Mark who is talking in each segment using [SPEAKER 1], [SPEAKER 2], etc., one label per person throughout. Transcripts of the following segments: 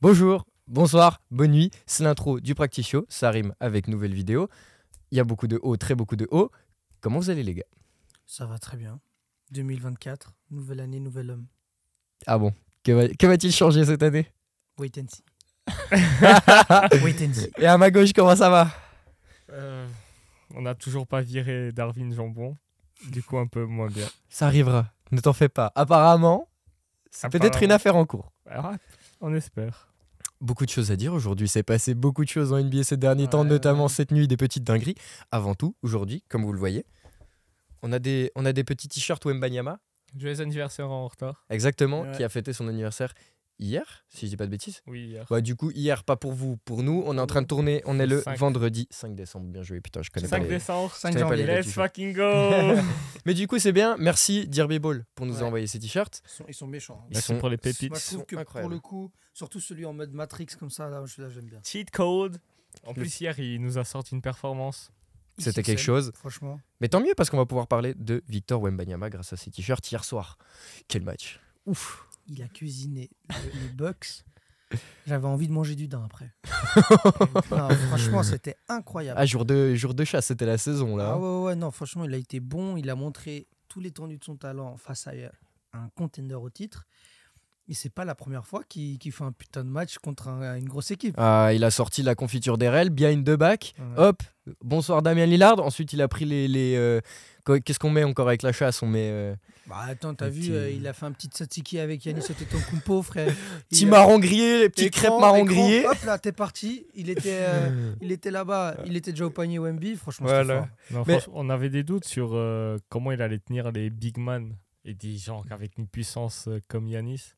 [SPEAKER 1] Bonjour, bonsoir, bonne nuit, c'est l'intro du Practicio, ça rime avec nouvelle vidéo. Il y a beaucoup de hauts, très beaucoup de hauts. Comment vous allez les gars
[SPEAKER 2] Ça va très bien. 2024, nouvelle année, nouvel homme.
[SPEAKER 1] Ah bon, que, va- que va-t-il changer cette année
[SPEAKER 2] Wait and see.
[SPEAKER 1] Ah.
[SPEAKER 2] Wait and see.
[SPEAKER 1] Et à ma gauche, comment ça va
[SPEAKER 3] Euh, on n'a toujours pas viré Darwin Jambon. Du coup, un peu moins bien.
[SPEAKER 1] Ça arrivera, ne t'en fais pas. Apparemment, c'est peut-être une
[SPEAKER 3] Apparemment.
[SPEAKER 1] affaire en cours.
[SPEAKER 3] Ah, on espère.
[SPEAKER 1] Beaucoup de choses à dire aujourd'hui, c'est passé beaucoup de choses en NBA ces derniers temps,
[SPEAKER 2] Ouais,
[SPEAKER 1] notamment
[SPEAKER 2] ouais.
[SPEAKER 1] cette nuit des petites dingueries. Avant tout, aujourd'hui, comme vous le voyez, on a des, on a des petits t-shirts Wembanyama,
[SPEAKER 3] Joyeux anniversaire en retard.
[SPEAKER 1] exactement,
[SPEAKER 2] Ouais.
[SPEAKER 1] qui a fêté son anniversaire hier, si je dis pas de bêtises.
[SPEAKER 3] Oui, hier.
[SPEAKER 1] Bah, du coup, hier, pas pour vous, pour nous, on est en train de tourner. On est le
[SPEAKER 3] Cinq.
[SPEAKER 1] vendredi 5 décembre. Bien joué, putain, je connais pas.
[SPEAKER 3] 5
[SPEAKER 1] les-
[SPEAKER 3] décembre.
[SPEAKER 2] 5
[SPEAKER 1] Je savais pas
[SPEAKER 2] janvier.
[SPEAKER 1] les-
[SPEAKER 3] Let's
[SPEAKER 1] t-shirts.
[SPEAKER 3] fucking go
[SPEAKER 1] Mais du coup, c'est bien. Merci, Derby Ball, pour nous
[SPEAKER 2] Ouais.
[SPEAKER 1] envoyer ces t-shirts.
[SPEAKER 2] Ils sont, ils sont méchants. hein.
[SPEAKER 1] Ils sont-
[SPEAKER 3] Merci pour les pépites.
[SPEAKER 2] Moi, je trouve
[SPEAKER 1] sont
[SPEAKER 2] que
[SPEAKER 1] incroyables.
[SPEAKER 2] pour le coup, surtout celui en mode Matrix comme ça, là, je- là, j'aime bien.
[SPEAKER 3] Cheat code. En
[SPEAKER 1] Le-
[SPEAKER 3] plus, hier, il nous a sorti une performance.
[SPEAKER 1] C'était
[SPEAKER 2] XXL,
[SPEAKER 1] quelque chose.
[SPEAKER 2] Franchement,
[SPEAKER 1] Mais tant mieux, parce qu'on va pouvoir parler de Victor Wembanyama grâce à ces t-shirts hier soir. Quel match Ouf
[SPEAKER 2] il a cuisiné le- les bucks. J'avais envie de manger du daim après. Non, franchement, c'était incroyable.
[SPEAKER 1] Ah, jour de, jour de chasse, c'était la saison, là.
[SPEAKER 2] Ah ouais, ouais, ouais, non, franchement, il a été bon. Il a montré tout l'étendue de son talent face à euh, un contender au titre. Et c'est pas la première fois qu'il qu'il fait un putain de match contre un- une grosse équipe.
[SPEAKER 1] Ah, il a sorti la confiture d'RL, bien une de bac.
[SPEAKER 2] Ouais.
[SPEAKER 1] Hop, bonsoir Damien Lillard. Ensuite, il a pris les. les, euh, qu- Qu'est-ce qu'on met encore avec la chasse On met. euh,
[SPEAKER 2] Bah attends, t'as
[SPEAKER 1] Un
[SPEAKER 2] vu,
[SPEAKER 1] petit-
[SPEAKER 2] euh, il a fait un petit tzatziki avec Yannis Antetokounmpo, frère.
[SPEAKER 1] Petit
[SPEAKER 2] Il a-
[SPEAKER 1] marron grillé, les petites
[SPEAKER 2] écran,
[SPEAKER 1] crêpes marron
[SPEAKER 2] écran,
[SPEAKER 1] grillées.
[SPEAKER 2] Hop là, t'es parti. Il était, euh, il était là-bas. Il était déjà au panier Wemby. Franchement,
[SPEAKER 1] Voilà.
[SPEAKER 2] voilà.
[SPEAKER 3] Non,
[SPEAKER 1] Mais-
[SPEAKER 3] franchement, on avait des doutes sur euh, comment il allait tenir les big man et des gens avec une puissance euh, comme Yanis.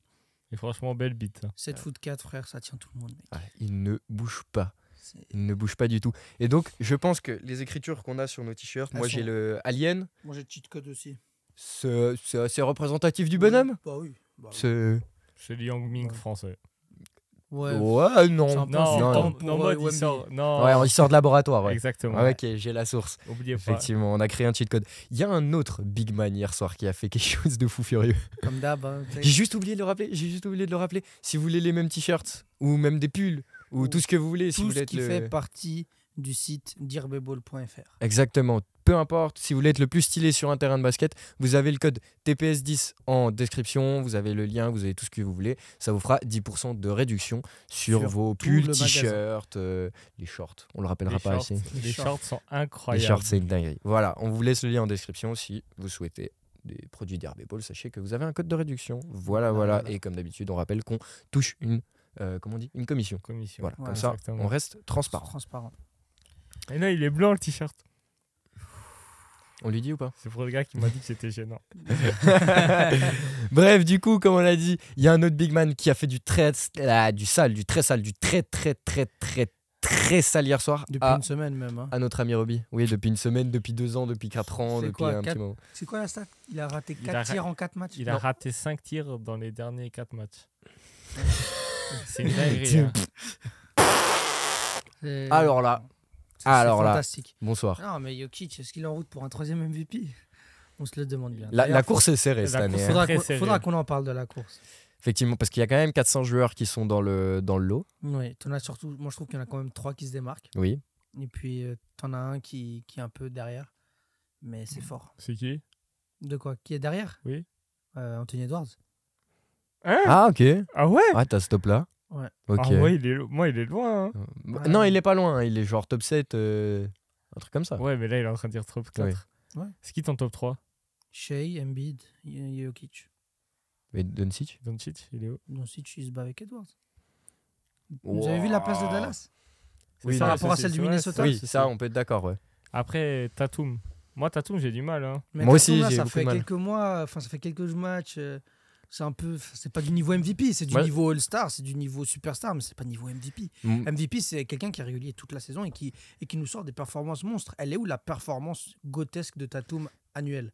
[SPEAKER 3] Et franchement, belle bite. hein.
[SPEAKER 2] 7 foot 4, frère, ça tient tout le monde. mec.
[SPEAKER 1] Ah, il ne bouge pas.
[SPEAKER 2] C'est-
[SPEAKER 1] Il ne bouge pas du tout. Et donc, je pense que les écritures qu'on a sur nos t-shirts,
[SPEAKER 2] Elles
[SPEAKER 1] moi j'ai
[SPEAKER 2] sont-
[SPEAKER 1] le Alien,
[SPEAKER 2] Moi, j'ai cheat code aussi.
[SPEAKER 1] c'est c'est assez représentatif du bonhomme.
[SPEAKER 2] Bah oui. Bah oui.
[SPEAKER 1] C'est.
[SPEAKER 3] C'est Liang Ming
[SPEAKER 2] Ouais.
[SPEAKER 3] français.
[SPEAKER 2] Ouais.
[SPEAKER 1] Ouais,
[SPEAKER 2] C'est un
[SPEAKER 1] non.
[SPEAKER 2] peu
[SPEAKER 3] Non,
[SPEAKER 1] non,
[SPEAKER 3] en-
[SPEAKER 2] insultant
[SPEAKER 1] non.
[SPEAKER 2] pour,
[SPEAKER 3] en
[SPEAKER 2] euh,
[SPEAKER 3] mode, il
[SPEAKER 2] Wemby.
[SPEAKER 3] sort. Non,
[SPEAKER 1] Ouais, il sort de laboratoire, ouais.
[SPEAKER 3] exactement.
[SPEAKER 1] Ah ouais, ok, j'ai la source.
[SPEAKER 3] Oubliez pas.
[SPEAKER 1] Effectivement, on a créé un cheat code. Il y a un autre Big Man hier soir qui a fait quelque chose de fou furieux.
[SPEAKER 2] Comme d'hab. hein, tu sais.
[SPEAKER 1] J'ai juste oublié de le rappeler. J'ai juste oublié de le rappeler. Si vous voulez les mêmes t-shirts ou même des pulls ou
[SPEAKER 2] Ou
[SPEAKER 1] tout ce que vous voulez, si vous
[SPEAKER 2] tout
[SPEAKER 1] voulez
[SPEAKER 2] ce
[SPEAKER 1] être
[SPEAKER 2] qui
[SPEAKER 1] le-
[SPEAKER 2] fait partie du site dirbeball.fr.
[SPEAKER 1] Exactement. Peu importe, si vous voulez être le plus stylé sur un terrain de basket, vous avez le code TPS10 en description, vous avez le lien, vous avez tout ce que vous voulez. Ça vous fera 10% de réduction sur,
[SPEAKER 2] Sur
[SPEAKER 1] vos
[SPEAKER 2] tout
[SPEAKER 1] pulls,
[SPEAKER 2] le magasin.
[SPEAKER 1] t-shirts, euh, les shorts. On le rappellera
[SPEAKER 3] les
[SPEAKER 1] pas
[SPEAKER 3] shorts,
[SPEAKER 1] assez.
[SPEAKER 3] les
[SPEAKER 2] Les
[SPEAKER 3] shorts
[SPEAKER 2] shorts.
[SPEAKER 3] sont
[SPEAKER 1] Les
[SPEAKER 3] incroyables.
[SPEAKER 1] shorts, c'est une dinguerie. Voilà, on vous laisse le lien en description si vous souhaitez des produits d'Herbé Ball. Sachez que vous avez un code de réduction. Voilà,
[SPEAKER 2] Voilà,
[SPEAKER 1] voilà.
[SPEAKER 2] voilà.
[SPEAKER 1] Et comme d'habitude, on rappelle qu'on touche une, euh, comment on dit, une commission.
[SPEAKER 3] Commission.
[SPEAKER 1] Voilà,
[SPEAKER 2] Voilà,
[SPEAKER 1] comme ça,
[SPEAKER 3] exactement.
[SPEAKER 1] on reste transparent. Ah.
[SPEAKER 2] Transparent.
[SPEAKER 3] Et non, il est blanc le t-shirt.
[SPEAKER 1] On lui dit ou pas
[SPEAKER 3] C'est pour le gars qui m'a dit que c'était gênant.
[SPEAKER 1] Bref, du coup, comme on l'a dit, il y a un autre big man qui a fait du très, ah, du sale, du très sale, du très très très très très sale hier soir
[SPEAKER 2] Depuis
[SPEAKER 1] à,
[SPEAKER 2] une semaine même. hein.
[SPEAKER 1] à notre ami Roby. Oui, depuis une semaine, depuis deux ans, depuis quatre ans,
[SPEAKER 2] C'est
[SPEAKER 1] depuis
[SPEAKER 2] quoi,
[SPEAKER 1] un
[SPEAKER 2] quatre-
[SPEAKER 1] petit moment.
[SPEAKER 2] C'est quoi la stat Il a raté
[SPEAKER 3] Il
[SPEAKER 2] 4
[SPEAKER 3] a ra-
[SPEAKER 2] tirs en 4 matchs.
[SPEAKER 3] Il a
[SPEAKER 2] Non.
[SPEAKER 3] raté 5 tirs dans les derniers 4 matchs. c'est une dinguerie.
[SPEAKER 1] Tiens.
[SPEAKER 3] hein.
[SPEAKER 2] C'est-
[SPEAKER 1] Alors là.
[SPEAKER 2] Euh, C'est- c'est
[SPEAKER 1] Alors là.
[SPEAKER 2] fantastique.
[SPEAKER 1] Bonsoir.
[SPEAKER 2] Non, mais Jokic, est-ce qu'il est en route pour un troisième MVP On se le demande bien.
[SPEAKER 1] La, la
[SPEAKER 2] D'ailleurs,
[SPEAKER 1] course est serrée
[SPEAKER 3] la
[SPEAKER 1] cette année.
[SPEAKER 3] course-
[SPEAKER 1] hein.
[SPEAKER 2] Faudra
[SPEAKER 3] Très
[SPEAKER 2] qu'on
[SPEAKER 3] serré.
[SPEAKER 2] faudra qu'on en parle de la course.
[SPEAKER 1] Effectivement, parce qu'il y a quand même 400 joueurs qui sont dans le, dans le lot.
[SPEAKER 2] Oui, t'en as surtout. Moi, je trouve qu'il y en a quand même trois qui se démarquent.
[SPEAKER 1] Oui.
[SPEAKER 2] Et puis, euh, t'en as un qui, qui est un peu derrière. Mais c'est fort.
[SPEAKER 3] C'est qui
[SPEAKER 2] De quoi Qui est derrière
[SPEAKER 3] Oui.
[SPEAKER 2] Euh, Anthony Edwards.
[SPEAKER 3] Hein
[SPEAKER 1] Ah, ok.
[SPEAKER 3] Ah ouais
[SPEAKER 1] Ah, t'as stop là
[SPEAKER 2] Ouais.
[SPEAKER 1] Ok.
[SPEAKER 3] Ah ouais, il est, lo- moi, il est loin. hein.
[SPEAKER 1] Euh, bah, Non,
[SPEAKER 2] Ouais.
[SPEAKER 1] il est pas loin. hein. Il est genre top 7, euh, un truc comme ça.
[SPEAKER 3] Ouais, mais là, il est en train de dire top 4.
[SPEAKER 2] Ouais. Ouais.
[SPEAKER 3] C'est qui ton top 3
[SPEAKER 2] Shea, Embiid, y- Jokic.
[SPEAKER 1] Mais Doncic
[SPEAKER 3] Doncic, il est où
[SPEAKER 2] Doncic, il se bat avec Edwards. Vous avez vu la place de
[SPEAKER 1] Wow.
[SPEAKER 2] Dallas
[SPEAKER 3] C'est
[SPEAKER 1] Oui,
[SPEAKER 3] ça,
[SPEAKER 1] par
[SPEAKER 2] rapport
[SPEAKER 3] c'est-
[SPEAKER 2] à celle
[SPEAKER 3] c'est-
[SPEAKER 2] du
[SPEAKER 3] ouais,
[SPEAKER 2] Minnesota.
[SPEAKER 3] c'est
[SPEAKER 1] Oui,
[SPEAKER 3] c'est-
[SPEAKER 1] ça, on peut être d'accord, ouais.
[SPEAKER 3] Après, Tatum. Moi, Tatum, j'ai du mal. hein.
[SPEAKER 2] Mais
[SPEAKER 1] Moi
[SPEAKER 2] Tatum,
[SPEAKER 1] aussi,
[SPEAKER 2] là,
[SPEAKER 1] j'ai
[SPEAKER 2] ça
[SPEAKER 1] beaucoup
[SPEAKER 2] fait
[SPEAKER 1] de mal.
[SPEAKER 2] quelques mois, enfin ça fait quelques matchs. euh, c'est un peu, c'est pas du niveau MVP, c'est du
[SPEAKER 1] Ouais.
[SPEAKER 2] niveau All-Star, c'est du niveau Superstar, mais c'est pas niveau MVP. MVP, c'est quelqu'un qui est régulier toute la saison et qui, et qui nous sort des performances monstres. Elle est où la performance grotesque de Tatum annuelle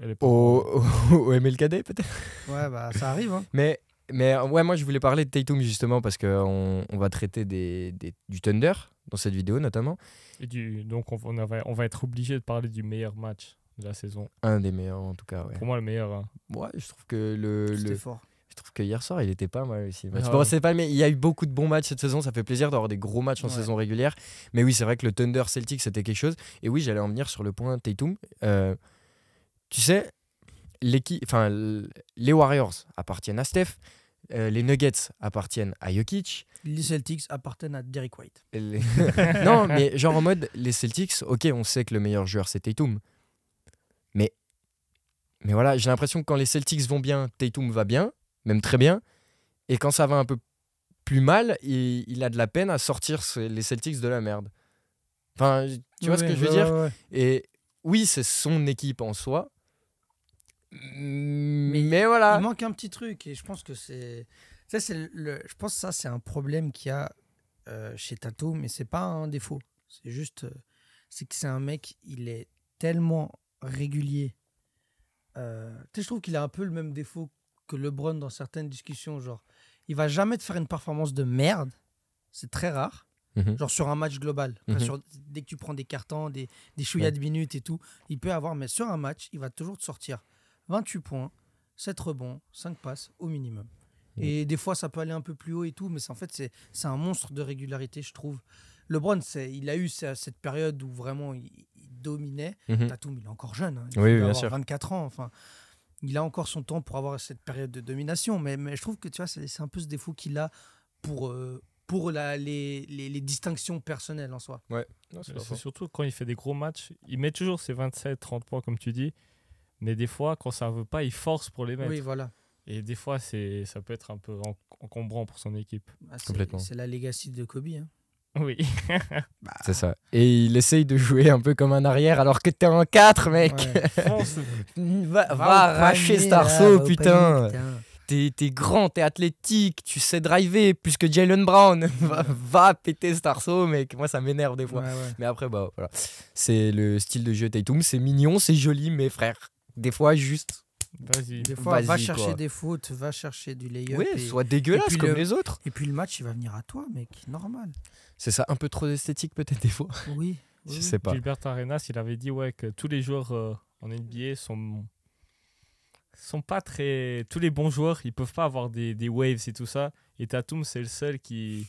[SPEAKER 3] Elle est pas-
[SPEAKER 1] au, au- au MLKD peut-être.
[SPEAKER 2] Ouais, bah ça arrive. hein.
[SPEAKER 1] Mais, mais euh, ouais, moi je voulais parler de Tatum justement parce qu'on on va traiter des, des- du Thunder dans cette vidéo notamment.
[SPEAKER 3] Et du- Donc, on, on va, on va être obligé de parler du meilleur match de la saison.
[SPEAKER 1] Un des meilleurs en tout cas. Ouais,
[SPEAKER 3] Pour moi, le meilleur. hein.
[SPEAKER 1] Ouais, je trouve que Euh, le,
[SPEAKER 2] C'était
[SPEAKER 1] le,
[SPEAKER 2] fort.
[SPEAKER 1] Je trouve que hier soir, il était pas mal aussi. le match.
[SPEAKER 3] Ah
[SPEAKER 1] Bon,
[SPEAKER 3] ouais.
[SPEAKER 1] c'est pas, mais il y a eu beaucoup de bons matchs cette saison. Ça fait plaisir d'avoir des gros matchs en
[SPEAKER 2] Ouais.
[SPEAKER 1] saison régulière. Mais oui, c'est vrai que le Thunder Celtic, c'était quelque chose. Et oui, j'allais en venir sur le point Tatum. Euh, tu sais, l'équipe, enfin, l- les Warriors appartiennent à Steph. euh, les Nuggets appartiennent à Jokic.
[SPEAKER 2] Les Celtics appartiennent à Derrick White.
[SPEAKER 1] Et les- non, mais genre en mode, les Celtics, ok, on sait que le meilleur joueur c'est Tatum. Mais, mais voilà, j'ai l'impression que quand les Celtics vont bien, Tatum va bien, même très bien. Et quand ça va un peu plus mal, il, il a de la peine à sortir ce- les Celtics de la merde. Enfin, tu vois ce que je veux
[SPEAKER 2] bah
[SPEAKER 1] dire Et oui, c'est son équipe en soi. Mais, voilà.
[SPEAKER 2] Il manque un petit truc et je pense que c'est ça c'est le- le je pense que ça c'est un problème qu'il y a euh, chez Tato mais c'est pas un défaut. C'est juste euh, c'est que c'est un mec, il est tellement régulier. Euh, tu sais, je trouve qu'il a un peu le même défaut que LeBron dans certaines discussions genre il va jamais te faire une performance de merde. C'est très rare.
[SPEAKER 1] Mhm.
[SPEAKER 2] Genre sur un match global. Enfin,
[SPEAKER 1] Mhm.
[SPEAKER 2] sur- dès que tu prends des cartons, des, des chouïas
[SPEAKER 1] Ouais.
[SPEAKER 2] de minutes et tout, il peut avoir, mais sur un match, il va toujours te sortir 28 points, 7 rebonds, 5 passes au minimum.
[SPEAKER 1] Ouais.
[SPEAKER 2] Et des fois, ça peut aller un peu plus haut et tout, mais c'est- en fait, c'est c'est un monstre de régularité, je trouve. LeBron, c'est- il a eu sa- cette période où vraiment il, il dominait.
[SPEAKER 1] Mhm.
[SPEAKER 2] Tatum, il est encore jeune. hein. Il
[SPEAKER 1] Oui, oui,
[SPEAKER 2] doit
[SPEAKER 1] bien
[SPEAKER 2] avoir
[SPEAKER 1] sûr.
[SPEAKER 2] 24 ans. Enfin, il a encore son temps pour avoir cette période de domination. Mais, mais je trouve que tu vois, c'est c'est un peu ce défaut qu'il a pour, euh, pour la- les, les- les distinctions personnelles en soi.
[SPEAKER 3] C'est surtout quand il fait des gros matchs, il met toujours ses 27, 30 points comme tu dis, mais des fois quand ça veut pas, il force pour les mettre.
[SPEAKER 2] Oui, voilà.
[SPEAKER 3] Et des fois c'est ça peut être un peu en- encombrant pour son équipe.
[SPEAKER 2] Ah, c'est-
[SPEAKER 1] Complètement.
[SPEAKER 2] C'est la legacy de Kobe. hein.
[SPEAKER 3] Oui.
[SPEAKER 1] C'est ça. Et il essaye de jouer un peu comme un arrière alors que t'es en 4, mec.
[SPEAKER 2] Ouais.
[SPEAKER 3] Fonce.
[SPEAKER 1] Va, va
[SPEAKER 2] au
[SPEAKER 1] arracher
[SPEAKER 2] panier,
[SPEAKER 1] cet
[SPEAKER 2] là,
[SPEAKER 1] arceau,
[SPEAKER 2] va au
[SPEAKER 1] putain.
[SPEAKER 2] panier, putain.
[SPEAKER 1] T'es t'es grand, t'es athlétique, tu sais driver plus que Jalen Brown. va, va péter cet arceau, mec. Moi, ça m'énerve des fois.
[SPEAKER 2] Ouais, ouais.
[SPEAKER 1] Mais après, bah voilà. C'est le style de jeu Tatum. C'est mignon, c'est joli, mais frère, des fois, juste.
[SPEAKER 3] Vas-y.
[SPEAKER 2] Des fois, va
[SPEAKER 1] Vas-y,
[SPEAKER 2] chercher
[SPEAKER 1] quoi.
[SPEAKER 2] des fautes, va chercher du layup.
[SPEAKER 1] Ouais,
[SPEAKER 2] et,
[SPEAKER 1] soit dégueulasse
[SPEAKER 2] puis
[SPEAKER 1] comme
[SPEAKER 2] le-
[SPEAKER 1] les autres.
[SPEAKER 2] et puis le match, il va venir à toi, mec. Normal.
[SPEAKER 1] C'est ça, un peu trop esthétique, peut-être, des fois.
[SPEAKER 2] Oui. oui,
[SPEAKER 1] Je
[SPEAKER 2] oui.
[SPEAKER 1] sais pas.
[SPEAKER 3] Gilbert Arenas, il avait dit ouais, que tous les joueurs euh, en NBA sont sont pas très tous les bons joueurs ils peuvent pas avoir des, des waves et tout ça et Tatum c'est le seul qui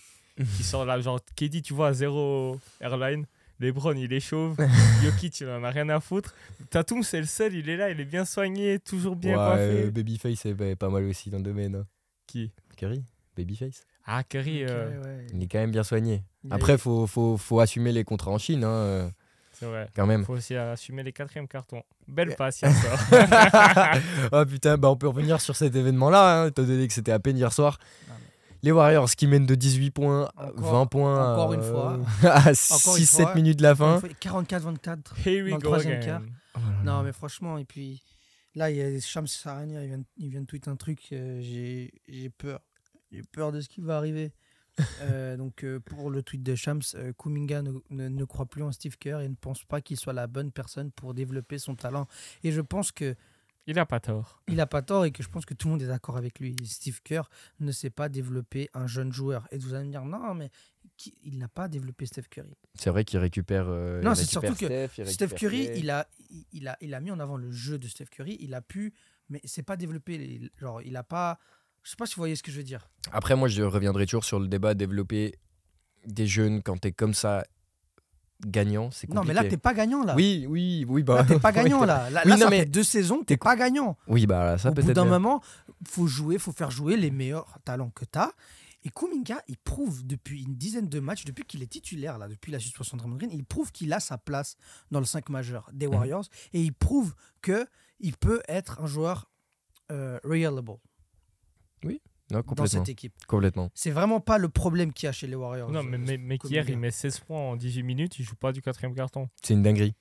[SPEAKER 3] qui sort là genre KD tu vois à zéro airline Lebron il est chauve Jokic il en a rien à foutre Tatum c'est le seul il est là il est bien soigné toujours bien
[SPEAKER 1] Ouais,
[SPEAKER 3] coiffé
[SPEAKER 1] euh, Babyface est bah, pas mal aussi dans le domaine. hein.
[SPEAKER 3] qui
[SPEAKER 1] Curry, Babyface.
[SPEAKER 3] ah Curry
[SPEAKER 2] Ok,
[SPEAKER 3] euh,
[SPEAKER 2] ouais.
[SPEAKER 1] Il est quand même bien soigné.
[SPEAKER 2] Il a-
[SPEAKER 1] Après, faut, faut, faut assumer les contrats en Chine, hein, euh,
[SPEAKER 3] c'est vrai
[SPEAKER 1] quand même.
[SPEAKER 3] faut aussi assumer les quatrièmes cartons belle passe hier soir.
[SPEAKER 1] Ah putain, bah on peut revenir sur cet événement-là, hein, étant donné que c'était à peine hier soir.
[SPEAKER 2] Non,
[SPEAKER 1] Les Warriors qui mènent de 18 points, à
[SPEAKER 2] Ah, Encore-
[SPEAKER 1] 20 points,
[SPEAKER 2] encore une
[SPEAKER 1] euh,
[SPEAKER 2] fois.
[SPEAKER 1] à
[SPEAKER 2] Encore une
[SPEAKER 1] 6-7
[SPEAKER 2] fois.
[SPEAKER 1] minutes de la
[SPEAKER 2] Encore une
[SPEAKER 1] fin. Oh
[SPEAKER 2] fois, 44-24.
[SPEAKER 3] here we
[SPEAKER 2] Dans le
[SPEAKER 3] go
[SPEAKER 2] troisième
[SPEAKER 3] again
[SPEAKER 2] quart. Non, mais franchement, et puis là, il y a Shams Sarania, il vient, il vient de tweeter un truc, euh, j'ai j'ai peur. J'ai peur de ce qui va arriver. Euh, donc, euh, pour le tweet de Shams, euh, Kuminga ne, ne- ne croit plus en Steve Kerr et ne pense pas qu'il soit la bonne personne pour développer son talent. Et je pense que
[SPEAKER 3] il a pas tort
[SPEAKER 2] il n'a pas tort et que je pense que tout le monde est d'accord avec lui. Steve Kerr ne sait pas développer un jeune joueur. Et vous allez me dire, non, mais qui- il n'a pas développé Steve Curry.
[SPEAKER 1] C'est vrai qu'ils récupèrent. euh,
[SPEAKER 2] Non,
[SPEAKER 1] ils
[SPEAKER 2] c'est
[SPEAKER 1] récupèrent
[SPEAKER 2] surtout
[SPEAKER 1] Steph, ils
[SPEAKER 2] Steph
[SPEAKER 1] récupèrent
[SPEAKER 2] Curry,
[SPEAKER 1] Clay.
[SPEAKER 2] il a, il- il, a, il a mis en avant le jeu de Steph Curry, il a pu, mais c'est pas développé. les- Genre, il a pas. Je sais pas si vous voyez ce que je veux dire.
[SPEAKER 1] Après, moi, je reviendrai toujours sur le débat développer des jeunes quand t'es comme ça gagnant, c'est compliqué.
[SPEAKER 2] Non, mais là, t'es pas gagnant, là.
[SPEAKER 1] Oui, oui, oui, bah.
[SPEAKER 2] Là, t'es pas
[SPEAKER 1] ouais,
[SPEAKER 2] gagnant,
[SPEAKER 1] t'es-
[SPEAKER 2] là. Là,
[SPEAKER 1] Oui,
[SPEAKER 2] là,
[SPEAKER 1] non,
[SPEAKER 2] ça
[SPEAKER 1] mais-
[SPEAKER 2] fait deux saisons, t'es pas gagnant.
[SPEAKER 1] Oui, bah ça
[SPEAKER 2] Au
[SPEAKER 1] peut-être.
[SPEAKER 2] bout d'un
[SPEAKER 1] bien.
[SPEAKER 2] moment, faut jouer, faut faire jouer les meilleurs talents que t'as. Et Kuminga, il prouve depuis une dizaine de matchs, depuis qu'il est titulaire, là, depuis la suspension de Draymond Green, il prouve qu'il a sa place dans le 5 majeur des
[SPEAKER 1] Mhm.
[SPEAKER 2] Warriors et il prouve que il peut être un joueur euh, reliable
[SPEAKER 1] Non,
[SPEAKER 2] dans
[SPEAKER 1] complètement.
[SPEAKER 2] cette équipe.
[SPEAKER 1] Complètement.
[SPEAKER 2] C'est vraiment pas le problème qu'il y a chez les Warriors.
[SPEAKER 3] Non,
[SPEAKER 2] euh,
[SPEAKER 3] mais, mais, mais
[SPEAKER 2] Kuminga.
[SPEAKER 3] hier, il met 16 points en 18 minutes, il joue pas du quatrième carton.
[SPEAKER 1] C'est une dinguerie.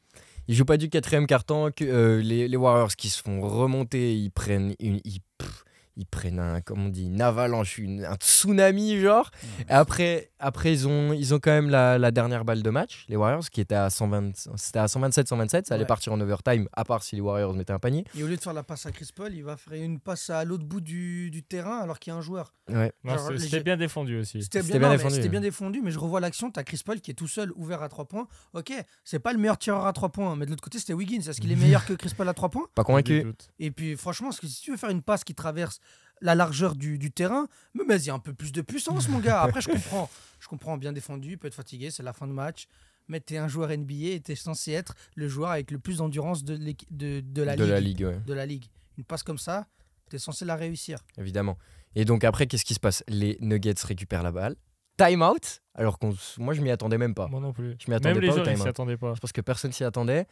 [SPEAKER 1] Ils jouent pas du quatrième carton. Que, euh, les, les Warriors qui se font remonter, ils prennent une. Ils, pff, ils prennent un, comment on dit, une avalanche, une- un tsunami, genre.
[SPEAKER 2] Ouais.
[SPEAKER 1] Et après, après ils, ont, ils ont quand même la, la dernière balle de match, les Warriors, qui était à 120 c'était à 127-127. Ça allait
[SPEAKER 2] Ouais.
[SPEAKER 1] partir en overtime, à part si les Warriors mettaient un panier.
[SPEAKER 2] Et au lieu de faire la passe à Chris Paul, il va faire une passe à l'autre bout du, du terrain alors qu'il y a un joueur.
[SPEAKER 1] Ouais.
[SPEAKER 3] Non,
[SPEAKER 2] Genre,
[SPEAKER 3] c'est-
[SPEAKER 2] les-
[SPEAKER 3] C'était bien défendu aussi.
[SPEAKER 2] C'était
[SPEAKER 1] C'était
[SPEAKER 2] bien,
[SPEAKER 1] bien
[SPEAKER 2] non, mais
[SPEAKER 1] défendu,
[SPEAKER 2] c'était
[SPEAKER 1] ouais.
[SPEAKER 2] bien défendu, mais je revois l'action. T'as Chris Paul qui est tout seul, ouvert à 3 points. Ok, c'est pas le meilleur tireur à 3 points, hein, mais de l'autre côté, c'était Wiggins. Est-ce qu'il est meilleur que Chris Paul à 3 points
[SPEAKER 1] Pas
[SPEAKER 3] Pas de
[SPEAKER 1] convaincu.
[SPEAKER 3] doute.
[SPEAKER 2] Et puis, franchement, parce que si tu veux faire une passe qui traverse la largeur du, du terrain, mais vas-y, un peu plus de puissance, mon gars. Après, je comprends. Je comprends, bien défendu, il peut être fatigué, c'est la fin de match. Mais t'es un joueur NBA et t'es censé être le joueur avec le plus d'endurance de, l'équi- de, de la
[SPEAKER 1] de
[SPEAKER 2] ligue.
[SPEAKER 1] la ligue, ouais.
[SPEAKER 2] De la ligue. Une passe comme ça, t'es censé la réussir.
[SPEAKER 1] évidemment. Et donc après, qu'est-ce qui se passe Les Nuggets récupèrent la balle. Time out, alors qu'on, s- moi je m'y attendais même pas.
[SPEAKER 3] Moi non plus.
[SPEAKER 1] Ah. Je m'y attendais
[SPEAKER 3] Même les
[SPEAKER 1] pas au
[SPEAKER 3] joueurs, ils
[SPEAKER 1] time,
[SPEAKER 3] s'y
[SPEAKER 1] hein.
[SPEAKER 3] attendaient pas.
[SPEAKER 1] Je pense que personne s'y attendait.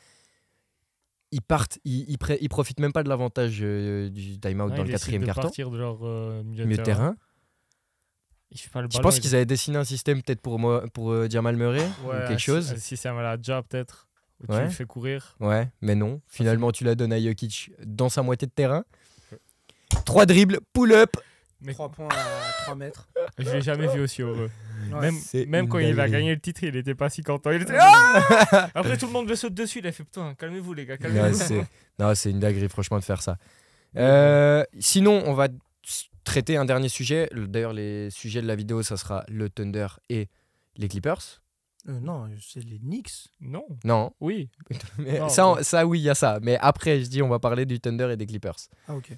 [SPEAKER 1] Ils partent, ils, ils, pré- ils profitent même pas de l'avantage euh, du time out
[SPEAKER 3] Ouais,
[SPEAKER 1] dans le
[SPEAKER 3] ils décident
[SPEAKER 1] quatrième
[SPEAKER 3] de
[SPEAKER 1] carton.
[SPEAKER 3] partir de leur euh, milieu de
[SPEAKER 1] Mieux
[SPEAKER 3] terrain.
[SPEAKER 1] terrain.
[SPEAKER 3] Ils chopent pas le
[SPEAKER 1] Je
[SPEAKER 3] ballon,
[SPEAKER 1] pense
[SPEAKER 3] ils-
[SPEAKER 1] qu'ils avaient dessiné un système peut-être pour, moi, pour euh, Jamal Murray
[SPEAKER 3] Ouais,
[SPEAKER 1] ou quelque
[SPEAKER 3] si-
[SPEAKER 1] chose.
[SPEAKER 3] Si c'est un Maladja, peut-être. Où tu
[SPEAKER 1] Ouais.
[SPEAKER 3] le fais courir.
[SPEAKER 1] Ouais, mais non. Finalement, tu la donnes à Jokic dans sa moitié de terrain. Trois dribbles, pull-up.
[SPEAKER 3] Mais
[SPEAKER 2] 3 points à 3 mètres.
[SPEAKER 3] je l'ai jamais vu aussi heureux.
[SPEAKER 2] Ouais.
[SPEAKER 3] même
[SPEAKER 1] C'est
[SPEAKER 3] même
[SPEAKER 1] une
[SPEAKER 3] quand il a
[SPEAKER 1] dinguerie.
[SPEAKER 3] gagné le titre, il était pas si content. Il était. Ah Après, tout le monde le saute dessus. Il a fait Putain, calmez-vous, les gars,
[SPEAKER 1] Non,
[SPEAKER 3] calmez-vous.
[SPEAKER 1] c'est non, c'est une dinguerie, franchement, de faire ça. Euh, sinon, on va s- traiter un dernier sujet. Le- D'ailleurs, les sujets de la vidéo, ça sera le Thunder et les Clippers.
[SPEAKER 2] Euh, non, c'est les Knicks.
[SPEAKER 3] non,
[SPEAKER 1] Non,
[SPEAKER 3] oui.
[SPEAKER 1] mais
[SPEAKER 3] Non,
[SPEAKER 1] ça, on-
[SPEAKER 3] bon.
[SPEAKER 1] ça, oui, il y a ça. Mais après, je dis, on va parler du Thunder et des Clippers.
[SPEAKER 2] Ah, ok.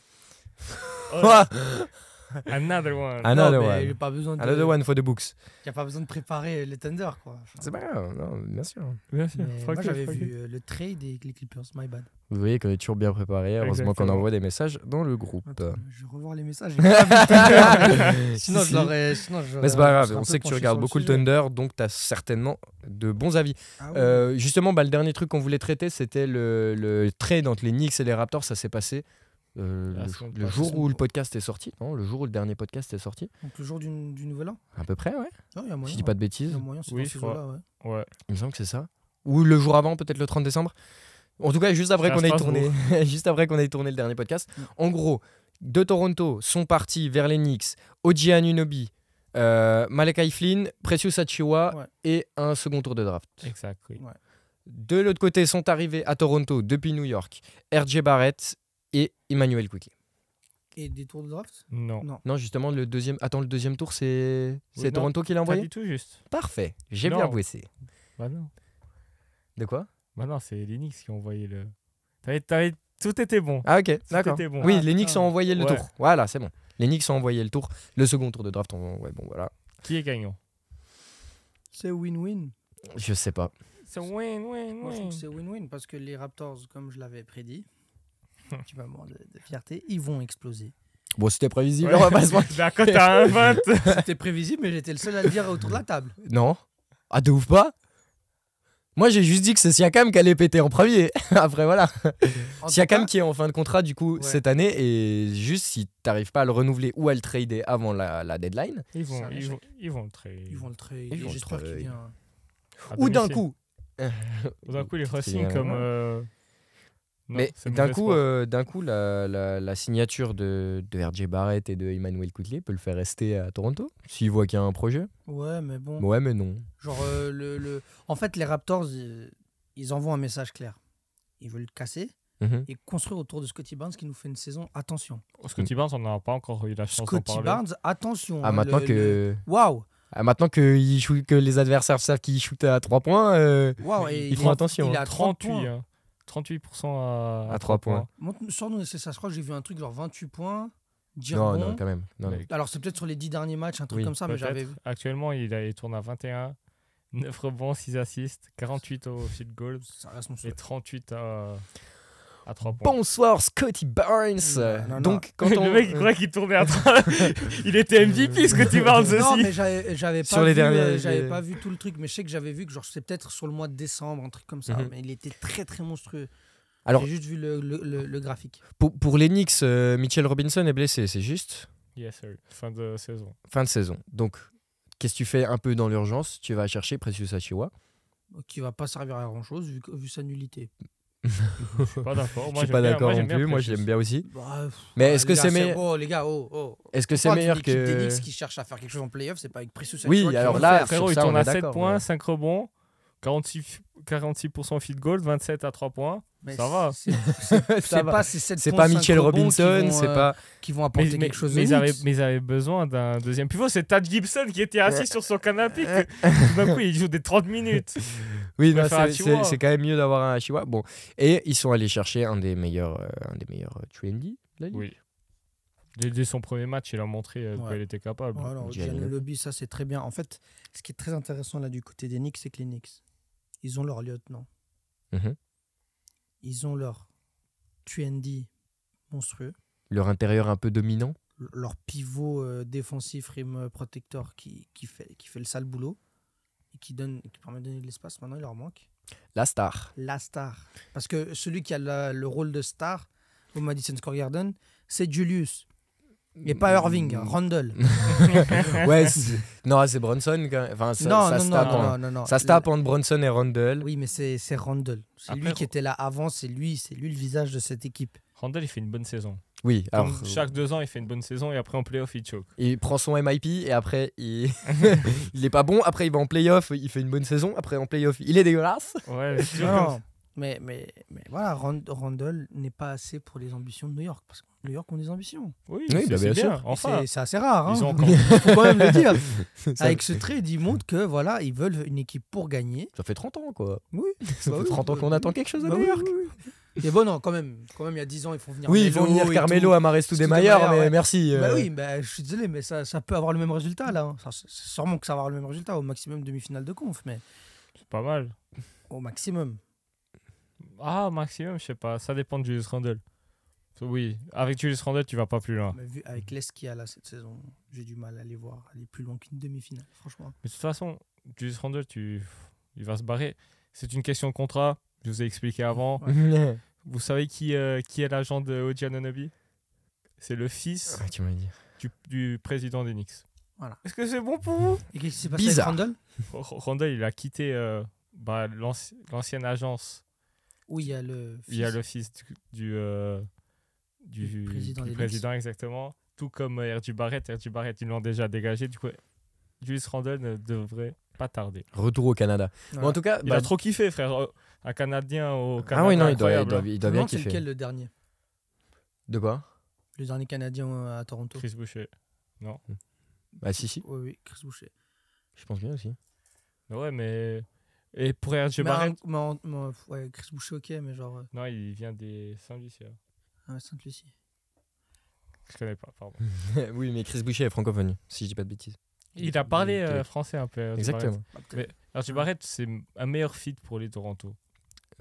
[SPEAKER 1] Ah,
[SPEAKER 3] Oh, Another one.
[SPEAKER 1] Another
[SPEAKER 2] Non, mais y a
[SPEAKER 1] one.
[SPEAKER 2] pas besoin de,
[SPEAKER 1] Another one for the books.
[SPEAKER 2] y a pas besoin de préparer euh, les Thunder, quoi. Enfin,
[SPEAKER 1] C'est pas grave, non, bien sûr.
[SPEAKER 3] Bien sûr.
[SPEAKER 2] mais
[SPEAKER 3] Fuck
[SPEAKER 2] moi,
[SPEAKER 3] it,
[SPEAKER 2] j'avais
[SPEAKER 3] fuck it.
[SPEAKER 2] vu euh, le trade et les Clippers, my bad.
[SPEAKER 1] Vous voyez qu'on est toujours bien préparé. Heureusement qu'on
[SPEAKER 3] Exactement.
[SPEAKER 1] envoie des messages dans le groupe.
[SPEAKER 2] Attends, je vais revoir les messages. j'ai pas vu le Thunder. Ah, sinon,
[SPEAKER 1] Si, si.
[SPEAKER 2] je l'aurais. sinon, je
[SPEAKER 1] Mais c'est pas
[SPEAKER 2] l'aurais- je
[SPEAKER 1] grave,
[SPEAKER 2] serais un
[SPEAKER 1] on
[SPEAKER 2] peu
[SPEAKER 1] sait que tu
[SPEAKER 2] penché
[SPEAKER 1] regardes
[SPEAKER 2] sur
[SPEAKER 1] beaucoup le
[SPEAKER 2] sujet.
[SPEAKER 1] Thunder, donc tu as certainement de bons avis.
[SPEAKER 2] Ah ouais.
[SPEAKER 1] Euh, justement, bah, le dernier truc qu'on voulait traiter, c'était le, le trade entre les Knicks et les Raptors. Ça s'est passé euh,
[SPEAKER 3] La
[SPEAKER 1] le,
[SPEAKER 3] semaine
[SPEAKER 1] le
[SPEAKER 3] passée.
[SPEAKER 1] jour où le podcast est sorti, non Le jour où le dernier podcast est sorti,
[SPEAKER 2] Donc, le jour du, du nouvel an
[SPEAKER 1] à peu près, ouais.
[SPEAKER 2] Non,
[SPEAKER 1] si
[SPEAKER 2] il y a moyen. hein.
[SPEAKER 1] je dis pas de
[SPEAKER 2] Il y
[SPEAKER 1] bêtises,
[SPEAKER 2] a moyen, c'est
[SPEAKER 3] Oui,
[SPEAKER 2] dans
[SPEAKER 3] je
[SPEAKER 2] ces
[SPEAKER 3] crois.
[SPEAKER 2] jours-là, ouais.
[SPEAKER 3] Ouais.
[SPEAKER 1] il me semble que c'est ça. Ou le jour avant, peut-être le 30 décembre. En tout cas, juste après
[SPEAKER 3] à
[SPEAKER 1] qu'on ait
[SPEAKER 3] Strasbourg.
[SPEAKER 1] tourné, juste après qu'on ait tourné le dernier podcast.
[SPEAKER 2] Mm.
[SPEAKER 1] En gros, de Toronto sont partis vers les Knicks, Oji Anunobi, euh, Malakai Flynn, Precious Achiuwa
[SPEAKER 2] Ouais.
[SPEAKER 1] et un second tour de draft.
[SPEAKER 3] Exact. oui.
[SPEAKER 1] De l'autre côté sont arrivés à Toronto depuis New York RJ Barrett et Emmanuel Quickly.
[SPEAKER 2] Et des tours de draft
[SPEAKER 3] Non.
[SPEAKER 1] Non, justement, le deuxième. Attends, le deuxième tour, c'est c'est
[SPEAKER 3] non,
[SPEAKER 1] Toronto qui l'a
[SPEAKER 3] Pas
[SPEAKER 1] envoyé
[SPEAKER 3] du tout juste.
[SPEAKER 1] Parfait, j'ai
[SPEAKER 3] Non.
[SPEAKER 1] bien bossé.
[SPEAKER 3] Bah non.
[SPEAKER 1] De quoi
[SPEAKER 3] Bah non, c'est l'Enix qui a envoyé le. T'avais, t'avais... Tout était bon.
[SPEAKER 1] Ah, ok, d'accord.
[SPEAKER 3] était bon.
[SPEAKER 1] Oui,
[SPEAKER 2] Ah,
[SPEAKER 1] les Knicks
[SPEAKER 2] putain.
[SPEAKER 1] ont envoyé le
[SPEAKER 3] Ouais.
[SPEAKER 1] tour. Voilà, c'est bon. Les Knicks ont envoyé le tour. Le second tour de draft, on... ouais, bon, voilà.
[SPEAKER 3] Qui est gagnant
[SPEAKER 2] C'est win-win.
[SPEAKER 1] Je sais pas.
[SPEAKER 3] C'est win, win,
[SPEAKER 2] Moi, je trouve que c'est win-win parce que les Raptors, comme je l'avais prédit, tu vas mourir de, de fierté, ils vont exploser.
[SPEAKER 1] Bon, c'était prévisible, on va pas se mentir.
[SPEAKER 3] Bah, Quand t'as un 20.
[SPEAKER 2] C'était prévisible, mais j'étais le seul à le dire autour de la table.
[SPEAKER 1] Non Ah, de ouf pas Moi, j'ai juste dit que c'est Siakam qui allait péter en premier. Après, voilà.
[SPEAKER 2] En tout
[SPEAKER 1] Siakam
[SPEAKER 2] cas,
[SPEAKER 1] qui est en fin de contrat du coup
[SPEAKER 2] Ouais.
[SPEAKER 1] cette année et juste si t'arrives pas à le renouveler ou à le trader avant la, la deadline
[SPEAKER 3] Ils
[SPEAKER 2] C'est
[SPEAKER 3] vont,
[SPEAKER 2] un
[SPEAKER 3] ils
[SPEAKER 2] échec.
[SPEAKER 3] vont, ils vont le trade.
[SPEAKER 2] Ils vont le trade.
[SPEAKER 1] Ils vont le
[SPEAKER 2] J'espère qu'il
[SPEAKER 1] trade.
[SPEAKER 2] vient. Ah,
[SPEAKER 3] À
[SPEAKER 1] ou d'un
[SPEAKER 3] domicile.
[SPEAKER 1] coup
[SPEAKER 3] Ou D'un coup, ils
[SPEAKER 1] Petite
[SPEAKER 3] re-signent
[SPEAKER 1] idée,
[SPEAKER 3] comme.
[SPEAKER 1] ouais.
[SPEAKER 3] euh, non,
[SPEAKER 1] mais
[SPEAKER 3] c'est
[SPEAKER 1] d'un
[SPEAKER 3] mauvais
[SPEAKER 1] coup
[SPEAKER 3] sport.
[SPEAKER 1] euh, d'un coup la, la- la signature de, de RJ Barrett et de Emmanuel Quickly peut le faire rester à Toronto s'il voit qu'il y a un projet
[SPEAKER 2] Ouais, mais bon.
[SPEAKER 1] ouais mais non
[SPEAKER 2] Genre, euh, le, le- En fait, les Raptors, ils, ils envoient un message clair. Ils veulent le casser
[SPEAKER 3] Mmh
[SPEAKER 1] Mhm.
[SPEAKER 2] et construire autour de Scotty Barnes qui nous fait une saison. Attention.
[SPEAKER 3] Scotty Barnes, on n'a pas encore eu la chance d'en
[SPEAKER 2] euh, Scotty
[SPEAKER 3] parler.
[SPEAKER 2] Barnes, attention.
[SPEAKER 1] ah
[SPEAKER 2] hein,
[SPEAKER 1] maintenant
[SPEAKER 2] le- le-
[SPEAKER 1] que
[SPEAKER 2] Waouh!
[SPEAKER 1] ah, maintenant que, il shoot- que les adversaires savent qu'ils shootent à 3 points euh,
[SPEAKER 2] Waouh! et
[SPEAKER 1] Ils
[SPEAKER 2] il
[SPEAKER 1] font
[SPEAKER 2] est-
[SPEAKER 1] attention,
[SPEAKER 2] Il est à 30
[SPEAKER 3] 38,
[SPEAKER 2] points.
[SPEAKER 3] hein. 38% à,
[SPEAKER 1] À trois points.
[SPEAKER 2] Montre- Sors-nous, c'est ça, je crois que j'ai vu un truc genre 28 points. 10
[SPEAKER 1] non
[SPEAKER 2] rebonds.
[SPEAKER 1] non quand même non, non.
[SPEAKER 3] hein. Mais
[SPEAKER 2] Alors, c'est peut-être sur les 10 derniers matchs, un truc
[SPEAKER 1] Oui,
[SPEAKER 2] comme ça, mais j'avais
[SPEAKER 3] Peut-être. Actuellement, il, a- il tourne à 21, 9 rebonds, 6 assists, 48 au field goal
[SPEAKER 2] Ça reste mon
[SPEAKER 3] et
[SPEAKER 2] souhait.
[SPEAKER 3] 38 à, à 3 points.
[SPEAKER 1] bonsoir Scotty Barnes
[SPEAKER 2] Non, non,
[SPEAKER 1] donc quand on
[SPEAKER 3] Le mec, il croyait qu'il tournait à 3. il était MVP, Scotty Barnes
[SPEAKER 2] Non,
[SPEAKER 3] aussi.
[SPEAKER 2] mais j'avais j'avais pas,
[SPEAKER 1] Sur les
[SPEAKER 2] vu, euh,
[SPEAKER 1] derniers-
[SPEAKER 2] j'avais
[SPEAKER 1] les-
[SPEAKER 2] pas vu tout le truc, mais je sais que j'avais vu que genre c'est peut-être sur le mois de décembre, un truc comme ça,
[SPEAKER 1] Mhm.
[SPEAKER 2] mais il était très très monstrueux.
[SPEAKER 1] Alors-
[SPEAKER 2] J'ai juste vu le, le- le- le graphique.
[SPEAKER 1] pour, pour les Knicks euh, Mitchell Robinson est blessé c'est juste
[SPEAKER 3] Yes, sir. Fin de saison.
[SPEAKER 1] fin de saison. Donc, qu'est-ce que tu fais un peu dans l'urgence Tu vas chercher Precious Achiwa.
[SPEAKER 2] Qui va pas servir à grand chose vu, que- vu sa nullité.
[SPEAKER 3] Je suis pas d'accord.
[SPEAKER 1] Je suis
[SPEAKER 3] Moi, j'aime
[SPEAKER 1] pas
[SPEAKER 3] bien-
[SPEAKER 1] d'accord
[SPEAKER 3] moi,
[SPEAKER 1] non
[SPEAKER 3] j'aime
[SPEAKER 1] plus. Moi, je
[SPEAKER 3] Precious.
[SPEAKER 1] l'aime bien aussi.
[SPEAKER 2] Bah, pff,
[SPEAKER 1] Mais
[SPEAKER 2] bah,
[SPEAKER 1] est-ce
[SPEAKER 2] les
[SPEAKER 1] que
[SPEAKER 2] gars,
[SPEAKER 1] c'est meilleur
[SPEAKER 2] Oh les gars, oh, oh.
[SPEAKER 1] Est-ce que c'est
[SPEAKER 2] Parle d'une
[SPEAKER 1] meilleur
[SPEAKER 2] équipe des
[SPEAKER 1] que
[SPEAKER 2] Knicks qui cherche à faire quelque chose en playoff, c'est pas avec Precious
[SPEAKER 1] Oui,
[SPEAKER 2] Achiuwa qui
[SPEAKER 1] alors
[SPEAKER 2] vont le
[SPEAKER 1] là,
[SPEAKER 2] faire.
[SPEAKER 1] sur
[SPEAKER 3] Frérot, il
[SPEAKER 1] ça, on
[SPEAKER 3] tourne
[SPEAKER 1] est
[SPEAKER 3] à 7
[SPEAKER 1] d'accord,
[SPEAKER 3] points,
[SPEAKER 1] mais-
[SPEAKER 3] 5 rebonds, 46, 46% field goal, 27 à 3 points.
[SPEAKER 2] Mais
[SPEAKER 3] ça va.
[SPEAKER 2] c'est- c'est-
[SPEAKER 1] Ça
[SPEAKER 2] C'est
[SPEAKER 1] va.
[SPEAKER 2] pas ces sept
[SPEAKER 1] C'est
[SPEAKER 2] points,
[SPEAKER 1] pas
[SPEAKER 2] cinq
[SPEAKER 1] Mitchell
[SPEAKER 2] rebonds qui
[SPEAKER 1] Robinson,
[SPEAKER 2] vont,
[SPEAKER 1] c'est
[SPEAKER 2] euh,
[SPEAKER 1] pas.
[SPEAKER 2] qui vont apporter
[SPEAKER 3] mais,
[SPEAKER 2] quelque chose.
[SPEAKER 3] mais
[SPEAKER 2] aux
[SPEAKER 3] ils, avaient,
[SPEAKER 2] Knicks.
[SPEAKER 3] mais ils avaient besoin d'un deuxième pivot. C'est Tad Gibson qui était assis sur son canapé. que Tout d'un coup, il joue des 30 minutes.
[SPEAKER 1] Oui,
[SPEAKER 3] je
[SPEAKER 1] non,
[SPEAKER 3] préfère
[SPEAKER 1] c'est-
[SPEAKER 3] Achiuwa.
[SPEAKER 1] c'est c'est quand même mieux d'avoir un Achiwa. Bon, et ils sont allés chercher un des meilleurs, euh, un des meilleurs euh, trendy. de la ligue.
[SPEAKER 3] Oui. Dès, dès son premier match, il a montré euh, de quoi
[SPEAKER 2] Ouais.
[SPEAKER 3] il était capable.
[SPEAKER 2] Voilà,
[SPEAKER 1] Gianni
[SPEAKER 2] Gianni
[SPEAKER 1] Lobby.
[SPEAKER 2] Lobby, ça c'est très bien. En fait, ce qui est très intéressant là du côté des Knicks, c'est que les Knicks, ils ont leur lieutenant.
[SPEAKER 1] Mhm.
[SPEAKER 2] Ils ont leur QND monstrueux,
[SPEAKER 1] Leur intérieur un peu dominant.
[SPEAKER 2] le- leur pivot euh, défensif rim protecteur qui, qui, fait, qui fait le sale boulot et qui, donne, qui permet de donner de l'espace. Maintenant, il leur manque
[SPEAKER 1] La star.
[SPEAKER 2] la star. Parce que celui qui a la- le rôle de star au Madison Square Garden, c'est Julius. Et pas
[SPEAKER 1] Mm,
[SPEAKER 2] Irving, hein, Randle.
[SPEAKER 1] ouais, c'est- non, c'est Bronson. quand même. Enfin, ça,
[SPEAKER 2] non,
[SPEAKER 1] ça
[SPEAKER 2] non,
[SPEAKER 1] se
[SPEAKER 2] non,
[SPEAKER 1] tape,
[SPEAKER 2] non,
[SPEAKER 1] hein.
[SPEAKER 2] non, non, non.
[SPEAKER 1] Ça se tape entre Bronson et Randle.
[SPEAKER 2] Oui, mais c'est c'est Randle. C'est
[SPEAKER 3] Après,
[SPEAKER 2] lui qui était là avant, c'est lui, c'est lui le visage de cette équipe.
[SPEAKER 3] Randall, il fait une bonne saison.
[SPEAKER 1] Oui,
[SPEAKER 3] Comme
[SPEAKER 1] alors,
[SPEAKER 3] chaque deux ans, il fait une bonne saison et après en playoff, il choke.
[SPEAKER 1] il prend son MIP et après, il il est pas bon. Après, il va en playoff, il fait une bonne saison. Après, en playoff, il est dégueulasse.
[SPEAKER 3] Ouais, c'est sûr.
[SPEAKER 2] Non, mais, mais, mais voilà, Rand- Randle n'est pas assez pour les ambitions de New York. Parce que New York ont des ambitions.
[SPEAKER 3] Oui,
[SPEAKER 1] Oui,
[SPEAKER 3] c'est
[SPEAKER 1] bah, bien
[SPEAKER 3] c'est bien.
[SPEAKER 1] sûr.
[SPEAKER 3] Enfin,
[SPEAKER 2] C'est- c'est assez rare. hein.
[SPEAKER 3] ils ont encore.
[SPEAKER 2] Faut quand même le dire.
[SPEAKER 1] Ça,
[SPEAKER 2] Avec ce trade, ils montrent que voilà, ils veulent une équipe pour gagner.
[SPEAKER 1] ça fait 30 ans, quoi.
[SPEAKER 2] Oui.
[SPEAKER 1] Ça
[SPEAKER 2] Bah
[SPEAKER 1] fait
[SPEAKER 2] oui,
[SPEAKER 1] 30 ans
[SPEAKER 2] bah
[SPEAKER 1] qu'on
[SPEAKER 2] oui.
[SPEAKER 1] attend quelque chose à
[SPEAKER 2] Bah
[SPEAKER 1] New
[SPEAKER 2] oui,
[SPEAKER 1] York.
[SPEAKER 2] oui, oui. Mais bon, non, quand même, quand même, il y a 10 ans, ils font venir
[SPEAKER 1] Oui, ils vont
[SPEAKER 2] Melo
[SPEAKER 1] venir
[SPEAKER 2] et
[SPEAKER 1] Carmelo,
[SPEAKER 2] tout.
[SPEAKER 1] Amares Stoudemire,
[SPEAKER 2] Stoudemire,
[SPEAKER 1] mais
[SPEAKER 2] ouais.
[SPEAKER 1] merci. euh,
[SPEAKER 2] Bah oui, bah, je suis désolé, mais ça, ça peut avoir le même résultat là. hein. Ça, c'est- c'est sûrement que ça va avoir le même résultat, au maximum demi-finale de conf, mais
[SPEAKER 3] C'est pas mal.
[SPEAKER 2] au maximum.
[SPEAKER 3] Ah, maximum, je sais pas. Ça dépend de Julius Randle. Oui, avec Julius Randle, tu vas pas plus loin.
[SPEAKER 2] Mais vu avec l'Est qu'il y a là cette saison, j'ai du mal à les voir aller plus loin qu'une demi-finale, franchement.
[SPEAKER 3] Mais de toute façon, Julius Randle, tu... il va se barrer. C'est une question de contrat. Je vous ai expliqué avant. Vous savez qui, euh, qui est l'agent de Oji Anunoby C'est le fils
[SPEAKER 1] Ah, tu m'as dit.
[SPEAKER 3] du, du président d'Enix.
[SPEAKER 2] Voilà.
[SPEAKER 3] Est-ce que c'est bon pour vous
[SPEAKER 2] Et qu'est-ce qui s'est passé
[SPEAKER 1] Bizarre.
[SPEAKER 2] avec Randall
[SPEAKER 3] Randle, il a quitté euh, bah, l'anci- l'ancienne agence.
[SPEAKER 2] Oui, il y a le.
[SPEAKER 3] Il y a
[SPEAKER 2] fils.
[SPEAKER 3] le fils du, du, euh, du-
[SPEAKER 2] Du président
[SPEAKER 3] du
[SPEAKER 2] d'Enix.
[SPEAKER 3] président, exactement. Tout comme euh, R.J. Barrett. R.J. Barrett, ils l'ont déjà dégagé. Du coup, Julius Randle ne devrait pas tarder.
[SPEAKER 1] Retour au Canada.
[SPEAKER 2] Voilà.
[SPEAKER 1] Bon, en tout cas,
[SPEAKER 3] Il
[SPEAKER 1] bah,
[SPEAKER 3] a trop kiffé, frère. Euh, Un Canadien au Canada.
[SPEAKER 1] ah oui, non, il doit, il
[SPEAKER 3] incroyable,
[SPEAKER 1] doit,
[SPEAKER 3] hein.
[SPEAKER 1] il
[SPEAKER 2] Je
[SPEAKER 1] doit bien
[SPEAKER 2] me demande c'est
[SPEAKER 1] kiffer.
[SPEAKER 2] lequel le dernier
[SPEAKER 1] De quoi
[SPEAKER 2] Le dernier Canadien euh, à Toronto
[SPEAKER 3] Chris Boucher.
[SPEAKER 1] Bah si, si,
[SPEAKER 2] Oui, oui, Chris Boucher.
[SPEAKER 1] je pense bien aussi.
[SPEAKER 3] Mais Ouais, mais. Et pour R.J.
[SPEAKER 2] Mais,
[SPEAKER 3] Barrett.
[SPEAKER 2] un- mais en- mais en- ouais, Chris Boucher, ok, mais genre. euh,
[SPEAKER 3] Non, il vient des Saint-Lucie. hein.
[SPEAKER 2] ah, Sainte-Lucie.
[SPEAKER 3] Je connais pas, pardon.
[SPEAKER 1] oui, mais Chris Boucher est francophone, si je dis pas de bêtises.
[SPEAKER 3] Il a parlé
[SPEAKER 1] Il-
[SPEAKER 3] euh, français un peu. R.J.
[SPEAKER 1] Exactement.
[SPEAKER 2] Bah, peut-être.
[SPEAKER 3] Barrett. R.J. Barrett, c'est un meilleur fit pour les Toronto.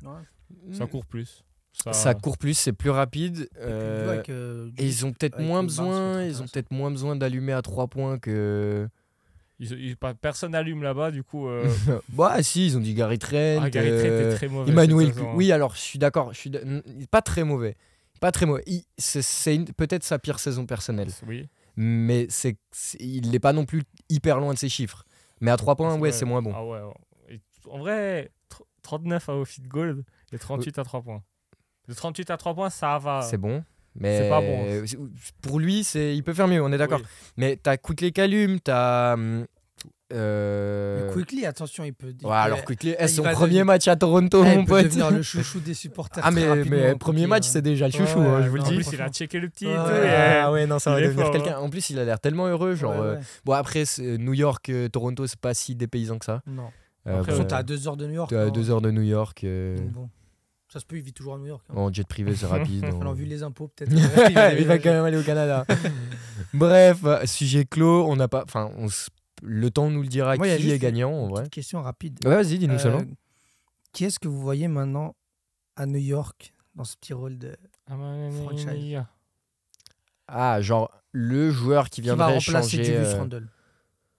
[SPEAKER 2] Ouais.
[SPEAKER 3] Ça court plus. Ça,
[SPEAKER 1] Mm. Ça court plus, c'est plus rapide.
[SPEAKER 2] Et puis,
[SPEAKER 1] euh,
[SPEAKER 2] ouais, que-
[SPEAKER 1] et ils ont peut-être
[SPEAKER 2] avec
[SPEAKER 1] moins
[SPEAKER 2] les Barnes, ça va être
[SPEAKER 1] besoin, ils ont
[SPEAKER 2] intéressant.
[SPEAKER 1] peut-être moins besoin d'allumer à 3 points que.
[SPEAKER 3] ils- ils- pas- personne n'allume là-bas, du coup. euh,
[SPEAKER 1] Bah si, ils ont dit Gary Trent.
[SPEAKER 3] Ah, Gary Trent
[SPEAKER 1] euh,
[SPEAKER 3] est très mauvais.
[SPEAKER 1] Emmanuel,
[SPEAKER 3] cette saison, hein.
[SPEAKER 1] oui, alors je suis d'accord, je suis d- n- pas très mauvais, pas très mauvais. Il- c'est- C'est une- peut-être sa pire saison personnelle,
[SPEAKER 3] Oui.
[SPEAKER 1] mais c'est c'est- il n'est pas non plus hyper loin de ses chiffres. Mais à 3 points,
[SPEAKER 3] Parce
[SPEAKER 1] ouais,
[SPEAKER 3] que,
[SPEAKER 1] c'est moins bon.
[SPEAKER 3] Ah ouais. ouais. Et t- en vrai, tr- 39 à au feed goal et 38 à 3 points. De 38 à 3 points, ça
[SPEAKER 2] Ah.
[SPEAKER 3] va.
[SPEAKER 1] C'est bon, mais
[SPEAKER 3] C'est pas
[SPEAKER 2] hein.
[SPEAKER 3] bon.
[SPEAKER 1] c'est- Pour lui, c'est il peut faire mieux, on est d'accord.
[SPEAKER 3] Oui.
[SPEAKER 1] Mais t'as Quickly Calum, t'as hum, euh,
[SPEAKER 2] Mais Quickly, attention, il peut. il
[SPEAKER 1] Ouais, alors
[SPEAKER 2] peut-
[SPEAKER 1] Quickly, eh,
[SPEAKER 2] il
[SPEAKER 1] son
[SPEAKER 2] va
[SPEAKER 1] premier
[SPEAKER 2] devenir-
[SPEAKER 1] match à Toronto,
[SPEAKER 2] Ah, il
[SPEAKER 1] mon
[SPEAKER 2] peut
[SPEAKER 1] pote.
[SPEAKER 2] devenir le chouchou des supporters.
[SPEAKER 1] Ah
[SPEAKER 2] très
[SPEAKER 1] mais,
[SPEAKER 2] rapidement,
[SPEAKER 1] mais
[SPEAKER 2] Quickly,
[SPEAKER 1] premier match,
[SPEAKER 2] hein.
[SPEAKER 1] c'est déjà le
[SPEAKER 2] Ouais,
[SPEAKER 1] chouchou, hein, je vous le
[SPEAKER 2] non,
[SPEAKER 1] dis.
[SPEAKER 3] En plus, il a
[SPEAKER 2] franchement.
[SPEAKER 3] checké le petit.
[SPEAKER 2] Ouais,
[SPEAKER 3] et tout,
[SPEAKER 2] ouais,
[SPEAKER 3] et-
[SPEAKER 1] Ah ouais, non, ça
[SPEAKER 3] il
[SPEAKER 1] va
[SPEAKER 3] est
[SPEAKER 1] devenir
[SPEAKER 3] fort,
[SPEAKER 1] quelqu'un. En plus, il a l'air tellement heureux. Genre,
[SPEAKER 2] hein. Ouais,
[SPEAKER 1] euh,
[SPEAKER 2] ouais.
[SPEAKER 1] Bon, après, c'est- euh, New York, euh, Toronto, c'est pas si dépaysant que ça.
[SPEAKER 2] Non.
[SPEAKER 1] Euh,
[SPEAKER 3] Après,
[SPEAKER 1] bon,
[SPEAKER 2] Surtout, t'es à 2 heures de New York.
[SPEAKER 1] t'es à
[SPEAKER 2] non
[SPEAKER 1] deux heures de New York. euh,
[SPEAKER 2] Donc bon. Ça se peut, il vit toujours à New York. hein.
[SPEAKER 1] En jet privé, c'est rapide. en-
[SPEAKER 2] Alors, vu les impôts, peut-être.
[SPEAKER 1] Mmh.
[SPEAKER 2] euh,
[SPEAKER 1] il va quand même aller au Canada. Bref, euh, sujet clos. On n'a pas. Enfin, on s- le temps nous le dira
[SPEAKER 2] Moi, il y a
[SPEAKER 1] qui
[SPEAKER 2] juste
[SPEAKER 1] est gagnant en vrai.
[SPEAKER 2] Petite question rapide.
[SPEAKER 1] Ouais, vas-y, dis-nous seulement.
[SPEAKER 2] Euh, Qui est-ce que vous voyez maintenant à New York dans ce petit rôle de.
[SPEAKER 3] Ah, man,
[SPEAKER 2] Franchise.
[SPEAKER 1] Ah, genre le joueur qui
[SPEAKER 2] Qui va
[SPEAKER 1] viendrait
[SPEAKER 2] remplacer
[SPEAKER 1] changer.
[SPEAKER 2] Julius
[SPEAKER 1] euh,
[SPEAKER 2] Randle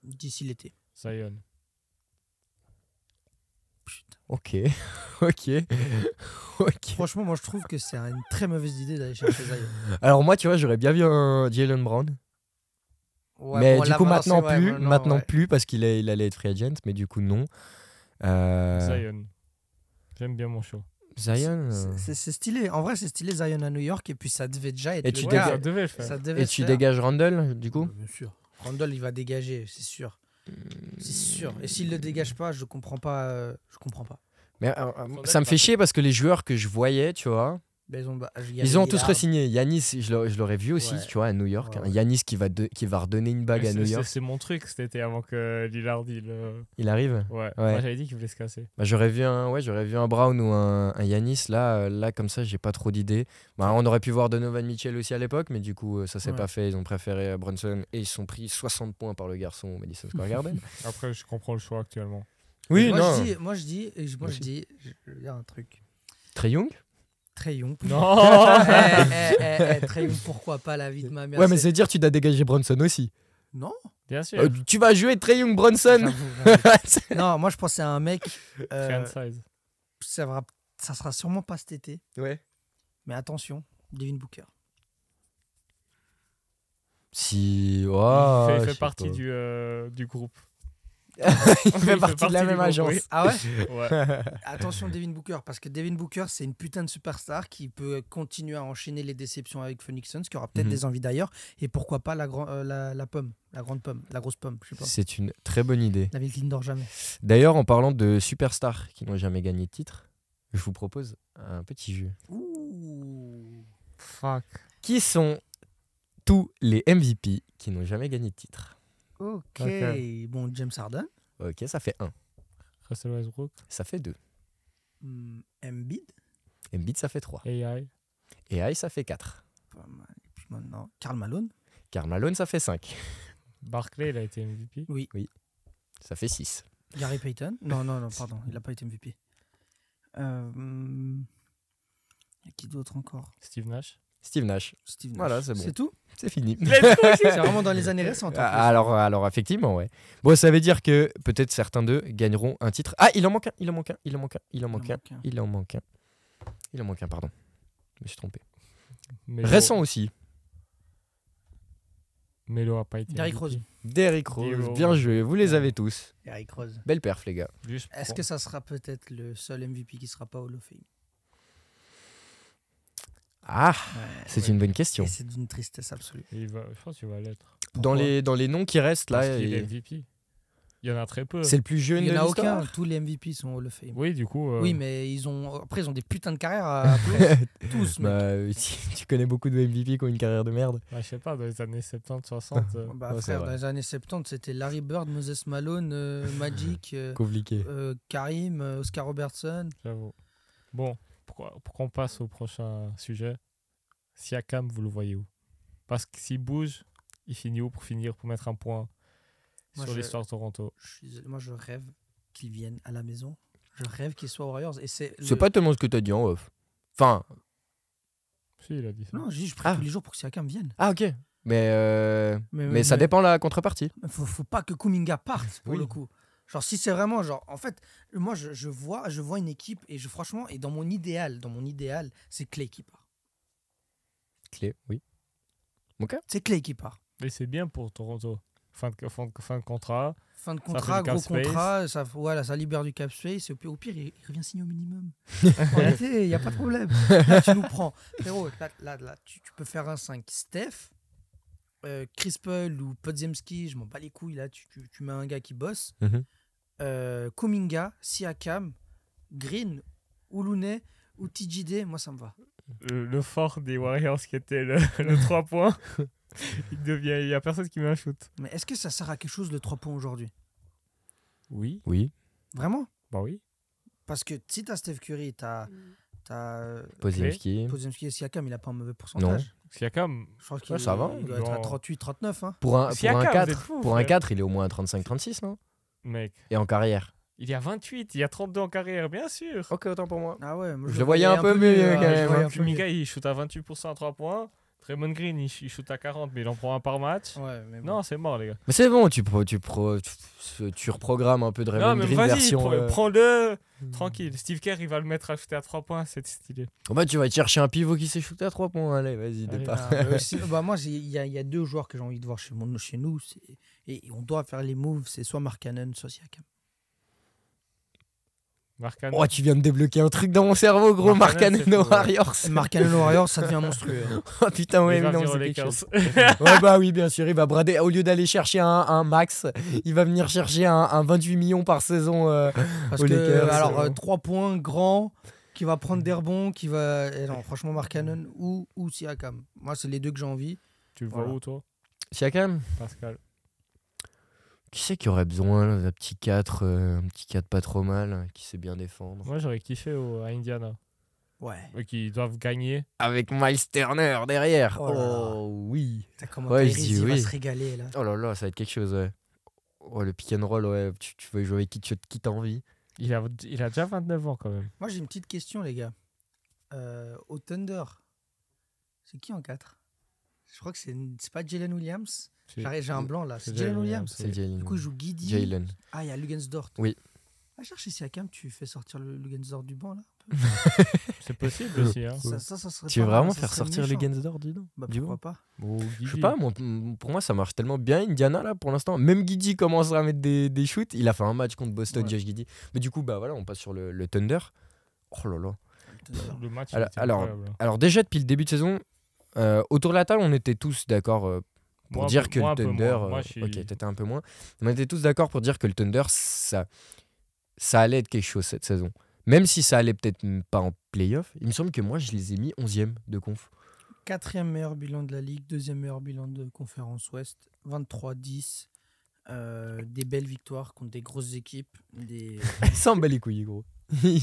[SPEAKER 2] d'ici l'été
[SPEAKER 3] Zion.
[SPEAKER 2] Putain.
[SPEAKER 1] Ok, ok, ok.
[SPEAKER 2] Franchement, moi, je trouve que c'est une très mauvaise idée d'aller chercher Zion.
[SPEAKER 1] Alors moi, tu vois, j'aurais bien vu un Jalen Brown.
[SPEAKER 2] Ouais,
[SPEAKER 1] mais
[SPEAKER 2] bon,
[SPEAKER 1] du
[SPEAKER 2] là,
[SPEAKER 1] coup, maintenant
[SPEAKER 2] c'est- ouais,
[SPEAKER 1] plus, maintenant
[SPEAKER 2] ouais.
[SPEAKER 1] plus, parce qu'il est- il allait être free agent, mais du coup, non. Euh,
[SPEAKER 3] Zion. J'aime bien mon show.
[SPEAKER 1] Zion. euh,
[SPEAKER 2] C'est- C'est c'est stylé. En vrai, c'est stylé Zion à New York et puis ça devait déjà être.
[SPEAKER 1] Et
[SPEAKER 2] le
[SPEAKER 1] tu
[SPEAKER 2] gars.
[SPEAKER 1] dégages-
[SPEAKER 3] ça devait le faire.
[SPEAKER 2] Ça devait
[SPEAKER 1] Et
[SPEAKER 2] se
[SPEAKER 1] tu
[SPEAKER 2] faire.
[SPEAKER 1] dégages Randall, du coup
[SPEAKER 2] Bien sûr. Randall, il va dégager, c'est sûr. C'est sûr. Et s'il le dégage pas, je comprends pas. euh, je comprends pas.
[SPEAKER 1] Mais euh, euh,
[SPEAKER 3] Randall,
[SPEAKER 1] ça me
[SPEAKER 3] il
[SPEAKER 1] fait
[SPEAKER 3] va-
[SPEAKER 1] chier parce que les joueurs que je voyais, tu vois,
[SPEAKER 2] Ben, ils ont, bah, il y avait
[SPEAKER 1] Ils ont tous
[SPEAKER 2] Lillard.
[SPEAKER 1] re-signé. Yanis, je l'aurais- je l'aurais vu aussi,
[SPEAKER 2] Ouais.
[SPEAKER 1] tu vois, à New York.
[SPEAKER 2] Ouais,
[SPEAKER 1] hein.
[SPEAKER 2] ouais.
[SPEAKER 1] Yanis qui va, de- qui va redonner une bague
[SPEAKER 3] Ouais,
[SPEAKER 1] à
[SPEAKER 3] c'est-
[SPEAKER 1] New
[SPEAKER 3] c'est-
[SPEAKER 1] York.
[SPEAKER 3] C'est mon truc, c'était avant que Lillard il. euh,
[SPEAKER 1] Il arrive.
[SPEAKER 3] Ouais.
[SPEAKER 1] Ouais.
[SPEAKER 3] Moi j'avais dit qu'il voulait se casser.
[SPEAKER 1] Bah, j'aurais vu un, ouais, j'aurais vu un Brown ou un, un Yanis. Là, euh, là, comme ça, j'ai pas trop d'idées. Bah, on aurait pu voir Donovan Mitchell aussi à l'époque, mais du coup, euh, ça s'est
[SPEAKER 2] Ouais.
[SPEAKER 1] pas fait. Ils ont préféré euh, Brunson et ils se sont pris 60 points par le garçon au Madison Square Garden.
[SPEAKER 3] Après, je comprends le choix actuellement.
[SPEAKER 1] oui,
[SPEAKER 2] moi,
[SPEAKER 1] non.
[SPEAKER 2] Je dis, moi, je dis, et je- moi, je
[SPEAKER 1] Merci.
[SPEAKER 2] dis, je je vais dire un truc.
[SPEAKER 1] Trey Young.
[SPEAKER 2] Très Young.
[SPEAKER 1] Oh
[SPEAKER 3] Non
[SPEAKER 2] Eh, eh, eh, eh, Trae Young, pourquoi pas la vie de ma mère
[SPEAKER 1] Ouais, mais
[SPEAKER 2] c'est-
[SPEAKER 1] c'est dire tu dois dégager Brunson aussi.
[SPEAKER 2] Non
[SPEAKER 3] Bien sûr.
[SPEAKER 1] Euh, tu vas jouer Trey Young Brunson.
[SPEAKER 2] j'avoue, j'avoue. Non, moi, je pensais à un mec. euh,
[SPEAKER 3] Fan size.
[SPEAKER 2] ça, va- ça sera sûrement pas cet été.
[SPEAKER 1] ouais.
[SPEAKER 2] Mais attention, Devin Booker.
[SPEAKER 1] Si.
[SPEAKER 3] Il
[SPEAKER 1] ouah,
[SPEAKER 3] fait- il
[SPEAKER 1] Ah, je
[SPEAKER 3] fait,
[SPEAKER 1] sais
[SPEAKER 3] partie
[SPEAKER 1] pas.
[SPEAKER 3] du, euh, du groupe.
[SPEAKER 1] Il fait partie de la
[SPEAKER 3] du
[SPEAKER 1] même
[SPEAKER 3] groupe,
[SPEAKER 1] agence.
[SPEAKER 3] oui.
[SPEAKER 2] Ah ouais
[SPEAKER 3] Ouais.
[SPEAKER 2] Attention Devin Booker, parce que Devin Booker, c'est une putain de superstar qui peut continuer à enchaîner les déceptions avec Phoenix Suns, qui aura peut-être
[SPEAKER 1] Mhm.
[SPEAKER 2] des envies d'ailleurs, et pourquoi pas la, grand- euh, la, la pomme, la grande pomme, la grosse pomme, je sais pas.
[SPEAKER 1] C'est une très bonne idée.
[SPEAKER 2] La ville qui ne dort jamais.
[SPEAKER 1] D'ailleurs, en parlant de superstars qui n'ont jamais gagné de titre, je vous propose un petit jeu.
[SPEAKER 2] Ouh
[SPEAKER 3] Fuck.
[SPEAKER 1] Qui sont tous les MVP qui n'ont jamais gagné de titre
[SPEAKER 2] Ok.
[SPEAKER 3] Ok.
[SPEAKER 2] Bon, James Harden,
[SPEAKER 1] Ok, ça fait un.
[SPEAKER 3] Russell Westbrook.
[SPEAKER 1] Ça fait deux.
[SPEAKER 2] hmm, Embiid,
[SPEAKER 1] Embiid, ça fait trois.
[SPEAKER 3] AI.
[SPEAKER 1] Et Ice, ça fait quatre.
[SPEAKER 2] pas mal. Et puis maintenant, Karl Malone.
[SPEAKER 1] Karl Malone, ça fait cinq.
[SPEAKER 3] Barclay, il a été MVP.
[SPEAKER 1] Ça fait six.
[SPEAKER 2] Gary Payton Non, non, non, pardon, il n'a pas été MVP. Euh, hmm, y a qui d'autre encore
[SPEAKER 3] Steve Nash.
[SPEAKER 1] Steve Nash,
[SPEAKER 2] Steve Nash.
[SPEAKER 1] Voilà, c'est bon.
[SPEAKER 2] C'est tout
[SPEAKER 1] c'est fini.
[SPEAKER 2] C'est vraiment dans les années récentes. en plus.
[SPEAKER 1] Ah, alors, alors, effectivement, ouais. Bon, ça veut dire que peut-être certains d'eux gagneront un titre. Ah, il en manque un, il en manque un, il en manque un, il en
[SPEAKER 2] Il en
[SPEAKER 1] manque un,
[SPEAKER 2] manque un.
[SPEAKER 1] il en manque un. Il en manque un, pardon. Je me suis trompé.
[SPEAKER 3] Melo-
[SPEAKER 1] Récent aussi.
[SPEAKER 3] Melo a pas été.
[SPEAKER 2] Derrick
[SPEAKER 3] MVP.
[SPEAKER 2] Rose.
[SPEAKER 1] Derrick Rose,
[SPEAKER 3] Derrick
[SPEAKER 1] bien
[SPEAKER 3] Rose.
[SPEAKER 1] joué, vous les avez tous.
[SPEAKER 2] Eric Rose.
[SPEAKER 1] Belle perf, les gars.
[SPEAKER 3] Lui, je
[SPEAKER 2] Est-ce
[SPEAKER 3] prends.
[SPEAKER 2] que ça sera peut-être le seul MVP qui sera pas Hall of Fame
[SPEAKER 1] Ah, c'est
[SPEAKER 3] ouais.
[SPEAKER 1] une bonne question.
[SPEAKER 2] Et c'est d'une tristesse absolue.
[SPEAKER 3] Il va, je pense qu'il va l'être.
[SPEAKER 1] Dans
[SPEAKER 2] Pourquoi
[SPEAKER 1] les, dans les noms qui restent, là,
[SPEAKER 3] Parce qu'il est
[SPEAKER 1] il-
[SPEAKER 3] MVP. Il y en a très peu.
[SPEAKER 1] c'est le plus jeune
[SPEAKER 2] Il n'y
[SPEAKER 1] de
[SPEAKER 2] en a aucun.
[SPEAKER 1] l'histoire.
[SPEAKER 2] Tous les MVP sont Hall of Fame.
[SPEAKER 3] Oui, du coup. euh,
[SPEAKER 2] Oui, mais ils ont après ils ont des putains de carrières à- après, tous. mec.
[SPEAKER 1] Bah, euh, si tu connais beaucoup de MVP qui ont une carrière de merde.
[SPEAKER 3] bah, je sais pas, dans les années 70, 60. euh,
[SPEAKER 2] Bah,
[SPEAKER 1] Ouais, c'est
[SPEAKER 2] frère,
[SPEAKER 1] vrai.
[SPEAKER 2] dans les années 70, c'était Larry Bird, Moses Malone, euh, Magic, euh,
[SPEAKER 1] Compliqué.
[SPEAKER 2] euh, Karim, euh, Oscar Robertson.
[SPEAKER 3] J'avoue. Bon, pourquoi, pour qu'on passe au prochain sujet, Siakam, vous le voyez où Parce que s'il bouge, il finit où pour finir, pour mettre un point
[SPEAKER 2] Moi,
[SPEAKER 3] sur
[SPEAKER 2] je-
[SPEAKER 3] l'histoire de Toronto
[SPEAKER 2] Je suis désolé, moi je rêve qu'ils viennent à la maison. Je rêve qu'ils soient aux Warriors. Et c'est.
[SPEAKER 1] C'est
[SPEAKER 2] le-
[SPEAKER 1] pas tellement ce que t'as dit en off. Enfin,
[SPEAKER 3] Si, il a dit ça.
[SPEAKER 2] Non, j'ai dit, je prie
[SPEAKER 1] Ah.
[SPEAKER 2] tous les jours pour que Siakam vienne.
[SPEAKER 1] ah, ok. Mais, euh,
[SPEAKER 2] Mais-
[SPEAKER 1] mais ça
[SPEAKER 2] mais-
[SPEAKER 1] dépend la contrepartie.
[SPEAKER 2] faut, faut pas que Kuminga parte pour
[SPEAKER 1] Oui.
[SPEAKER 2] le coup. Genre si c'est vraiment genre en fait moi je, je vois je vois une équipe et je franchement et dans mon idéal dans mon idéal c'est Clay qui part.
[SPEAKER 1] Clé, oui.
[SPEAKER 2] C'est Clay qui part.
[SPEAKER 3] Mais c'est bien pour Toronto. Fin de, fin de- fin de contrat.
[SPEAKER 2] Fin de
[SPEAKER 3] fait
[SPEAKER 2] contrat,
[SPEAKER 3] du cap
[SPEAKER 2] gros
[SPEAKER 3] space.
[SPEAKER 2] contrat, ça voilà, ça libère du cap space et au pire, au pire, il, il revient signer au minimum. En réalité, il y a pas de problème. Là tu nous prends. Frérot, là, là, là, tu, tu peux faire un 5 Steph euh, Chris Paul ou Podziemski, je m'en bats les couilles là, tu, tu, tu mets un gars qui bosse. euh, Kuminga, Siakam, Green, Uluné ou TJD, moi ça me va.
[SPEAKER 3] Le, le fort des Warriors qui était le, le 3 points, il devient. Il n'y a personne qui met un shoot.
[SPEAKER 2] Mais est-ce que ça sert à quelque chose le 3 points aujourd'hui
[SPEAKER 3] Oui.
[SPEAKER 1] Oui,
[SPEAKER 2] Vraiment
[SPEAKER 3] Bah oui.
[SPEAKER 2] Parce que si t'as Steph Curry, t'as t'as, euh,
[SPEAKER 1] Pozemski.
[SPEAKER 3] Mm.
[SPEAKER 2] Podziemski et Siakam, il a pas un mauvais pourcentage.
[SPEAKER 3] Siakam.
[SPEAKER 2] Je crois qu'il
[SPEAKER 1] Ouais, ça va.
[SPEAKER 2] il doit être à
[SPEAKER 3] Non.
[SPEAKER 2] 38-39. Hein.
[SPEAKER 1] Pour un, pour
[SPEAKER 3] Siakam,
[SPEAKER 1] un
[SPEAKER 3] vous
[SPEAKER 1] 4,
[SPEAKER 3] êtes fous,
[SPEAKER 1] pour un
[SPEAKER 3] frère.
[SPEAKER 1] 4, il est au moins à 35-36, non
[SPEAKER 3] Mec,
[SPEAKER 1] Et en carrière.
[SPEAKER 3] il y a 28, il y a 32 en carrière, bien sûr.
[SPEAKER 1] Ok, autant pour moi.
[SPEAKER 2] Ah ouais, moi,
[SPEAKER 1] Je le voyais un peu mieux,
[SPEAKER 2] ouais,
[SPEAKER 1] quand
[SPEAKER 2] je
[SPEAKER 1] même,
[SPEAKER 2] voyais
[SPEAKER 1] hein.
[SPEAKER 2] un peu
[SPEAKER 3] Kuminga, il shoot à 28% à 3 points. Draymond Green, il, ch- il shoot à 40, mais il en prend un par match.
[SPEAKER 2] mieux. Ouais, mais bon.
[SPEAKER 3] Non, c'est mort, les gars.
[SPEAKER 1] Mais c'est bon, tu, pro- tu, pro- tu, tu reprogrammes un peu de Raymond
[SPEAKER 3] non, mais
[SPEAKER 1] Green
[SPEAKER 3] vas-y,
[SPEAKER 1] version.
[SPEAKER 3] prends-
[SPEAKER 1] euh,
[SPEAKER 3] prends-le.
[SPEAKER 2] Hmm.
[SPEAKER 3] Tranquille. Steve Kerr, il va le mettre à shooter à 3 points, c'est stylé.
[SPEAKER 1] Oh bah, tu vas te chercher un pivot qui s'est shooté à 3 points. Allez, vas-y,
[SPEAKER 3] Allez.
[SPEAKER 1] départ.
[SPEAKER 2] Ah, mais aussi- bah, moi, j'ai- il y, a- il y a deux joueurs que j'ai envie de voir chez, mon, chez nous. c'est- Et on doit faire les moves. C'est soit Mark Cannon, soit Siakam.
[SPEAKER 3] Marcano.
[SPEAKER 1] Oh, tu viens de débloquer un truc dans mon cerveau, gros. Mark
[SPEAKER 3] Mark Cannon,
[SPEAKER 1] Cannon
[SPEAKER 3] c'est euh,
[SPEAKER 1] aux
[SPEAKER 3] fou, ouais.
[SPEAKER 1] Warriors.
[SPEAKER 2] Mark Cannon au Warriors, ça devient monstrueux. hein.
[SPEAKER 1] Oh putain, ouais,
[SPEAKER 3] il va
[SPEAKER 1] non,
[SPEAKER 3] venir
[SPEAKER 1] c'est
[SPEAKER 3] aux
[SPEAKER 1] quelque
[SPEAKER 3] Lakers.
[SPEAKER 1] chose. Ouais, bah oui, bien sûr, il va brader. Au lieu d'aller chercher un, un max, il va venir chercher un, un 28 millions par saison. euh,
[SPEAKER 2] Parce
[SPEAKER 1] Aux
[SPEAKER 2] que,
[SPEAKER 1] Lakers,
[SPEAKER 2] alors,
[SPEAKER 1] euh,
[SPEAKER 2] 3 points, grand, qui va prendre des rebonds, qui va. eh non, franchement, Mark Cannon ou, ou Siakam. Moi, c'est les deux que j'ai envie.
[SPEAKER 3] Tu le vois
[SPEAKER 2] Voilà.
[SPEAKER 3] où, toi,
[SPEAKER 1] Siakam
[SPEAKER 3] Pascal
[SPEAKER 1] Qui c'est qui aurait besoin là, d'un petit 4, euh, un petit 4 pas trop mal, euh, qui sait bien défendre
[SPEAKER 3] Moi, j'aurais kiffé au- à Indiana.
[SPEAKER 2] Ouais.
[SPEAKER 3] Eux qui doivent gagner.
[SPEAKER 1] Avec Miles Turner derrière
[SPEAKER 2] Oh là là.
[SPEAKER 1] oui
[SPEAKER 2] T'as comment
[SPEAKER 1] Ouais,
[SPEAKER 2] ouais,
[SPEAKER 1] je dis
[SPEAKER 2] il va
[SPEAKER 1] oui.
[SPEAKER 2] se régaler là.
[SPEAKER 1] Oh là là, ça va être quelque chose, ouais. Oh, le pick and roll, ouais, tu, tu veux jouer avec qui, tu- qui t'as envie
[SPEAKER 3] Il a, il a déjà 29 ans, quand même.
[SPEAKER 2] Moi, j'ai une petite question, les gars. Euh, au Thunder, c'est qui en 4 Je crois que c'est c'est pas Jalen Williams.
[SPEAKER 3] C'est-
[SPEAKER 2] J'arrive- J'ai un blanc là.
[SPEAKER 3] c'est
[SPEAKER 2] C'est Jalen Williams.
[SPEAKER 1] C'est
[SPEAKER 2] Du
[SPEAKER 1] Jalen.
[SPEAKER 2] coup, il joue Guidi.
[SPEAKER 1] Jalen.
[SPEAKER 2] Ah, il y a Lugensdort.
[SPEAKER 1] Oui.
[SPEAKER 2] Ah, chercher Siakam, tu fais sortir le Lugensdort du banc là
[SPEAKER 3] C'est possible aussi. Hein.
[SPEAKER 1] Ouais.
[SPEAKER 2] ça, ça, ça serait
[SPEAKER 1] Tu
[SPEAKER 2] pas
[SPEAKER 1] veux
[SPEAKER 2] mal,
[SPEAKER 1] vraiment
[SPEAKER 2] ça
[SPEAKER 1] faire
[SPEAKER 2] serait
[SPEAKER 1] sortir
[SPEAKER 2] méchant.
[SPEAKER 1] les Gansdor, dis donc
[SPEAKER 2] Bah,
[SPEAKER 1] du
[SPEAKER 2] pourquoi
[SPEAKER 1] coup
[SPEAKER 2] pas
[SPEAKER 1] Je sais pas, moi, m- pour moi ça marche tellement bien Indiana là pour l'instant. Même Guidi commence à mettre des, des shoots. Il a fait un match contre Boston,
[SPEAKER 2] Ouais.
[SPEAKER 1] Josh Guidi. Mais du coup, bah voilà, on passe sur le, le Thunder. Oh là là.
[SPEAKER 2] Le Thunder.
[SPEAKER 3] Le match, il
[SPEAKER 1] Alors-
[SPEAKER 3] était
[SPEAKER 1] alors,
[SPEAKER 3] incroyable. hein.
[SPEAKER 1] Alors déjà depuis le début de saison, euh, autour de la table, on était tous d'accord euh, pour
[SPEAKER 3] Moi, un
[SPEAKER 1] dire
[SPEAKER 3] peu-
[SPEAKER 1] que
[SPEAKER 3] moi, un
[SPEAKER 1] le
[SPEAKER 3] peu moins.
[SPEAKER 1] Thunder, euh,
[SPEAKER 3] Moi, je suis-
[SPEAKER 1] ok, t'étais un peu moins. On était tous d'accord pour dire que le Thunder, ça, ça allait être quelque chose cette saison. Même si ça allait peut-être m- pas en playoff, il me semble que moi je les ai mis 11e de conf.
[SPEAKER 2] Quatrième meilleur bilan de la ligue, deuxième meilleur bilan de conférence ouest, 23-10. euh, des belles victoires contre des grosses équipes. Des,
[SPEAKER 1] Il s'en bat les couilles, gros. Mais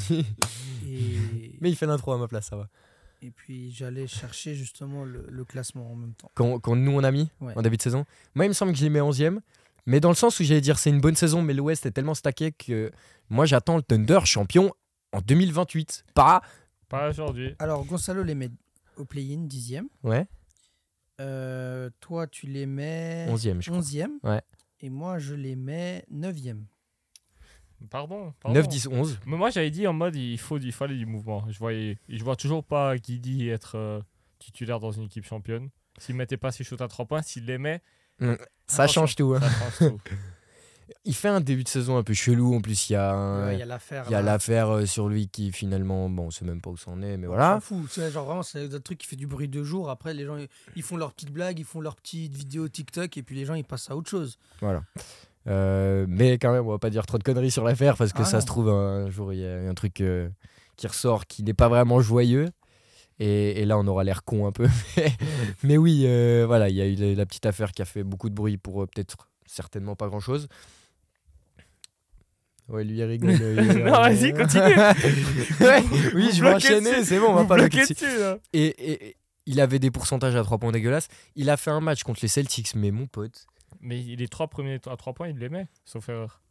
[SPEAKER 2] et,
[SPEAKER 1] il fait l'intro à ma place, ça va.
[SPEAKER 2] et puis j'allais chercher justement le, le classement en même temps.
[SPEAKER 1] Quand, quand nous on a mis
[SPEAKER 2] Ouais.
[SPEAKER 1] en début de saison, moi il me semble que je les mets 11e. Mais dans le sens où j'allais dire c'est une bonne saison, mais l'Ouest est tellement stacké que moi j'attends le Thunder champion en 2028. Pas.
[SPEAKER 3] Pas aujourd'hui.
[SPEAKER 2] Alors Gonzalo les met au play-in, dixième.
[SPEAKER 1] Ouais,
[SPEAKER 2] Euh, toi, tu les mets
[SPEAKER 1] 11e, je crois.
[SPEAKER 2] onzième.
[SPEAKER 1] Ouais.
[SPEAKER 2] Et moi, je les mets neuvième.
[SPEAKER 3] Pardon. pardon.
[SPEAKER 1] 9, 10, 11.
[SPEAKER 3] Mais moi, j'avais dit en mode, il, faut, il fallait du mouvement. Je voyais, je vois toujours pas Guidi être euh, titulaire dans une équipe championne. S'il mettait pas ses shoots à 3 points, s'il les met,
[SPEAKER 1] Ça
[SPEAKER 3] Attention.
[SPEAKER 1] change tout. hein.
[SPEAKER 3] ça change tout.
[SPEAKER 1] Il fait un début de saison un peu chelou en plus. Il y a,
[SPEAKER 2] Ouais, Il
[SPEAKER 1] un-
[SPEAKER 2] y a l'affaire.
[SPEAKER 1] il y a
[SPEAKER 2] là.
[SPEAKER 1] l'affaire euh, sur lui qui finalement, bon, on sait même pas où c'en est, mais
[SPEAKER 2] On
[SPEAKER 1] voilà.
[SPEAKER 2] s'en fout. C'est genre vraiment, c'est un truc qui fait du bruit deux jours. Après, les gens, ils font leurs petites blagues, ils font leurs petites vidéos TikTok, et puis les gens, ils passent à autre chose.
[SPEAKER 1] voilà. Euh, mais quand même, on va pas dire trop de conneries sur l'affaire parce que
[SPEAKER 2] Ah
[SPEAKER 1] ça
[SPEAKER 2] non.
[SPEAKER 1] se trouve, un jour, il y a un truc euh, qui ressort qui n'est pas vraiment joyeux. Et, et là, on aura l'air con un peu. mais oui, euh, voilà, il y a eu la, la petite affaire qui a fait beaucoup de bruit pour euh, peut-être certainement pas grand-chose. Ouais, lui, il rigole. euh, il rigole.
[SPEAKER 3] Non, vas-y, continue.
[SPEAKER 1] Ouais, oui, je vais
[SPEAKER 3] bloquez
[SPEAKER 1] enchaîner,
[SPEAKER 3] dessus.
[SPEAKER 1] c'est bon, on va
[SPEAKER 3] Vous
[SPEAKER 1] pas
[SPEAKER 3] bloquez
[SPEAKER 1] bloquer dessus.
[SPEAKER 3] dessus, hein. là.
[SPEAKER 1] Et, et- et il avait des pourcentages à 3 points dégueulasses. Il a fait un match contre les Celtics, mais mon pote,
[SPEAKER 3] Mais les trois premiers à 3 points, il les met, sauf erreur.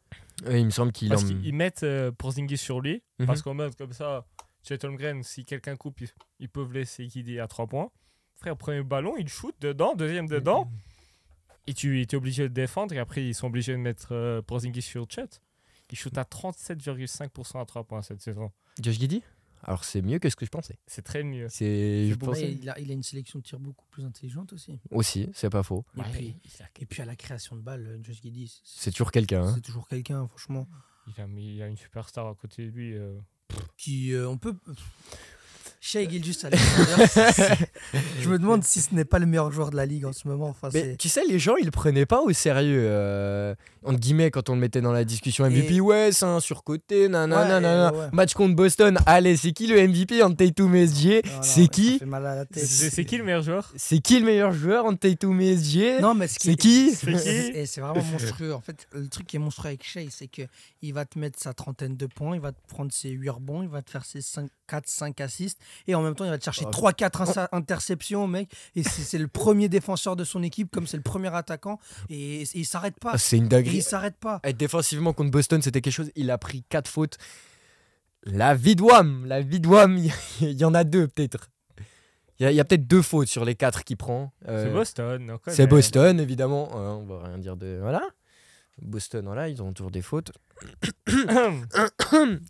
[SPEAKER 1] euh, il me semble qu'il en.
[SPEAKER 3] Parce qu'ils mettent euh, Porzingis sur lui,
[SPEAKER 1] Mhm.
[SPEAKER 3] parce qu'en mode comme ça, Chet Holmgren, si quelqu'un coupe, ils, ils peuvent laisser Guidi à 3 points. Frère, premier ballon, il shoot dedans,
[SPEAKER 1] Mhm.
[SPEAKER 3] deuxième dedans, et tu es obligé de défendre, et après ils sont obligés de mettre euh, Porzingis sur Chet. Il shoot à 37,5% à 3 points cette saison.
[SPEAKER 1] Josh Giddy Alors c'est mieux que ce que je pensais.
[SPEAKER 3] C'est très mieux.
[SPEAKER 1] C'est. Je
[SPEAKER 2] Bon,
[SPEAKER 1] pensais.
[SPEAKER 2] mais il, a, il a une sélection de tirs beaucoup plus intelligente aussi.
[SPEAKER 1] Aussi, c'est pas faux.
[SPEAKER 2] Et,
[SPEAKER 3] Ouais,
[SPEAKER 2] puis,
[SPEAKER 3] il, a,
[SPEAKER 2] et puis à la création de balles, Josh Giddy, c'est-
[SPEAKER 1] C'est toujours quelqu'un. hein.
[SPEAKER 2] c'est toujours quelqu'un, franchement,
[SPEAKER 3] il a- mais il a une superstar à côté de lui. euh.
[SPEAKER 2] qui euh, on peut. Shea Gilgis Alexander, c'est- c'est- je me demande si ce n'est pas le meilleur joueur de la ligue en ce moment. Enfin,
[SPEAKER 1] Mais
[SPEAKER 2] c'est-
[SPEAKER 1] tu sais, les gens, ils le prenaient pas au sérieux. euh, entre guillemets, quand on le mettait dans la discussion
[SPEAKER 2] Et-
[SPEAKER 1] MVP, ouais, c'est un surcoté, nanana,
[SPEAKER 2] Ouais,
[SPEAKER 1] nanana.
[SPEAKER 2] ouais, ouais.
[SPEAKER 1] Match contre Boston, allez, c'est qui le MVP entre Tatum et SG
[SPEAKER 2] Non, non, mais
[SPEAKER 1] C'est
[SPEAKER 2] ça
[SPEAKER 1] qui
[SPEAKER 2] fait mal à la tête.
[SPEAKER 3] C'est c'est qui le meilleur joueur
[SPEAKER 1] C'est qui le meilleur joueur entre Tatum et SG
[SPEAKER 2] Non, mais ce
[SPEAKER 1] C'est qui
[SPEAKER 2] c'est-
[SPEAKER 3] C'est
[SPEAKER 2] c'est-
[SPEAKER 3] qui
[SPEAKER 2] et c'est vraiment monstrueux. En fait, le truc qui est monstrueux avec Shea, c'est que il va te mettre sa trentaine de points, il va te prendre ses 8 rebonds, il va te faire ses 5, 4, 5 assists, et en même temps, il va te chercher
[SPEAKER 1] Oh.
[SPEAKER 2] 3, 4 interceptions, mec. Et c'est c'est le premier défenseur de son équipe, comme c'est le premier attaquant, et, et il s'arrête pas.
[SPEAKER 1] Ah, C'est une
[SPEAKER 2] Et il
[SPEAKER 1] dinguerie.
[SPEAKER 2] s'arrête pas.
[SPEAKER 1] Être défensivement contre Boston, c'était quelque chose. Il a pris quatre fautes. La vie de Wham, la vie de Wham, il y- il y en a deux peut-être. Il y a, il y a peut-être deux fautes sur les quatre qu'il prend. Euh,
[SPEAKER 3] C'est Boston. on
[SPEAKER 1] c'est
[SPEAKER 3] connaît.
[SPEAKER 1] Boston, évidemment. Euh, on va rien dire de. Voilà. Boston, voilà, ils ont toujours des fautes.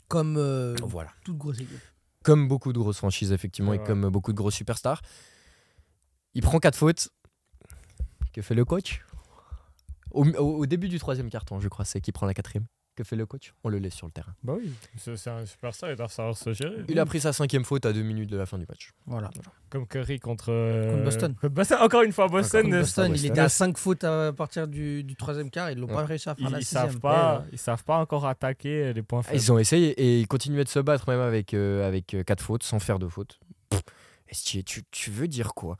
[SPEAKER 2] Comme euh,
[SPEAKER 1] Voilà.
[SPEAKER 2] toute grosse équipe.
[SPEAKER 1] Comme beaucoup de grosses franchises, effectivement,
[SPEAKER 3] C'est
[SPEAKER 1] et
[SPEAKER 3] vrai.
[SPEAKER 1] comme beaucoup de grosses superstars. Il prend quatre fautes. Que fait le coach au, au- au début du troisième carton, je crois, c'est qui prend la quatrième. Que fait le coach On le laisse sur le terrain.
[SPEAKER 3] Bah oui. C'est c'est un superstar, il doit savoir se gérer.
[SPEAKER 1] Il a pris sa cinquième faute à deux minutes de la fin du match.
[SPEAKER 2] Voilà.
[SPEAKER 3] Comme Curry contre, euh,
[SPEAKER 2] Contre Boston.
[SPEAKER 3] Boston. Encore une fois,
[SPEAKER 1] Encore
[SPEAKER 3] Boston.
[SPEAKER 1] une
[SPEAKER 3] euh,
[SPEAKER 1] Boston,
[SPEAKER 2] Boston, il
[SPEAKER 1] Boston.
[SPEAKER 2] était à 5 fautes à partir du, du troisième quart. Ils l'ont
[SPEAKER 1] Ouais.
[SPEAKER 2] pas réussi à faire
[SPEAKER 3] Ils,
[SPEAKER 2] la
[SPEAKER 3] ils
[SPEAKER 2] sixième. euh,
[SPEAKER 3] savent pas, ils savent pas encore attaquer les points faibles.
[SPEAKER 1] Ah, Ils ont essayé et ils continuaient de se battre même avec, euh, avec euh, quatre fautes, sans faire de fautes. Pff, Estier, tu, tu veux dire quoi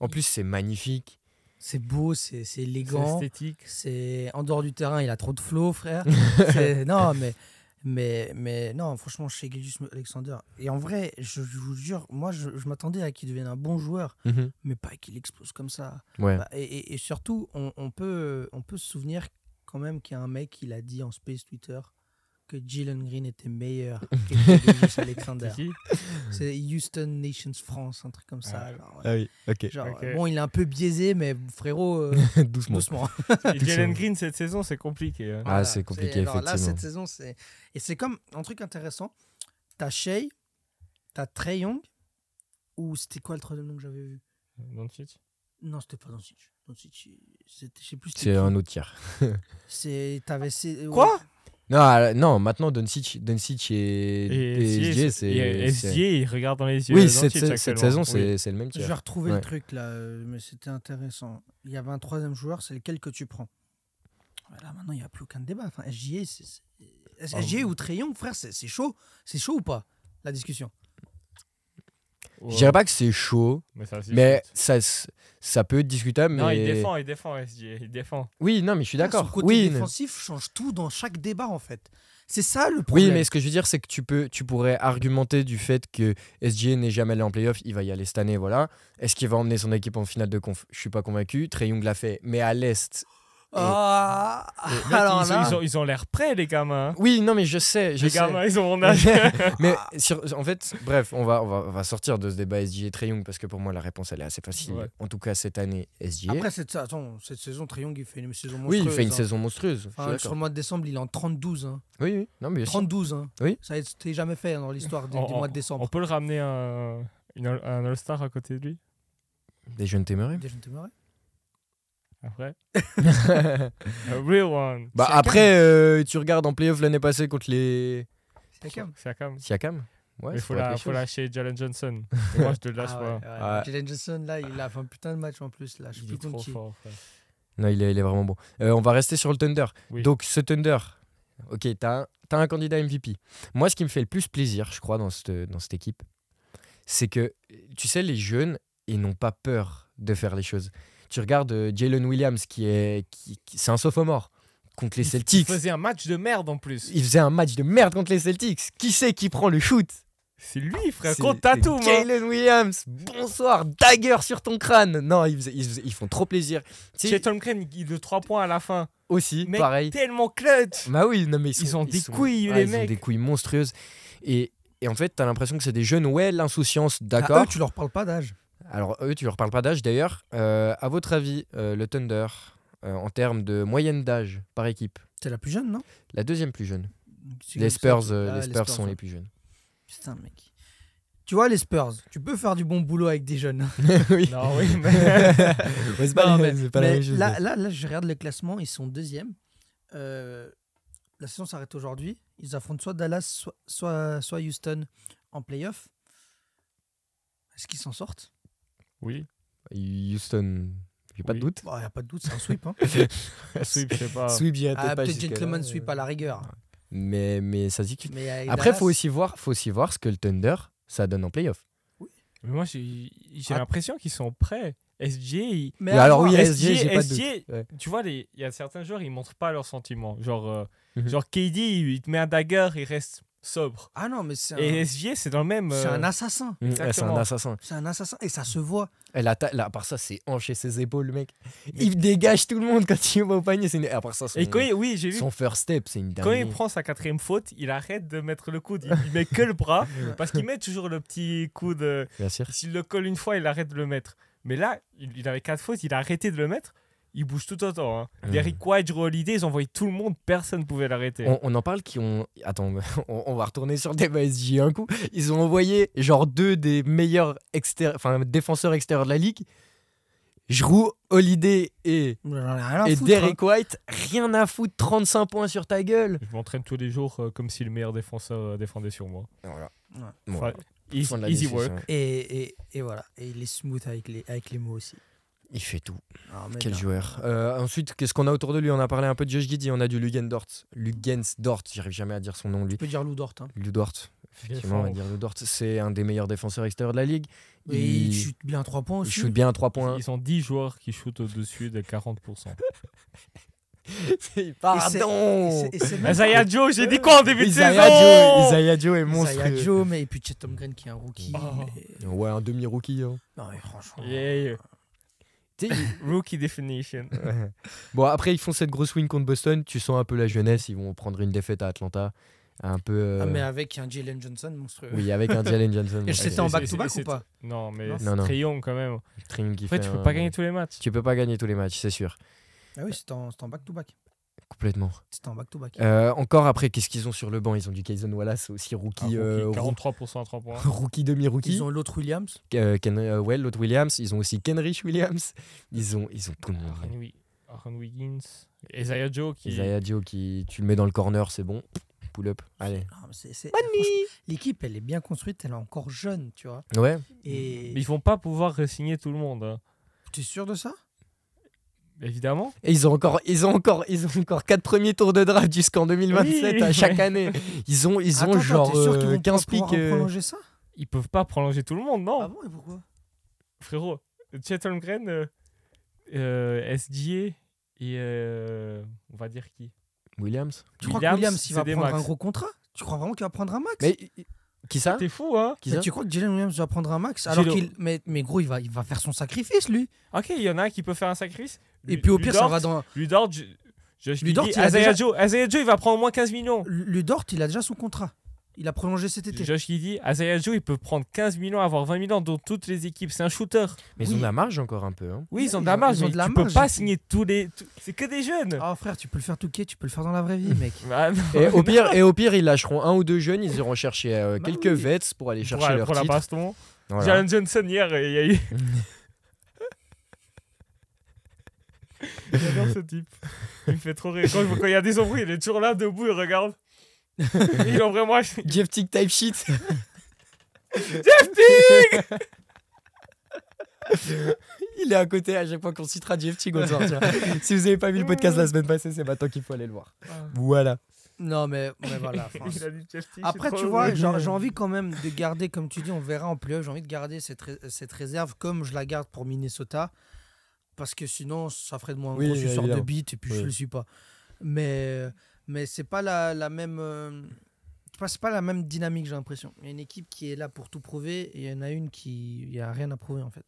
[SPEAKER 1] En plus, c'est magnifique.
[SPEAKER 2] C'est beau, c'est c'est
[SPEAKER 3] C'est
[SPEAKER 2] élégant.
[SPEAKER 3] esthétique.
[SPEAKER 2] C'est en dehors du terrain, il a trop de flow, frère. C'est- non, mais mais mais non, franchement, chez Gildius Alexander. Et en vrai, je, je vous jure, moi, je, je m'attendais à qu'il devienne un bon joueur,
[SPEAKER 1] Mhm.
[SPEAKER 2] mais pas qu'il explose comme ça.
[SPEAKER 1] Ouais.
[SPEAKER 2] Bah, et, et- et surtout, on, on peut on peut se souvenir quand même qu'il y a un mec qui a dit en space Twitter que Jalen Green était meilleur que Gildius Alexander.
[SPEAKER 3] C'est qui
[SPEAKER 2] C'est Houston Nations France, un truc comme ça.
[SPEAKER 3] Ah.
[SPEAKER 2] genre, ouais.
[SPEAKER 1] oui, ok.
[SPEAKER 2] Genre,
[SPEAKER 3] Ok.
[SPEAKER 2] euh, bon, il est un peu biaisé, mais frérot, euh,
[SPEAKER 1] Doucement.
[SPEAKER 2] doucement.
[SPEAKER 3] Et Jalen Green cette saison, c'est compliqué. hein.
[SPEAKER 1] Ah, c'est compliqué,
[SPEAKER 2] C'est- alors Là,
[SPEAKER 1] effectivement.
[SPEAKER 2] cette saison, c'est. Et c'est comme un truc intéressant. T'as Shea, t'as Trey Young, ou c'était quoi le troisième nom que j'avais vu
[SPEAKER 3] Doncic.
[SPEAKER 2] Non, c'était pas Doncic. Doncic, il- c'était- je sais plus. c'était
[SPEAKER 1] C'est
[SPEAKER 2] qui.
[SPEAKER 1] un autre tir.
[SPEAKER 2] C'est. T'avais. c'est-
[SPEAKER 3] Quoi
[SPEAKER 1] Non, ah, non maintenant, Doncic Doncic et, et
[SPEAKER 3] SGA,
[SPEAKER 1] SGA,
[SPEAKER 3] et, euh,
[SPEAKER 1] c'est. c'est-
[SPEAKER 3] SGA, il regarde dans les yeux.
[SPEAKER 1] Oui,
[SPEAKER 3] Doncic
[SPEAKER 1] cette, cette- cette saison,
[SPEAKER 3] actuellement. Oui.
[SPEAKER 1] c'est c'est le même
[SPEAKER 2] Je vais
[SPEAKER 1] tir.
[SPEAKER 2] retrouver
[SPEAKER 1] Ouais.
[SPEAKER 2] le truc là, euh, mais c'était intéressant. Il y avait un troisième joueur, c'est lequel que tu prends Là, maintenant, il n'y a plus aucun débat. Enfin, SGA, c'est- c'est- SGA ou Trey Young, frère, c'est c'est chaud. C'est chaud ou pas La discussion.
[SPEAKER 3] Ouais.
[SPEAKER 1] Je dirais pas que c'est chaud,
[SPEAKER 3] Mais, ça, c'est
[SPEAKER 1] mais
[SPEAKER 3] shoot.
[SPEAKER 1] ça, s- ça peut être discutable.
[SPEAKER 3] Non, il
[SPEAKER 1] mais-
[SPEAKER 3] défend, il défend, SGA. Il défend.
[SPEAKER 1] Oui, non, mais je suis
[SPEAKER 2] Son
[SPEAKER 1] d'accord.
[SPEAKER 2] côté
[SPEAKER 1] Oui, mais-
[SPEAKER 2] défensif change tout dans chaque débat, en fait. C'est ça le problème.
[SPEAKER 1] Oui, mais ce que je veux dire, c'est que tu, peux, tu pourrais argumenter du fait que SGA n'est jamais allé en playoff, il va y aller cette année, voilà. Est-ce qu'il va emmener son équipe en finale de conf Je suis pas convaincu. Trey Young l'a fait, mais à l'Est.
[SPEAKER 2] Ah,
[SPEAKER 3] Mec,
[SPEAKER 2] alors
[SPEAKER 3] ils,
[SPEAKER 2] là,
[SPEAKER 3] ils ont, ils ont l'air prêts, les gamins. hein.
[SPEAKER 1] Oui, non, mais je sais. Je
[SPEAKER 3] Les
[SPEAKER 1] sais.
[SPEAKER 3] gamins, ils ont mon âge.
[SPEAKER 1] mais sur- en fait, bref, on va, on, va, on va sortir de ce débat SGA et Trey Young parce que pour moi, la réponse, elle est assez facile.
[SPEAKER 3] Ouais.
[SPEAKER 1] En tout cas, cette année, SGA.
[SPEAKER 2] après cette, attends, cette saison, Trey Young, il fait une saison
[SPEAKER 1] oui,
[SPEAKER 2] monstrueuse.
[SPEAKER 1] il fait une
[SPEAKER 2] hein.
[SPEAKER 1] saison monstrueuse. je suis
[SPEAKER 2] Enfin, sur
[SPEAKER 1] d'accord.
[SPEAKER 2] le mois de décembre, il est en 32. Hein.
[SPEAKER 1] oui, oui. Non, mais bien sûr.
[SPEAKER 2] 32, hein.
[SPEAKER 1] Oui.
[SPEAKER 2] Ça n'était jamais fait hein, dans l'histoire des-
[SPEAKER 3] On-
[SPEAKER 2] du mois de décembre.
[SPEAKER 3] On peut le ramener un, une all- un All-Star à côté de lui
[SPEAKER 1] Des jeunes téméraires.
[SPEAKER 2] Déjà, je te marrais.
[SPEAKER 3] après A real one.
[SPEAKER 1] Bah,
[SPEAKER 2] Siakam.
[SPEAKER 1] après, euh, tu regardes en playoff l'année passée contre les.
[SPEAKER 2] Siakam.
[SPEAKER 3] Siakam.
[SPEAKER 1] Siakam Ouais,
[SPEAKER 3] Mais
[SPEAKER 1] ça
[SPEAKER 3] faut,
[SPEAKER 1] pourrait être
[SPEAKER 3] la-
[SPEAKER 1] quelque
[SPEAKER 3] faut
[SPEAKER 1] chose.
[SPEAKER 3] lâcher Jalen Johnson. Moi, je te le lâche
[SPEAKER 2] Ah ouais,
[SPEAKER 3] pas.
[SPEAKER 2] ouais.
[SPEAKER 1] Ouais.
[SPEAKER 2] Jalen Johnson, là, il a fait un putain de match en plus.
[SPEAKER 1] Ah,
[SPEAKER 2] Là. Je sais
[SPEAKER 3] Il est
[SPEAKER 2] plus contre
[SPEAKER 3] trop
[SPEAKER 2] qui.
[SPEAKER 3] fort. frère.
[SPEAKER 1] Non, il est, il est vraiment bon. Euh, on va rester sur le Thunder.
[SPEAKER 3] Oui.
[SPEAKER 1] Donc, ce Thunder, ok, t'as un, t'as un candidat MVP. Moi, ce qui me fait le plus plaisir, je crois, dans cette, dans cette équipe, c'est que, tu sais, les jeunes, ils n'ont pas peur de faire les choses. Tu regardes euh, Jalen Williams, qui est. qui- qui- c'est un sophomore contre les
[SPEAKER 3] Il-
[SPEAKER 1] Celtics.
[SPEAKER 3] Il faisait un match de merde en plus.
[SPEAKER 1] Il faisait un match de merde contre les Celtics. Qui c'est qui prend le shoot
[SPEAKER 3] C'est lui, frère.
[SPEAKER 1] C'est-
[SPEAKER 3] Contre Tatum.
[SPEAKER 1] c'est
[SPEAKER 3] hein.
[SPEAKER 1] Jalen Williams, bonsoir, dagger sur ton crâne. Non, ils, faisaient- ils faisaient- ils font trop plaisir. Tu sais,
[SPEAKER 3] Chetan Crane, il de 3 points à la fin.
[SPEAKER 1] aussi,
[SPEAKER 3] Mec,
[SPEAKER 1] pareil.
[SPEAKER 3] tellement clutch.
[SPEAKER 1] Bah oui, non, mais ils,
[SPEAKER 3] Ils
[SPEAKER 1] sont-
[SPEAKER 3] ont des
[SPEAKER 1] sont-
[SPEAKER 3] couilles,
[SPEAKER 1] ah,
[SPEAKER 3] les
[SPEAKER 1] ils ont
[SPEAKER 3] mecs.
[SPEAKER 1] des couilles monstrueuses. Et, et en fait, t'as l'impression que c'est des jeunes, ouais, l'insouciance,
[SPEAKER 2] Ah,
[SPEAKER 1] d'accord.
[SPEAKER 2] eux, tu leur parles pas d'âge.
[SPEAKER 1] Alors eux, tu leur parles pas d'âge d'ailleurs. Euh, à votre avis, euh, le Thunder, euh, en termes de moyenne d'âge par équipe,
[SPEAKER 2] C'est la plus jeune, non
[SPEAKER 1] la deuxième plus jeune.
[SPEAKER 2] C'est
[SPEAKER 1] Les
[SPEAKER 2] comme ça,
[SPEAKER 1] Spurs,
[SPEAKER 2] tu-
[SPEAKER 1] euh,
[SPEAKER 2] Ah,
[SPEAKER 1] les Spurs sont
[SPEAKER 2] ouais.
[SPEAKER 1] les plus jeunes.
[SPEAKER 2] Putain, mec. Tu vois, les Spurs, tu peux faire du bon boulot avec des jeunes. hein.
[SPEAKER 1] oui.
[SPEAKER 3] Non, oui, mais.
[SPEAKER 1] Ouais, c'est pas,
[SPEAKER 2] Non,
[SPEAKER 1] les- c'est pas la
[SPEAKER 2] Mais
[SPEAKER 1] même chose.
[SPEAKER 2] là, là, là, je regarde le classement, ils sont deuxième. Euh, la saison s'arrête aujourd'hui. Ils affrontent soit Dallas, soit, soit, soit Houston en playoff. Est-ce qu'ils s'en sortent
[SPEAKER 3] Oui,
[SPEAKER 1] Houston, j'ai pas de
[SPEAKER 3] Oui.
[SPEAKER 1] doute.
[SPEAKER 2] Il n'y a pas de doute, c'est un sweep. hein.
[SPEAKER 3] sweep, je sais pas.
[SPEAKER 1] Sweep, j'y étais
[SPEAKER 2] Ah,
[SPEAKER 1] pas
[SPEAKER 2] Peut-être
[SPEAKER 1] jusque-là.
[SPEAKER 2] gentleman sweep à la rigueur.
[SPEAKER 1] Mais, mais ça se discute.
[SPEAKER 2] Mais avec
[SPEAKER 1] Après,
[SPEAKER 2] Dallas-
[SPEAKER 1] faut aussi voir, faut aussi voir ce que le Thunder ça donne en playoff.
[SPEAKER 3] Mais moi, j'ai j'ai
[SPEAKER 2] Ah.
[SPEAKER 3] l'impression qu'ils sont prêts. SJ, il-
[SPEAKER 2] Mais
[SPEAKER 1] Et
[SPEAKER 2] à
[SPEAKER 1] alors
[SPEAKER 2] voir.
[SPEAKER 1] oui,
[SPEAKER 3] SJ,
[SPEAKER 1] SJ, j'ai pas de doute.
[SPEAKER 3] SJ,
[SPEAKER 1] Ouais.
[SPEAKER 3] tu vois, les- il y a certains joueurs, ils montrent pas leurs sentiments. Genre, euh,
[SPEAKER 1] Mhm.
[SPEAKER 3] genre KD, il il te met un dagger, il reste sobre.
[SPEAKER 2] Ah non, mais c'est
[SPEAKER 3] Et euh,
[SPEAKER 2] un,
[SPEAKER 3] SJ, c'est dans le même.
[SPEAKER 2] c'est
[SPEAKER 3] euh,
[SPEAKER 2] un assassin.
[SPEAKER 1] Mm, ouais, C'est un
[SPEAKER 3] Exactement.
[SPEAKER 1] assassin.
[SPEAKER 2] C'est un assassin. Et ça se voit.
[SPEAKER 1] Elle atta- là, à part ça, c'est hanché ses épaules, mec. Il dégage tout le monde quand il va au panier. C'est une... À part ça, son,
[SPEAKER 3] Et quand il- oui, j'ai vu.
[SPEAKER 1] euh, son first step, c'est une
[SPEAKER 3] Quand il
[SPEAKER 1] dinguerie.
[SPEAKER 3] prend sa quatrième faute, il arrête de mettre le coude. Il, il met que le bras. Parce qu'il met toujours le petit coude. euh,
[SPEAKER 1] Bien sûr.
[SPEAKER 3] S'il le colle une fois, il arrête de le mettre. Mais là, il, il avait quatre fautes, il a arrêté de le mettre. Il bouge tout autant. Hein.
[SPEAKER 1] Mhm.
[SPEAKER 3] Derrick White, Drew Holiday, ils envoyaient tout le monde, personne ne pouvait l'arrêter.
[SPEAKER 1] On, on en parle qui ont. Attends, on, on va retourner sur des SJ un coup. Ils ont envoyé genre deux des meilleurs extér- enfin, défenseurs extérieurs de la ligue. Jrou, Holiday et,
[SPEAKER 2] J'en ai rien à
[SPEAKER 1] et
[SPEAKER 2] foutre, hein.
[SPEAKER 1] Derek White, rien à foutre, 35 points sur ta gueule.
[SPEAKER 3] Je m'entraîne tous les jours euh, comme si le meilleur défenseur euh, défendait sur moi.
[SPEAKER 1] Voilà.
[SPEAKER 2] Ouais.
[SPEAKER 1] Bon, fin
[SPEAKER 3] Enfin,
[SPEAKER 1] de
[SPEAKER 3] easy,
[SPEAKER 1] la
[SPEAKER 3] easy
[SPEAKER 1] discussion.
[SPEAKER 3] work.
[SPEAKER 2] hein. Et, et, et voilà. Et il est smooth avec les, avec les mots aussi.
[SPEAKER 1] Il fait tout.
[SPEAKER 2] Alors, mais
[SPEAKER 1] Quel
[SPEAKER 2] non.
[SPEAKER 1] joueur. Euh, ensuite, qu'est-ce qu'on a autour de lui On a parlé un peu de Josh Giddy, on a du Lugendort. Lugendort, j'arrive jamais à dire son nom, lui.
[SPEAKER 2] Tu peux dire Lou Dort. Hein.
[SPEAKER 1] Ludort,
[SPEAKER 3] Bien
[SPEAKER 1] effectivement, on va
[SPEAKER 3] fort.
[SPEAKER 1] dire Ludort. C'est un des meilleurs défenseurs extérieurs de la ligue.
[SPEAKER 2] Et il chute bien 3 points
[SPEAKER 1] il
[SPEAKER 2] aussi.
[SPEAKER 1] shoot bien à 3 points.
[SPEAKER 3] Ils ont 10 joueurs qui shootent au-dessus de 40%.
[SPEAKER 2] Et
[SPEAKER 1] Pardon
[SPEAKER 2] c'est- et c'est même-
[SPEAKER 3] Isaiah Joe, j'ai dit quoi en début de
[SPEAKER 1] Isaiah
[SPEAKER 3] saison
[SPEAKER 1] Joe, Isaiah Joe est
[SPEAKER 2] Isaiah
[SPEAKER 1] monstre.
[SPEAKER 2] Joe, mais et puis Chatham Green qui est un rookie.
[SPEAKER 3] Oh.
[SPEAKER 2] mais-
[SPEAKER 1] Ouais, un demi-rookie. hein.
[SPEAKER 2] Non, mais franchement.
[SPEAKER 3] Yeah.
[SPEAKER 1] Tu sais, il-
[SPEAKER 3] Rookie definition.
[SPEAKER 1] Ouais. Bon, après, ils font cette grosse win contre Boston. Tu sens un peu la jeunesse. Ils vont prendre une défaite à Atlanta. Un peu. euh,
[SPEAKER 2] Ah, mais avec un Jalen Johnson monstrueux.
[SPEAKER 1] Oui, avec un Jalen Johnson.
[SPEAKER 2] Et c'était en
[SPEAKER 3] c'est-
[SPEAKER 2] back-to-back
[SPEAKER 3] c'est-
[SPEAKER 2] ou pas
[SPEAKER 3] Non, mais
[SPEAKER 2] Non.
[SPEAKER 1] Non,
[SPEAKER 3] c'est
[SPEAKER 1] non.
[SPEAKER 3] très young quand même.
[SPEAKER 1] Tring qui
[SPEAKER 3] Après,
[SPEAKER 1] fait
[SPEAKER 3] tu
[SPEAKER 1] un-
[SPEAKER 3] peux pas gagner tous les matchs.
[SPEAKER 1] Tu peux pas gagner tous les matchs, c'est sûr.
[SPEAKER 2] Ah oui, c'était en c'était en back-to-back.
[SPEAKER 1] Complètement.
[SPEAKER 2] C'était en back-to-back.
[SPEAKER 1] Euh, encore après, qu'est-ce qu'ils ont sur le banc Ils ont du Kayson Wallace, aussi
[SPEAKER 3] Un
[SPEAKER 1] rookie,
[SPEAKER 3] rookie,
[SPEAKER 1] euh, roo-
[SPEAKER 3] 43% à 3 points.
[SPEAKER 1] rookie demi-rookie.
[SPEAKER 2] Ils ont l'autre Williams.
[SPEAKER 1] Euh, Ken- euh, ouais, l'autre Williams. Ils ont aussi Kenrich Williams. Ils ont, ils ont tout le monde.
[SPEAKER 2] Ah,
[SPEAKER 3] Aaron Wi- Aaron Wiggins. Isaiah Joe qui.
[SPEAKER 1] Isaiah Joe qui, tu le mets dans le corner, c'est bon. Pull up. Allez.
[SPEAKER 2] Non, mais c'est- c'est- franchement, L'équipe, elle est bien construite, elle est encore jeune, tu vois.
[SPEAKER 1] Ouais.
[SPEAKER 2] Et
[SPEAKER 3] Mais ils vont pas pouvoir signer tout le monde. hein.
[SPEAKER 2] tu es sûr de ça
[SPEAKER 3] Évidemment.
[SPEAKER 1] Et ils ont encore, ils ont encore, ils ont encore quatre premiers tours de draft jusqu'en 2027
[SPEAKER 3] Oui,
[SPEAKER 1] à chaque
[SPEAKER 3] ouais.
[SPEAKER 1] année. Ils ont, ils ont
[SPEAKER 2] Attends, attends,
[SPEAKER 1] genre
[SPEAKER 2] t'es sûr qu'ils
[SPEAKER 1] euh,
[SPEAKER 2] vont pas
[SPEAKER 1] 15 pics.
[SPEAKER 2] pouvoir prolonger ça
[SPEAKER 3] Ils peuvent pas prolonger tout le monde, non.
[SPEAKER 2] Ah bon, et pourquoi
[SPEAKER 3] Frérot, Chet Holmgren, euh, euh, SGA et. euh, on va dire qui
[SPEAKER 1] Williams.
[SPEAKER 2] Tu crois que
[SPEAKER 3] Williams,
[SPEAKER 2] Williams, il
[SPEAKER 3] c'est
[SPEAKER 2] va
[SPEAKER 3] des
[SPEAKER 2] prendre
[SPEAKER 3] max.
[SPEAKER 2] un gros contrat Tu crois vraiment qu'il va prendre un max
[SPEAKER 1] Mais qui
[SPEAKER 2] Ah.
[SPEAKER 1] ça
[SPEAKER 3] T'es fou, hein
[SPEAKER 1] Qui
[SPEAKER 2] Mais
[SPEAKER 1] ça
[SPEAKER 2] tu crois que Jalen Williams va prendre un max alors
[SPEAKER 3] Jalen-
[SPEAKER 2] qu'il mais, mais gros il va il va faire son sacrifice lui
[SPEAKER 3] Ok, il y en a un qui peut faire un sacrifice.
[SPEAKER 2] et
[SPEAKER 3] Lu-
[SPEAKER 2] puis au pire ça
[SPEAKER 3] Ludort,
[SPEAKER 2] va dans
[SPEAKER 3] Ludort, je- je- je lui
[SPEAKER 2] Ludort,
[SPEAKER 3] dis,
[SPEAKER 2] il a
[SPEAKER 3] Isaiah
[SPEAKER 2] déjà-
[SPEAKER 3] Joe, Isaiah Joe, il va prendre au moins 15 millions.
[SPEAKER 2] Ludort il a déjà son contrat il a prolongé cet été
[SPEAKER 3] Josh qui dit, Isaiah Joe, il peut prendre 15 millions, avoir 20 millions dans toutes les équipes. C'est un shooter.
[SPEAKER 1] Mais ils ont de la marge encore un peu. hein.
[SPEAKER 3] Oui, ils ont
[SPEAKER 2] Ils
[SPEAKER 3] de la
[SPEAKER 2] ont-
[SPEAKER 3] marge,
[SPEAKER 2] ils ont
[SPEAKER 3] mais
[SPEAKER 2] de la
[SPEAKER 3] tu peux
[SPEAKER 2] marge,
[SPEAKER 3] pas
[SPEAKER 2] et puis-
[SPEAKER 3] signer tous les. tous- C'est que des jeunes.
[SPEAKER 2] Ah frère tu peux le faire touquer tu peux le faire dans la vraie vie mec
[SPEAKER 3] Bah, non.
[SPEAKER 1] Et au pire, et au pire, ils lâcheront un ou deux jeunes. Ils iront chercher euh,
[SPEAKER 2] Bah
[SPEAKER 1] quelques
[SPEAKER 2] oui.
[SPEAKER 1] vets pour aller
[SPEAKER 3] pour
[SPEAKER 1] chercher leur
[SPEAKER 3] pour la
[SPEAKER 1] titre.
[SPEAKER 3] baston.
[SPEAKER 1] Voilà.
[SPEAKER 3] Jalen Johnson, hier, il y a eu. J'adore ce type. Il me fait trop rire. Quand quand il y a des embrouilles, il est toujours là, debout, il regarde. Il en vraiment.
[SPEAKER 1] Jeff Tick type shit. Il est à côté à chaque fois qu'on citera Jeff Tick, on le sortira. si vous n'avez pas vu le podcast la semaine passée, c'est maintenant qu'il faut aller le voir. Voilà.
[SPEAKER 2] non mais, mais voilà enfin,
[SPEAKER 3] Il a dit Jeff Teague,
[SPEAKER 2] après
[SPEAKER 3] c'est
[SPEAKER 2] tu
[SPEAKER 3] trop
[SPEAKER 2] vois
[SPEAKER 3] drôle.
[SPEAKER 2] genre, j'ai envie quand même de garder comme tu dis on verra en playoff j'ai envie de garder cette, ré- cette réserve comme je la garde pour Minnesota parce que sinon ça ferait de moi un
[SPEAKER 1] Oui,
[SPEAKER 2] gros
[SPEAKER 1] oui,
[SPEAKER 2] suceur de
[SPEAKER 1] évidemment.
[SPEAKER 2] bite et puis
[SPEAKER 1] Oui.
[SPEAKER 2] je le suis pas mais mais c'est pas la, la même euh, c'est pas- c'est pas la même dynamique j'ai l'impression il y a une équipe qui est là pour tout prouver et il y en a une qui il y a rien à prouver en fait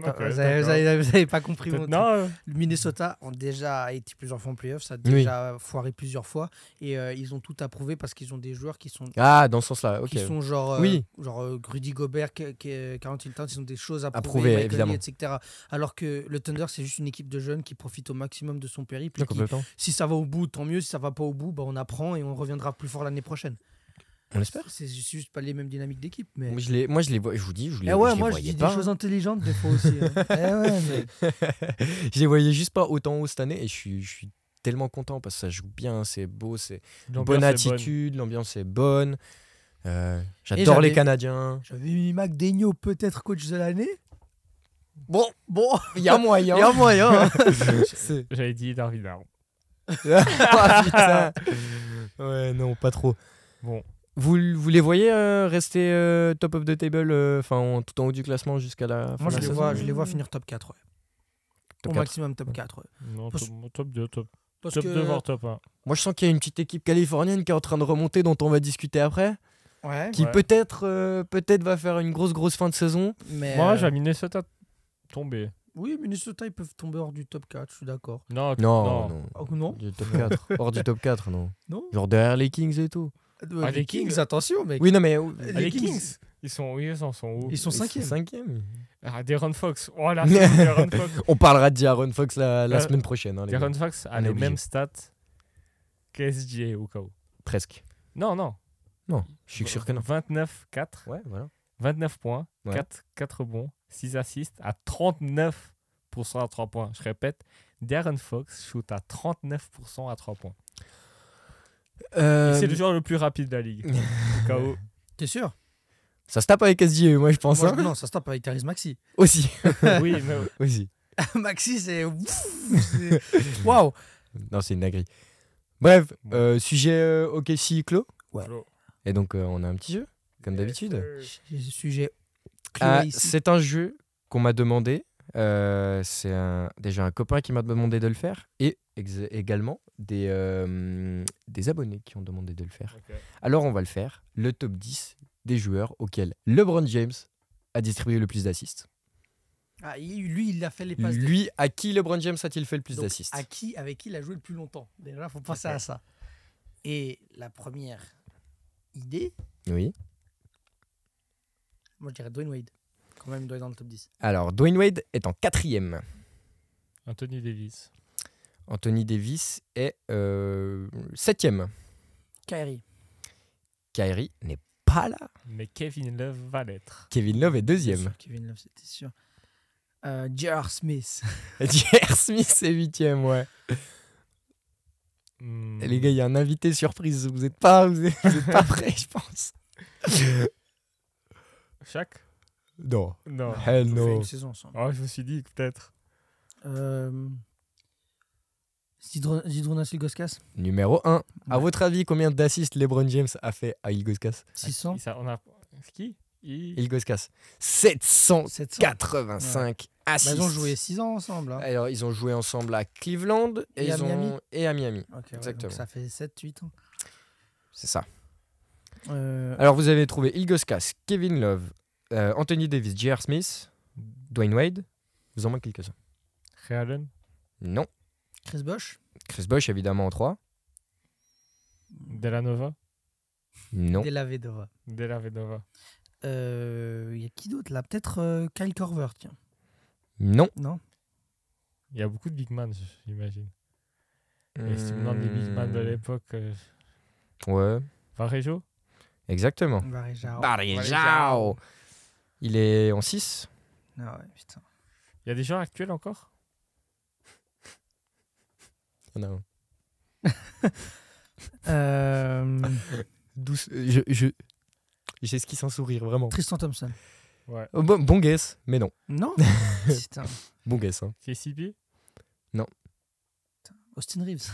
[SPEAKER 3] Ok,
[SPEAKER 2] vous, avez, vous
[SPEAKER 3] d'accord.
[SPEAKER 2] avez- vous avez pas compris mon
[SPEAKER 3] Peut-être-
[SPEAKER 2] truc.
[SPEAKER 3] Non, euh,
[SPEAKER 2] Le Minnesota ont déjà été plusieurs fois en playoff, ça a
[SPEAKER 1] Oui.
[SPEAKER 2] déjà foiré plusieurs fois et euh, ils ont tout approuvé parce qu'ils ont des joueurs qui sont
[SPEAKER 1] Ah, dans ce sens-là, ok.
[SPEAKER 2] qui sont genre euh,
[SPEAKER 1] Oui.
[SPEAKER 2] genre euh, Rudy Gobert, Ke- Ke- Karl Anthony Towns, ils ont des choses à
[SPEAKER 1] À
[SPEAKER 2] prouver,
[SPEAKER 1] prouver,
[SPEAKER 2] Michael
[SPEAKER 1] évidemment.
[SPEAKER 2] Lee, etc. Alors que le Thunder c'est juste une équipe de jeunes qui profite au maximum de son périple. et qui,
[SPEAKER 1] complètement.
[SPEAKER 2] si ça va au bout, tant mieux. Si ça va pas au bout, bah, on apprend et on reviendra plus fort l'année prochaine.
[SPEAKER 1] On l'espère.
[SPEAKER 2] C'est juste juste pas les mêmes dynamiques d'équipe, mais.
[SPEAKER 1] Moi je, les, moi, je les vois, je vous dis, je les,
[SPEAKER 2] Eh ouais,
[SPEAKER 1] je les
[SPEAKER 2] moi je
[SPEAKER 1] voyais
[SPEAKER 2] dis
[SPEAKER 1] pas. hein.
[SPEAKER 2] des choses intelligentes des fois aussi. hein. Eh ouais, mais-
[SPEAKER 1] Je les voyais juste pas autant haut cette année et je suis, je suis tellement content parce que ça joue bien, c'est beau, c'est
[SPEAKER 3] l'ambiance
[SPEAKER 1] bonne
[SPEAKER 3] est bonne.
[SPEAKER 1] attitude, l'ambiance est bonne. Euh, J'adore
[SPEAKER 2] j'avais-
[SPEAKER 1] les Canadiens.
[SPEAKER 2] J'avais mis Mac Daigneault peut-être coach de l'année.
[SPEAKER 1] Bon, bon, il y a moyen.
[SPEAKER 2] Il y a moyen. hein.
[SPEAKER 1] C'est-
[SPEAKER 3] J'avais dit Darwin Arm.
[SPEAKER 1] Ah, putain. Ouais, non, pas trop.
[SPEAKER 3] Bon,
[SPEAKER 1] Vous, vous les voyez euh, rester euh, top of the table, euh, enfin en- tout en haut du classement jusqu'à la fin de
[SPEAKER 2] Moi je
[SPEAKER 1] la
[SPEAKER 2] les
[SPEAKER 1] saison,
[SPEAKER 2] vois,
[SPEAKER 1] mais-
[SPEAKER 2] je les vois finir top 4. ouais.
[SPEAKER 1] Top
[SPEAKER 2] Au
[SPEAKER 1] 4.
[SPEAKER 2] maximum top 4. ouais.
[SPEAKER 3] non,
[SPEAKER 2] Parce-
[SPEAKER 3] top, top 2, top,
[SPEAKER 2] Parce
[SPEAKER 3] top
[SPEAKER 2] que-
[SPEAKER 3] 2, voire top 1.
[SPEAKER 1] Moi je sens qu'il y a une petite équipe californienne qui est en train de remonter, dont on va discuter après,
[SPEAKER 2] Ouais.
[SPEAKER 1] qui
[SPEAKER 3] Ouais.
[SPEAKER 1] peut-être euh, peut-être va faire une grosse grosse fin de saison.
[SPEAKER 2] Mais
[SPEAKER 3] Moi,
[SPEAKER 2] euh,
[SPEAKER 3] j'ai Minnesota tombé.
[SPEAKER 2] Oui, Minnesota, ils peuvent tomber hors du top 4, je suis d'accord.
[SPEAKER 3] Non, t-
[SPEAKER 1] Non, non.
[SPEAKER 2] Ah, non
[SPEAKER 1] Du top 4. Hors du top 4, non.
[SPEAKER 2] Non
[SPEAKER 1] Genre derrière les Kings et tout.
[SPEAKER 2] Euh,
[SPEAKER 3] Ah,
[SPEAKER 2] les
[SPEAKER 3] les
[SPEAKER 2] Kings,
[SPEAKER 3] Kings.
[SPEAKER 2] attention, mec.
[SPEAKER 1] Oui, non mais euh,
[SPEAKER 2] Les
[SPEAKER 3] Ah, les
[SPEAKER 2] Kings.
[SPEAKER 3] Kings, ils sont, oui, ils en sont où
[SPEAKER 2] Ils sont cinquièmes.
[SPEAKER 1] cinquième.
[SPEAKER 3] Ah, Deron Fox. Oh là, Deron Fox.
[SPEAKER 1] On parlera de Jaron Fox la, la
[SPEAKER 3] Euh,
[SPEAKER 1] semaine prochaine. hein, les
[SPEAKER 3] Deron
[SPEAKER 1] gars.
[SPEAKER 3] Fox a
[SPEAKER 1] On est
[SPEAKER 3] les
[SPEAKER 1] obligé.
[SPEAKER 3] mêmes stats qu'SGA au cas où.
[SPEAKER 1] Presque.
[SPEAKER 3] Non, non.
[SPEAKER 1] Non, je suis sûr que non.
[SPEAKER 3] 29, 4.
[SPEAKER 1] Ouais, voilà.
[SPEAKER 3] 29 points,
[SPEAKER 1] Ouais.
[SPEAKER 3] 4, 4 bons, 6 assists à 39% à 3 points. Je répète, Darren Fox shoot à 39% à 3 points. Et
[SPEAKER 1] Euh,
[SPEAKER 3] C'est le joueur le plus rapide de la ligue. Au cas où.
[SPEAKER 2] T'es sûr
[SPEAKER 1] Ça se tape avec SJ, moi, je pense.
[SPEAKER 2] Moi,
[SPEAKER 1] hein.
[SPEAKER 2] je- Non, ça se tape avec Thérèse Maxi.
[SPEAKER 1] Aussi.
[SPEAKER 3] Oui, mais
[SPEAKER 1] Aussi.
[SPEAKER 2] Maxi, c'est. c'est- Waouh
[SPEAKER 1] Non, c'est une dinguerie. Bref, euh, sujet euh, OKC clos.
[SPEAKER 2] Ouais.
[SPEAKER 3] Clos.
[SPEAKER 1] Et donc, euh, on a un petit jeu, comme d'habitude.
[SPEAKER 3] Euh,
[SPEAKER 2] J'ai ce Sujet.
[SPEAKER 1] Ah,
[SPEAKER 2] clé ici.
[SPEAKER 1] c'est un jeu qu'on m'a demandé. Euh, c'est un- déjà un copain qui m'a demandé de le faire et ex- également des, euh, des abonnés qui ont demandé de le faire.
[SPEAKER 3] Ok.
[SPEAKER 1] Alors on va le faire, le top 10 des joueurs auxquels LeBron James a distribué le plus d'assists.
[SPEAKER 2] Ah, il- lui, il a fait les passes. décisives.
[SPEAKER 1] Lui, à qui LeBron James a-t-il fait le plus
[SPEAKER 2] Donc,
[SPEAKER 1] d'assists
[SPEAKER 2] À qui, avec qui il a joué le plus longtemps Déjà, faut penser à ça. Et la première idée,
[SPEAKER 1] Oui.
[SPEAKER 2] moi je dirais Dwayne Wade. Quand même, il doit être dans le top 10.
[SPEAKER 1] Alors Dwayne Wade est en quatrième.
[SPEAKER 3] Anthony Davis.
[SPEAKER 1] Anthony Davis est euh, septième.
[SPEAKER 2] Kyrie.
[SPEAKER 1] Kyrie n'est pas là.
[SPEAKER 3] Mais Kevin Love va l'être.
[SPEAKER 1] Kevin Love est
[SPEAKER 2] C'est
[SPEAKER 1] deuxième.
[SPEAKER 2] sûr, Kevin Love, c'était sûr. Euh, J.R. Smith.
[SPEAKER 1] J.R. Smith est huitième, ouais.
[SPEAKER 3] Hmm.
[SPEAKER 2] Mm.
[SPEAKER 1] Et Les gars, il y a un invité surprise. Vous n'êtes pas, vous êtes, vous êtes pas prêts, je pense.
[SPEAKER 3] Shaq
[SPEAKER 1] Non.
[SPEAKER 3] Non.
[SPEAKER 1] Hell
[SPEAKER 2] On fait
[SPEAKER 1] no.
[SPEAKER 2] une saison ensemble.
[SPEAKER 3] Oh, je me suis dit que peut-être.
[SPEAKER 2] Euh, Zidro- Zidronas Ilgauskas
[SPEAKER 1] Numéro 1. À
[SPEAKER 2] Ouais.
[SPEAKER 1] votre avis, combien d'assists LeBron James a fait à Ilgoskas
[SPEAKER 2] 600
[SPEAKER 3] Et ça, on a... C'est Qui Il-
[SPEAKER 1] Ilgoskas. 785
[SPEAKER 2] 700 Bah,
[SPEAKER 1] assists.
[SPEAKER 2] Ils ont joué 6 ans ensemble. hein.
[SPEAKER 1] Alors, ils ont joué ensemble à Cleveland et,
[SPEAKER 2] Et à
[SPEAKER 1] ils ont-
[SPEAKER 2] Miami.
[SPEAKER 1] et à Miami.
[SPEAKER 2] Ok, ouais, donc
[SPEAKER 1] exactement.
[SPEAKER 2] ça fait 7-8 ans.
[SPEAKER 1] C'est ça.
[SPEAKER 2] Euh,
[SPEAKER 1] Alors, vous avez trouvé Ilgoskas, Kevin Love, euh, Anthony Davis, J.R. Smith, Dwayne Wade. Vous en manque quelques-uns.
[SPEAKER 3] Ray Allen
[SPEAKER 1] Non.
[SPEAKER 2] Chris Bosch
[SPEAKER 1] Chris Bosh, évidemment, en 3.
[SPEAKER 3] Delanova
[SPEAKER 1] Non.
[SPEAKER 2] Della Vedova.
[SPEAKER 3] Della Vedova.
[SPEAKER 2] Euh, Il y a qui d'autre là Peut-être euh, Kyle Corver, tiens.
[SPEAKER 1] Non.
[SPEAKER 2] Non
[SPEAKER 3] Il y a beaucoup de big man, j'imagine. Et si tu me demandes les big man de l'époque, euh,
[SPEAKER 1] Hum, Ouais,
[SPEAKER 3] Varejo
[SPEAKER 1] exactement.
[SPEAKER 2] Varejao.
[SPEAKER 1] Barry
[SPEAKER 3] Jao.
[SPEAKER 1] Il est en 6.
[SPEAKER 2] Ah ouais, putain.
[SPEAKER 3] Il y a des joueurs actuels encore
[SPEAKER 2] Euh,
[SPEAKER 1] je, je... J'esquisse un sourire, vraiment.
[SPEAKER 2] Tristan Thompson.
[SPEAKER 3] Ouais.
[SPEAKER 1] Oh, Bon, bon guess, mais non.
[SPEAKER 2] Non Putain.
[SPEAKER 1] Bon guess. hein.
[SPEAKER 3] KCP
[SPEAKER 2] Austin Reeves.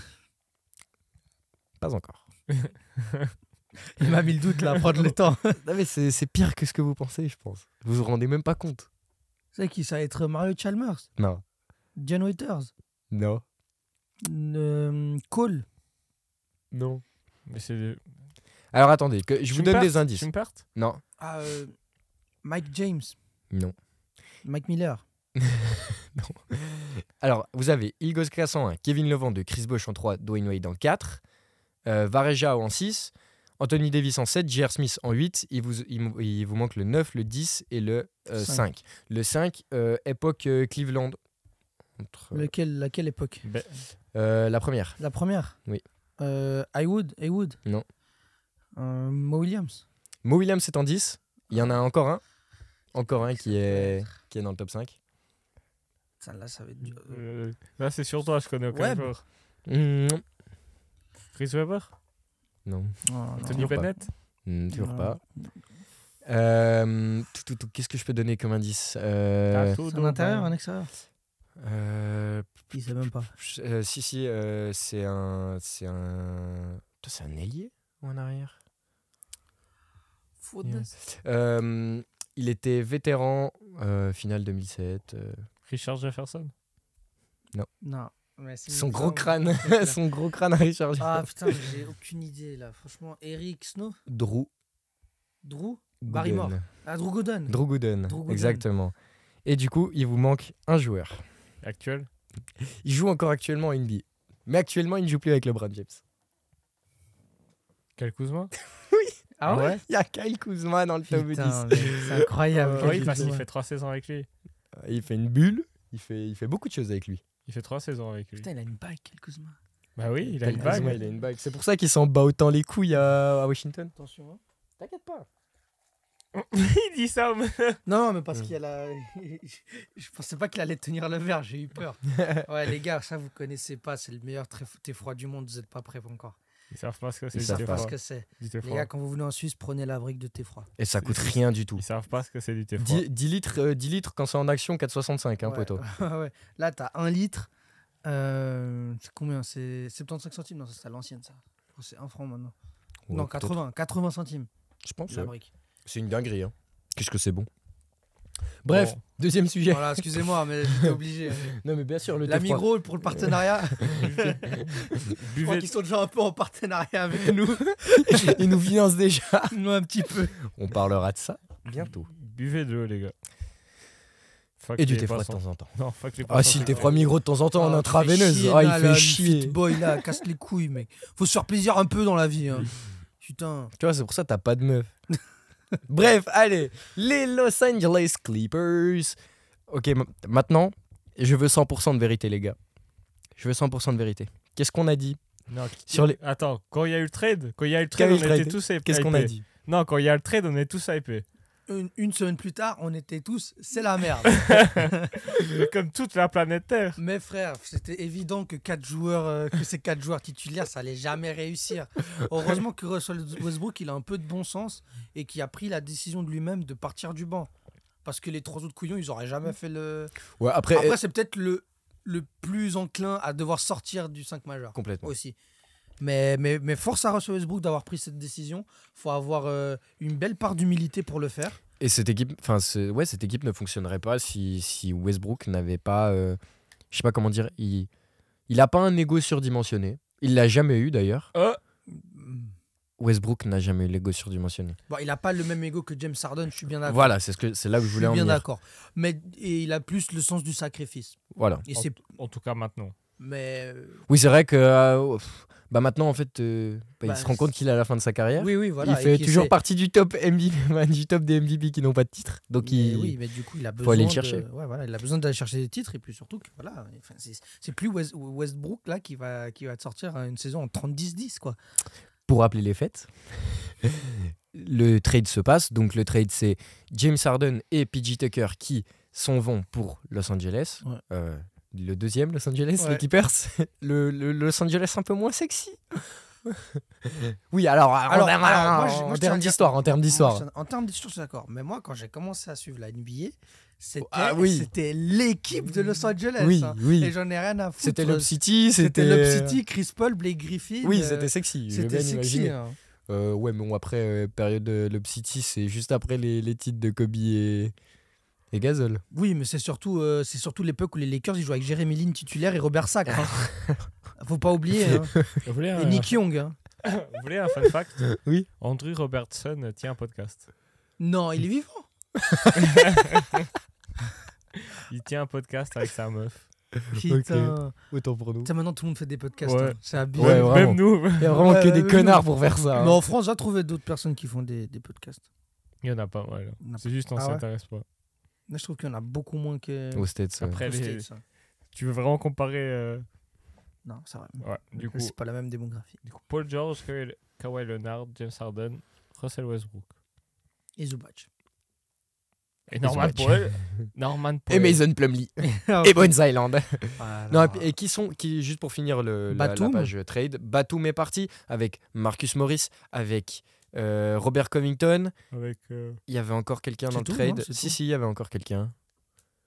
[SPEAKER 1] Pas encore.
[SPEAKER 2] Il m'a mis le doute là, prendre le temps.
[SPEAKER 1] Non, mais c'est, c'est pire que ce que vous pensez, je pense. Vous vous rendez même pas compte.
[SPEAKER 2] C'est qui ça va être Mario Chalmers,
[SPEAKER 1] Non.
[SPEAKER 2] John Waiters,
[SPEAKER 1] Non.
[SPEAKER 2] euh, Cole.
[SPEAKER 1] Non.
[SPEAKER 3] Mais c'est... des-
[SPEAKER 1] Alors attendez, que, je vous donne
[SPEAKER 3] Schumpert
[SPEAKER 1] des indices.
[SPEAKER 3] Schumpert
[SPEAKER 1] Non.
[SPEAKER 2] Ah, euh, Mike James.
[SPEAKER 1] Non.
[SPEAKER 2] Mike Miller.
[SPEAKER 1] Alors, vous avez Ilgoskas en 1, Kevin Levant de Chris Bosh en 3, Dwayne Wade en 4, euh, Varejao en 6, Anthony Davis en 7, J.R. Smith en 8. Il vous, il, m- il vous manque le 9, le 10 et le euh,
[SPEAKER 2] Cinq.
[SPEAKER 1] 5. Le 5, euh, époque euh, Cleveland. Entre-
[SPEAKER 2] Lequel, laquelle époque
[SPEAKER 3] Be-
[SPEAKER 1] Euh, la première.
[SPEAKER 2] La première
[SPEAKER 1] Oui.
[SPEAKER 2] Euh, Haywood Haywood
[SPEAKER 1] Non.
[SPEAKER 2] Euh, Mo Williams
[SPEAKER 1] Mo Williams est en 10. Il y en a encore un. Encore un qui est, qui est dans le top 5.
[SPEAKER 2] Putain, là, ça va être dur. Euh,
[SPEAKER 3] euh, Là, c'est sur toi, je connais aucun
[SPEAKER 2] Webb.
[SPEAKER 3] joueur.
[SPEAKER 1] Mm,
[SPEAKER 3] Chris Webber
[SPEAKER 1] non,
[SPEAKER 2] Oh, non, non.
[SPEAKER 3] Tony
[SPEAKER 1] toujours pas.
[SPEAKER 3] Bennett
[SPEAKER 1] Mm, toujours
[SPEAKER 2] Non.
[SPEAKER 1] pas. Euh, tout, tout, tout, Qu'est-ce que je peux donner comme indice Euh,
[SPEAKER 3] Tato,
[SPEAKER 2] C'est un
[SPEAKER 3] Doba.
[SPEAKER 2] intérieur, un extérieur
[SPEAKER 1] euh,
[SPEAKER 2] Il sait même pas.
[SPEAKER 1] Je- euh, si, si, euh, c'est un. C'est un. Putain, C'est un ailier ou un arrière
[SPEAKER 2] Faute.
[SPEAKER 1] Euh, Il était vétéran, euh, finale 2007. euh,
[SPEAKER 3] Richard Jefferson
[SPEAKER 2] Non. mais c'est
[SPEAKER 1] son
[SPEAKER 2] une
[SPEAKER 1] gros
[SPEAKER 2] forme.
[SPEAKER 1] crâne, son gros crâne à Richard
[SPEAKER 2] Ah
[SPEAKER 1] Jefferson.
[SPEAKER 2] putain, j'ai aucune idée là. Franchement, Eric Snow
[SPEAKER 1] Drew
[SPEAKER 2] Drew Barrymore.
[SPEAKER 1] Gooden.
[SPEAKER 2] Ah, Drew Godon.
[SPEAKER 1] Drew Gooden,
[SPEAKER 2] Drew Gooden.
[SPEAKER 1] exactement. Et du coup, il vous manque un joueur.
[SPEAKER 3] Actuel
[SPEAKER 1] Il joue encore actuellement à NBA. Mais actuellement, il ne joue plus avec LeBron James.
[SPEAKER 3] Cal Kuzma
[SPEAKER 2] Ah ouais,
[SPEAKER 1] Il y a Kyle Kuzma dans le top 10.
[SPEAKER 2] Putain, mais c'est incroyable.
[SPEAKER 3] Oui,
[SPEAKER 2] quel hein.
[SPEAKER 3] parce qu'il
[SPEAKER 2] joueur.
[SPEAKER 3] fait trois saisons avec lui.
[SPEAKER 1] Il fait une bulle. Il fait, il fait beaucoup de choses avec lui.
[SPEAKER 3] Il fait trois saisons avec lui.
[SPEAKER 2] Putain, il a une bague, quel Kuzma.
[SPEAKER 3] Bah oui, il a
[SPEAKER 1] Kyle
[SPEAKER 3] une
[SPEAKER 1] Kuzma,
[SPEAKER 3] bague.
[SPEAKER 1] il a une bague. C'est pour ça qu'il s'en bat autant les couilles à- à Washington.
[SPEAKER 2] Attention.
[SPEAKER 1] T'inquiète pas.
[SPEAKER 3] il dit ça. mais-
[SPEAKER 2] Non, mais parce
[SPEAKER 1] Mm.
[SPEAKER 2] qu'il y a la. je pensais pas qu'il allait tenir le verre, j'ai eu peur. Ouais, les gars, ça vous connaissez pas, c'est le meilleur très- thé froid du monde, vous êtes pas prêts encore.
[SPEAKER 3] Ils savent pas ce que c'est.
[SPEAKER 1] Ils
[SPEAKER 3] du
[SPEAKER 1] savent
[SPEAKER 3] thé
[SPEAKER 1] pas
[SPEAKER 2] Parce
[SPEAKER 3] froid.
[SPEAKER 2] que c'est.
[SPEAKER 3] Du thé
[SPEAKER 2] Les
[SPEAKER 3] froid.
[SPEAKER 2] gars, quand vous venez en Suisse, prenez la brique de thé froid.
[SPEAKER 1] Et ça coûte rien du tout.
[SPEAKER 3] Ils savent pas ce que c'est du thé froid.
[SPEAKER 1] 10, litres, euh, 10 litres quand c'est en action, 4,65, hein,
[SPEAKER 2] Ouais.
[SPEAKER 1] poteau.
[SPEAKER 2] Ah Ouais, ouais. Là, t'as un litre. euh, c'est combien C'est 75 centimes Non, ça, c'est à l'ancienne, ça. Je crois que C'est 1 franc maintenant.
[SPEAKER 1] Ouais,
[SPEAKER 2] non,
[SPEAKER 1] peut-être.
[SPEAKER 2] 80, 80 centimes
[SPEAKER 1] Je pense.
[SPEAKER 2] la
[SPEAKER 1] ouais.
[SPEAKER 2] brique.
[SPEAKER 1] C'est une dinguerie. hein. Qu'est-ce que c'est bon. Bref,
[SPEAKER 3] Bon.
[SPEAKER 1] deuxième sujet.
[SPEAKER 2] Voilà, excusez-moi, mais j'étais obligé.
[SPEAKER 1] Non, mais bien sûr, le
[SPEAKER 2] La
[SPEAKER 1] thé froid.
[SPEAKER 2] Migros pour le partenariat, je crois
[SPEAKER 3] Buvez.
[SPEAKER 2] qu'ils sont déjà un peu en partenariat avec nous.
[SPEAKER 1] Il nous finance déjà.
[SPEAKER 2] nous, un petit peu.
[SPEAKER 1] On parlera de ça bientôt.
[SPEAKER 3] Buvez de l'eau, les gars. Fuck
[SPEAKER 1] Et du
[SPEAKER 3] les
[SPEAKER 1] thé froid de
[SPEAKER 3] poissons.
[SPEAKER 1] temps en temps.
[SPEAKER 3] Non, fuck les
[SPEAKER 1] Ah,
[SPEAKER 3] poissons.
[SPEAKER 1] si, le thé froid Migros de temps en temps en
[SPEAKER 2] Ah,
[SPEAKER 1] intraveineuse.
[SPEAKER 2] fais
[SPEAKER 1] Ah, il
[SPEAKER 2] là, le
[SPEAKER 1] fait chier.
[SPEAKER 2] Fit boy, là, casse les couilles, mec. Faut se faire plaisir un peu dans la vie. hein. Putain.
[SPEAKER 1] Tu vois, c'est pour ça que t'as pas de meuf. Bref, allez, les Los Angeles Clippers. Ok, ma- maintenant, je veux 100% de vérité, les gars. Je veux 100% de vérité. Qu'est-ce qu'on a dit
[SPEAKER 3] Non,
[SPEAKER 1] Sur les...
[SPEAKER 3] Attends, quand il y a eu le trade, quand il y a eu le
[SPEAKER 1] Quand il
[SPEAKER 3] trade,
[SPEAKER 1] y a
[SPEAKER 3] on
[SPEAKER 1] eu le trade,
[SPEAKER 3] était tous hypés.
[SPEAKER 1] Qu'est-ce qu'on a dit
[SPEAKER 3] Non, quand il y a le trade, on est tous hypés.
[SPEAKER 2] Une, une semaine plus tard, on était tous, c'est la merde.
[SPEAKER 3] Mais Comme toute la planète Terre.
[SPEAKER 2] Mais frère, c'était évident que quatre joueurs, euh, que ces quatre joueurs titulaires, ça allait jamais réussir. Heureusement que Russell Westbrook, il a un peu de bon sens et qui a pris la décision de lui-même de partir du banc. Parce que les trois autres couillons, ils auraient jamais fait le.
[SPEAKER 1] Ouais, après,
[SPEAKER 2] Après, c'est peut-être le le plus enclin à devoir sortir du 5 majeur.
[SPEAKER 1] eh, complètement.
[SPEAKER 2] aussi. Mais, mais, mais force à Russell Westbrook d'avoir pris cette décision. faut avoir euh, une belle part d'humilité pour le faire.
[SPEAKER 1] Et cette équipe, enfin, ce- ouais, cette équipe ne fonctionnerait pas si, si Westbrook n'avait pas, euh, je sais pas comment dire, il, il a pas un ego surdimensionné. Il l'a jamais eu d'ailleurs.
[SPEAKER 3] Oh,
[SPEAKER 1] Westbrook n'a jamais eu l'ego surdimensionné.
[SPEAKER 2] Bon, il n'a pas le même ego que James Harden, je suis bien d'accord.
[SPEAKER 1] Voilà, c'est ce que c'est là où je
[SPEAKER 2] Je
[SPEAKER 1] voulais
[SPEAKER 2] suis
[SPEAKER 1] en
[SPEAKER 2] bien
[SPEAKER 1] venir.
[SPEAKER 2] d'accord. Mais et il a plus le sens du sacrifice.
[SPEAKER 1] Voilà.
[SPEAKER 2] Et c'est
[SPEAKER 3] en tout cas, maintenant.
[SPEAKER 2] mais euh,
[SPEAKER 1] Oui, c'est vrai que euh, pff, bah maintenant en fait, euh, bah,
[SPEAKER 2] Bah,
[SPEAKER 1] il se rend compte qu'il est à la fin de sa carrière.
[SPEAKER 2] oui oui voilà.
[SPEAKER 1] il fait
[SPEAKER 2] et qui
[SPEAKER 1] toujours
[SPEAKER 2] sait-
[SPEAKER 1] partie du top MVP, du top des MVP qui n'ont pas de titre. Donc
[SPEAKER 2] mais
[SPEAKER 1] il,
[SPEAKER 2] oui, mais du coup, il a besoin.
[SPEAKER 1] aller le
[SPEAKER 2] de-
[SPEAKER 1] chercher.
[SPEAKER 2] ouais, voilà, il a besoin d'aller chercher des titres et puis surtout que voilà, enfin, c'est- c'est plus West- Westbrook là qui va qui va te sortir une saison en 30-10-10 quoi.
[SPEAKER 1] pour rappeler les fêtes, le trade se passe. Donc le trade, c'est James Harden et PG Tucker qui s'en vont pour Los Angeles.
[SPEAKER 2] Ouais.
[SPEAKER 1] Euh, le deuxième, Los Angeles,
[SPEAKER 2] Ouais.
[SPEAKER 1] les Clippers. Le, le Los Angeles un peu moins sexy. oui, alors, euh,
[SPEAKER 2] Alors,
[SPEAKER 1] en, termes-
[SPEAKER 2] alors, moi, je-
[SPEAKER 1] en
[SPEAKER 2] moi, je tiens à
[SPEAKER 1] termes
[SPEAKER 2] dire-
[SPEAKER 1] d'histoire, en termes d'histoire.
[SPEAKER 2] Moi, je- Ah, En termes d'histoire, je suis d'accord. Mais moi, quand j'ai commencé à suivre la NBA, c'était
[SPEAKER 1] Ah oui.
[SPEAKER 2] c'était l'équipe de Los Angeles.
[SPEAKER 1] Oui,
[SPEAKER 2] hein. Et
[SPEAKER 1] oui.
[SPEAKER 2] j'en ai rien à foutre.
[SPEAKER 1] C'était Lob City, c'était...
[SPEAKER 2] C'était
[SPEAKER 1] euh,
[SPEAKER 2] Lob City, Chris Paul, Blake Griffin.
[SPEAKER 1] Oui,
[SPEAKER 2] euh,
[SPEAKER 1] c'était sexy. j'ai
[SPEAKER 2] C'était
[SPEAKER 1] bien
[SPEAKER 2] sexy.
[SPEAKER 1] imaginé.
[SPEAKER 2] hein.
[SPEAKER 1] Euh, ouais, mais bon, après, euh, période euh, Lob City, c'est juste après les, les titres de Kobe et, et Gasol.
[SPEAKER 2] Oui, mais c'est surtout, euh, c'est surtout l'époque où les Lakers ils jouaient avec Jeremy Lin titulaire et Robert Sack. hein. Faut pas oublier. hein.
[SPEAKER 3] Vous voulez
[SPEAKER 2] Et Nick Young. hein.
[SPEAKER 3] Vous voulez un fun fact
[SPEAKER 1] Oui.
[SPEAKER 3] Andrew Robertson tient un podcast.
[SPEAKER 2] Non, il est vivant.
[SPEAKER 3] Il tient un podcast avec sa meuf.
[SPEAKER 2] Putain.
[SPEAKER 1] Autant pour nous.
[SPEAKER 2] Putain, maintenant tout le monde fait des podcasts.
[SPEAKER 3] Ouais.
[SPEAKER 2] hein. C'est abusé.
[SPEAKER 1] Ouais,
[SPEAKER 3] même,
[SPEAKER 1] vraiment.
[SPEAKER 3] même nous.
[SPEAKER 1] Il y a vraiment
[SPEAKER 2] Ouais,
[SPEAKER 1] que
[SPEAKER 2] ouais,
[SPEAKER 1] des
[SPEAKER 2] oui,
[SPEAKER 1] connards
[SPEAKER 2] oui.
[SPEAKER 1] pour faire ça. hein.
[SPEAKER 2] Mais en France, j'ai trouvé d'autres personnes qui font des, des podcasts.
[SPEAKER 3] Il y en a pas mal. hein.
[SPEAKER 2] Il y en a
[SPEAKER 3] C'est juste, on
[SPEAKER 2] Ah ouais
[SPEAKER 3] s'intéresse pas.
[SPEAKER 2] Là, je trouve qu'il y en a beaucoup moins que.
[SPEAKER 1] Aux States, ouais.
[SPEAKER 3] Après,
[SPEAKER 2] aux
[SPEAKER 3] les-
[SPEAKER 2] States, hein.
[SPEAKER 3] tu veux vraiment comparer. euh,
[SPEAKER 2] Non, ça va.
[SPEAKER 3] Ouais, du coup,
[SPEAKER 2] C'est pas la même démographie.
[SPEAKER 3] du coup, Paul George, Kawhi Kawhi Leonard, James Harden, Russell Westbrook.
[SPEAKER 2] Et Zubac.
[SPEAKER 3] Et Norman
[SPEAKER 1] Zubac.
[SPEAKER 3] Powell. Norman
[SPEAKER 1] Et
[SPEAKER 3] Powell.
[SPEAKER 1] Mason Plumlee.
[SPEAKER 3] Ah
[SPEAKER 1] Et Bones Island.
[SPEAKER 2] Voilà.
[SPEAKER 1] Non, et puis- et qui sont, qui, juste pour finir le, la- la,
[SPEAKER 2] Ah. Batum.
[SPEAKER 1] page euh, trade, Batum est parti avec Marcus Morris, avec euh, Robert Covington.
[SPEAKER 3] Avec euh,
[SPEAKER 1] Il y avait encore quelqu'un
[SPEAKER 2] C'est
[SPEAKER 1] dans le
[SPEAKER 2] tout, non
[SPEAKER 1] trade.
[SPEAKER 2] C'est
[SPEAKER 1] si,
[SPEAKER 2] tout.
[SPEAKER 1] si, il y avait encore quelqu'un.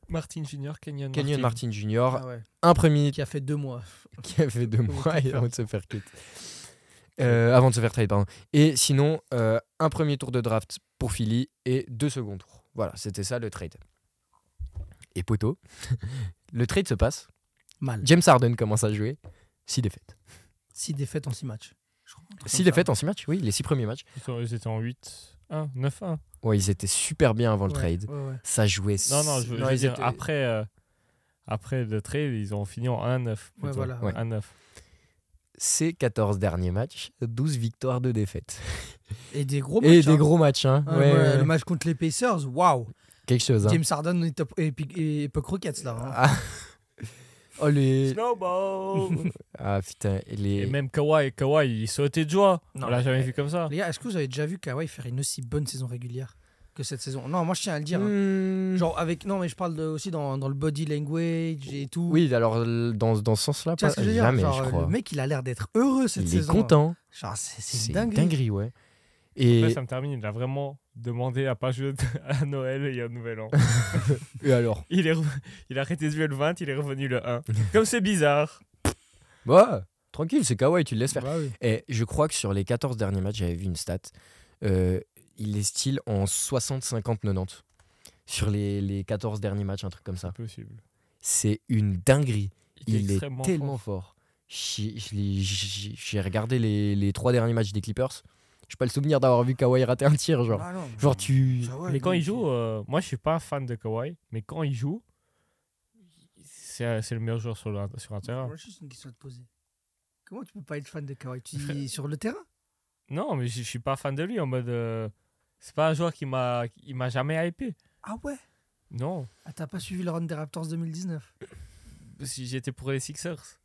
[SPEAKER 3] Martin Jr., Kenyon,
[SPEAKER 1] Kenyon
[SPEAKER 3] Martin.
[SPEAKER 1] Martin Jr.,
[SPEAKER 2] Ah ouais.
[SPEAKER 1] un premier
[SPEAKER 2] Qui a fait deux mois.
[SPEAKER 1] qui a fait deux
[SPEAKER 2] Ou
[SPEAKER 1] mois
[SPEAKER 2] Clippers.
[SPEAKER 1] avant de se faire quitte. Euh, avant de se faire trade, pardon. Et sinon, euh, un premier tour de draft pour Philly et deux seconds tours. Voilà, c'était ça le trade. Et poteau, le trade se passe.
[SPEAKER 2] Mal.
[SPEAKER 1] James Harden commence à jouer. Six défaites.
[SPEAKER 2] Six défaites en six matchs. Je crois, un truc
[SPEAKER 1] Six
[SPEAKER 2] comme
[SPEAKER 1] défaites en six matchs, oui, les six premiers matchs.
[SPEAKER 3] Ils, sont- ils étaient en 8, 1, 9, 1.
[SPEAKER 1] Ouais, ils étaient super bien avant
[SPEAKER 2] ça.
[SPEAKER 1] le
[SPEAKER 2] Ouais,
[SPEAKER 1] trade.
[SPEAKER 2] ouais, ouais.
[SPEAKER 1] Ça jouait.
[SPEAKER 3] Non, non, je veux, je veux
[SPEAKER 1] ils
[SPEAKER 3] dire,
[SPEAKER 1] étaient-
[SPEAKER 3] après, euh, après le trade, ils ont fini en 1-9. plutôt.
[SPEAKER 2] voilà, ouais.
[SPEAKER 3] 1-9.
[SPEAKER 1] Ces 14 derniers matchs, 12 victoires, 2 défaites.
[SPEAKER 2] Et des gros
[SPEAKER 1] Et
[SPEAKER 2] matchs.
[SPEAKER 1] des
[SPEAKER 2] hein.
[SPEAKER 1] gros matchs, hein.
[SPEAKER 2] Ah,
[SPEAKER 1] Ouais,
[SPEAKER 2] ouais,
[SPEAKER 1] ouais,
[SPEAKER 2] Le
[SPEAKER 1] ouais.
[SPEAKER 2] match contre les Pacers, waouh!
[SPEAKER 1] Quelque chose, hein.
[SPEAKER 2] James Harden est top- et, Pic- et époque Rockets là. hein.
[SPEAKER 1] Ah. Oh, les.
[SPEAKER 3] Snowball
[SPEAKER 1] Ah putain, et les...
[SPEAKER 3] Et même Kawhi, Kawhi, il sautait de joie.
[SPEAKER 2] Non,
[SPEAKER 3] On l'a jamais
[SPEAKER 2] mais-
[SPEAKER 3] vu comme ça.
[SPEAKER 2] Les gars, est-ce que vous avez déjà vu Kawhi faire une aussi bonne saison régulière? que cette saison. Non, moi je tiens à le dire. hein.
[SPEAKER 1] Hmm.
[SPEAKER 2] Genre avec non mais je parle de- aussi dans, dans le body language et tout.
[SPEAKER 1] Oui, alors l- dans, dans ce sens-là,
[SPEAKER 2] Tu
[SPEAKER 1] pas
[SPEAKER 2] vois ce que je veux dire
[SPEAKER 1] jamais,
[SPEAKER 2] Genre, euh,
[SPEAKER 1] je
[SPEAKER 2] Le
[SPEAKER 1] crois.
[SPEAKER 2] mec il a l'air d'être heureux cette
[SPEAKER 1] Il est
[SPEAKER 2] saison. hein.
[SPEAKER 1] content.
[SPEAKER 2] Genre c'est c'est
[SPEAKER 1] C'est
[SPEAKER 2] une
[SPEAKER 1] dingue.
[SPEAKER 2] dinguerie.
[SPEAKER 1] dinguerie, ouais. Et,
[SPEAKER 3] Après, ça me termine. Il a vraiment demandé à pas jouer à Noël et à Nouvel An.
[SPEAKER 1] et alors
[SPEAKER 3] Il, est re- il a arrêté de jouer le 20, il est revenu le 1. Comme c'est bizarre.
[SPEAKER 1] Ouais, Bah, tranquille, c'est kawaii, tu le laisses faire.
[SPEAKER 2] Bah oui.
[SPEAKER 1] Et je crois que sur les 14 derniers matchs, j'avais vu une stat. euh, il est style en 60, 50, 90. Sur les, les 14 derniers matchs, un truc comme ça.
[SPEAKER 3] Impossible.
[SPEAKER 1] C'est une dinguerie. Il est,
[SPEAKER 3] extrêmement
[SPEAKER 1] tellement fort.
[SPEAKER 3] fort.
[SPEAKER 1] J'ai- je l'ai- J'ai j'ai regardé les, les trois derniers matchs des Clippers. J'ai pas le souvenir d'avoir vu Kawhi rater un tir. Genre,
[SPEAKER 2] Ah non.
[SPEAKER 1] genre tu.
[SPEAKER 2] Ah ouais,
[SPEAKER 3] mais quand
[SPEAKER 2] lui,
[SPEAKER 3] il joue, euh, moi je suis pas fan de Kawhi, mais quand il joue, c'est c'est le meilleur joueur sur, le- sur un terrain.
[SPEAKER 2] Moi, juste une question à te poser. Comment tu peux pas être fan de Kawhi Tu dis sur le terrain
[SPEAKER 3] Non, mais je je suis pas fan de lui en mode. euh, c'est pas un joueur qui m'a il m'a jamais hypé.
[SPEAKER 2] Ah ouais
[SPEAKER 3] Non,
[SPEAKER 2] Ah t'as pas suivi le run des Raptors 2019
[SPEAKER 3] si j'étais pour les Sixers.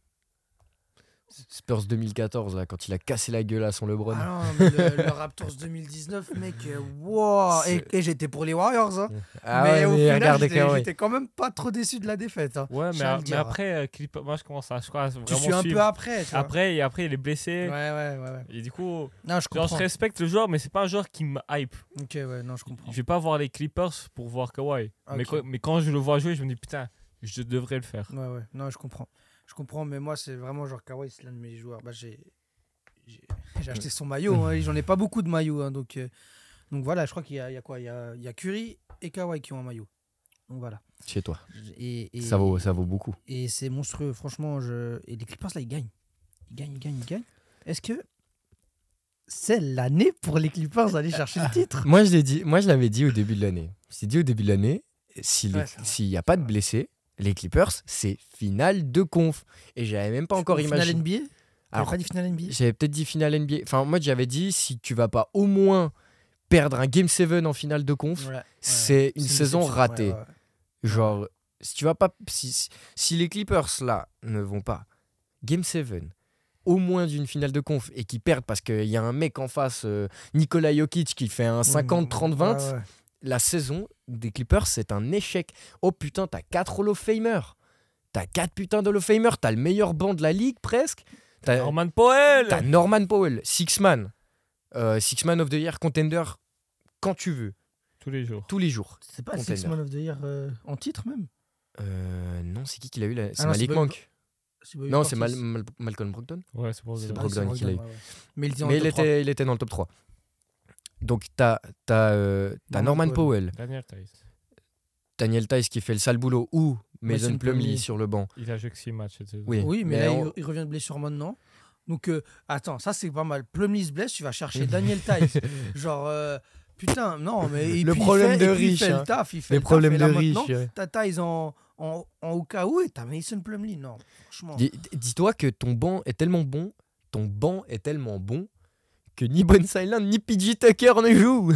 [SPEAKER 1] Spurs 2014, là, quand il a cassé la gueule à son LeBron.
[SPEAKER 2] Ah non, mais le, le Raptors 2019, mec, euh, wow Et, et j'étais pour les Warriors, hein
[SPEAKER 1] Ah
[SPEAKER 2] Mais
[SPEAKER 1] ouais,
[SPEAKER 2] au
[SPEAKER 1] mais
[SPEAKER 2] final,
[SPEAKER 1] regardez
[SPEAKER 2] j'étais
[SPEAKER 1] Kawhi.
[SPEAKER 2] j'étais quand même pas trop déçu de la défaite. hein.
[SPEAKER 3] Ouais,
[SPEAKER 2] Je
[SPEAKER 3] mais,
[SPEAKER 2] tiens à
[SPEAKER 3] a-
[SPEAKER 2] le
[SPEAKER 3] mais
[SPEAKER 2] dire, hein.
[SPEAKER 3] après, euh, Clip- moi je commence à je crois, à vraiment
[SPEAKER 2] Tu suis un
[SPEAKER 3] suivre.
[SPEAKER 2] peu après, tu vois.
[SPEAKER 3] Après, et après, il est blessé.
[SPEAKER 2] Ouais, ouais, ouais, ouais.
[SPEAKER 3] Et du coup,
[SPEAKER 2] Non, je
[SPEAKER 3] genre,
[SPEAKER 2] comprends.
[SPEAKER 3] je respecte le joueur, mais c'est pas un joueur qui me hype.
[SPEAKER 2] Ok, ouais, non, je comprends.
[SPEAKER 3] Je vais pas voir les Clippers pour voir Kawhi.
[SPEAKER 2] Ok.
[SPEAKER 3] Mais, quand, mais quand je le vois jouer, je me dis putain, je devrais le faire.
[SPEAKER 2] Ouais, ouais, non, je comprends. Je comprends, mais moi, c'est vraiment genre Kawhi, c'est l'un de mes joueurs. Bah, j'ai, j'ai, j'ai acheté son maillot, hein, et j'en ai pas beaucoup de maillots, hein, donc, euh, donc voilà, je crois qu'il y a, il y a quoi il y a, il y a Curry et Kawhi qui ont un maillot. Donc voilà.
[SPEAKER 1] Chez toi.
[SPEAKER 2] Et, et-
[SPEAKER 1] Ça vaut, ça vaut beaucoup.
[SPEAKER 2] Et c'est monstrueux, franchement. Je... Et les Clippers, là, ils gagnent. Ils gagnent, ils gagnent, ils gagnent. Est-ce que c'est l'année pour les Clippers d'aller chercher le titre
[SPEAKER 1] Moi, je l'ai dit, moi, je l'avais dit au début de l'année. J'ai dit au début de l'année, si les-
[SPEAKER 2] Ouais, c'est vrai.
[SPEAKER 1] s'il n'y a pas de blessés, les Clippers, c'est finale de conf. Et j'avais même pas encore
[SPEAKER 2] Ou
[SPEAKER 1] imaginé.
[SPEAKER 2] Finale NBA Alors,
[SPEAKER 1] Alors,
[SPEAKER 2] pas dit finale NBA
[SPEAKER 1] J'avais peut-être dit finale NBA. Enfin, moi, j'avais dit, si tu vas pas au moins perdre un Game 7 en finale de conf,
[SPEAKER 2] Ouais, ouais.
[SPEAKER 1] c'est une saison
[SPEAKER 2] déception, ouais,
[SPEAKER 1] ratée.
[SPEAKER 2] ouais, ouais.
[SPEAKER 1] Genre, si tu vas pas. Si, si- si les Clippers, là, ne vont pas Game 7, au moins d'une finale de conf, et qu'ils perdent parce qu'il y a un mec en face, euh, Nikola Jokic, qui fait un 50-30-20,
[SPEAKER 2] Ouais, ouais.
[SPEAKER 1] la saison des Clippers, c'est un échec. Oh putain, t'as 4 Hall of Famers. T'as 4 putains d'Hall of Famers. T'as le meilleur banc de la ligue, presque. T'as Norman,
[SPEAKER 3] Norman Powell
[SPEAKER 1] Norman Powell, Six Man. Euh, six Man of the Year, contender, quand tu veux,
[SPEAKER 3] Tous les jours.
[SPEAKER 1] tous les jours.
[SPEAKER 2] C'est pas Six
[SPEAKER 1] Container.
[SPEAKER 2] Man of the Year euh, en titre même
[SPEAKER 1] Euh, non, c'est qui qui l'a eu là C'est
[SPEAKER 2] Ah non, c'est
[SPEAKER 1] Malik
[SPEAKER 2] Bob-
[SPEAKER 1] Monk.
[SPEAKER 2] C'est Bobby
[SPEAKER 1] Non, c'est Mal-
[SPEAKER 2] Portis.
[SPEAKER 1] Mal- Malcolm Brogdon.
[SPEAKER 3] Ouais, c'est pour
[SPEAKER 2] Ah, C'est
[SPEAKER 3] ça.
[SPEAKER 1] Brogdon
[SPEAKER 2] Brogdon,
[SPEAKER 1] qui l'a eu.
[SPEAKER 2] ouais, ouais. Mais il était en
[SPEAKER 1] Mais il
[SPEAKER 2] top trois.
[SPEAKER 1] était, il était dans le top 3. Donc t'as t'as, euh, t'as
[SPEAKER 2] Norman
[SPEAKER 1] Norman Powell,
[SPEAKER 3] Daniel Tice.
[SPEAKER 1] Daniel Tice qui fait le sale boulot ou
[SPEAKER 2] Mason
[SPEAKER 1] Mason Plumlee
[SPEAKER 2] Plumlee.
[SPEAKER 1] sur le banc.
[SPEAKER 3] Il a joué que 6 matchs cette saison.
[SPEAKER 1] Oui,
[SPEAKER 2] Oui, mais, là,
[SPEAKER 1] on-
[SPEAKER 2] il, il revient de blessure maintenant. Donc, euh, attends, ça c'est pas mal. Plumlee se blesse, tu vas chercher Daniel Tice. Genre, euh, putain, non, mais. et
[SPEAKER 1] Le
[SPEAKER 2] puis,
[SPEAKER 1] problème
[SPEAKER 2] il fait,
[SPEAKER 1] de
[SPEAKER 2] et puis,
[SPEAKER 1] riche,
[SPEAKER 2] Il fait
[SPEAKER 1] hein.
[SPEAKER 2] le taf, il fait
[SPEAKER 1] les
[SPEAKER 2] le taf,
[SPEAKER 1] problèmes
[SPEAKER 2] et
[SPEAKER 1] de
[SPEAKER 2] là,
[SPEAKER 1] riche.
[SPEAKER 2] maintenant,
[SPEAKER 1] ouais.
[SPEAKER 2] T'as Tice en, en, en au cas où et t'as Mason Plumlee. Non, franchement.
[SPEAKER 1] Dis- Dis-toi que ton banc est tellement bon, ton banc est tellement bon que ni Bonne Island ni PJ Tucker ne joue.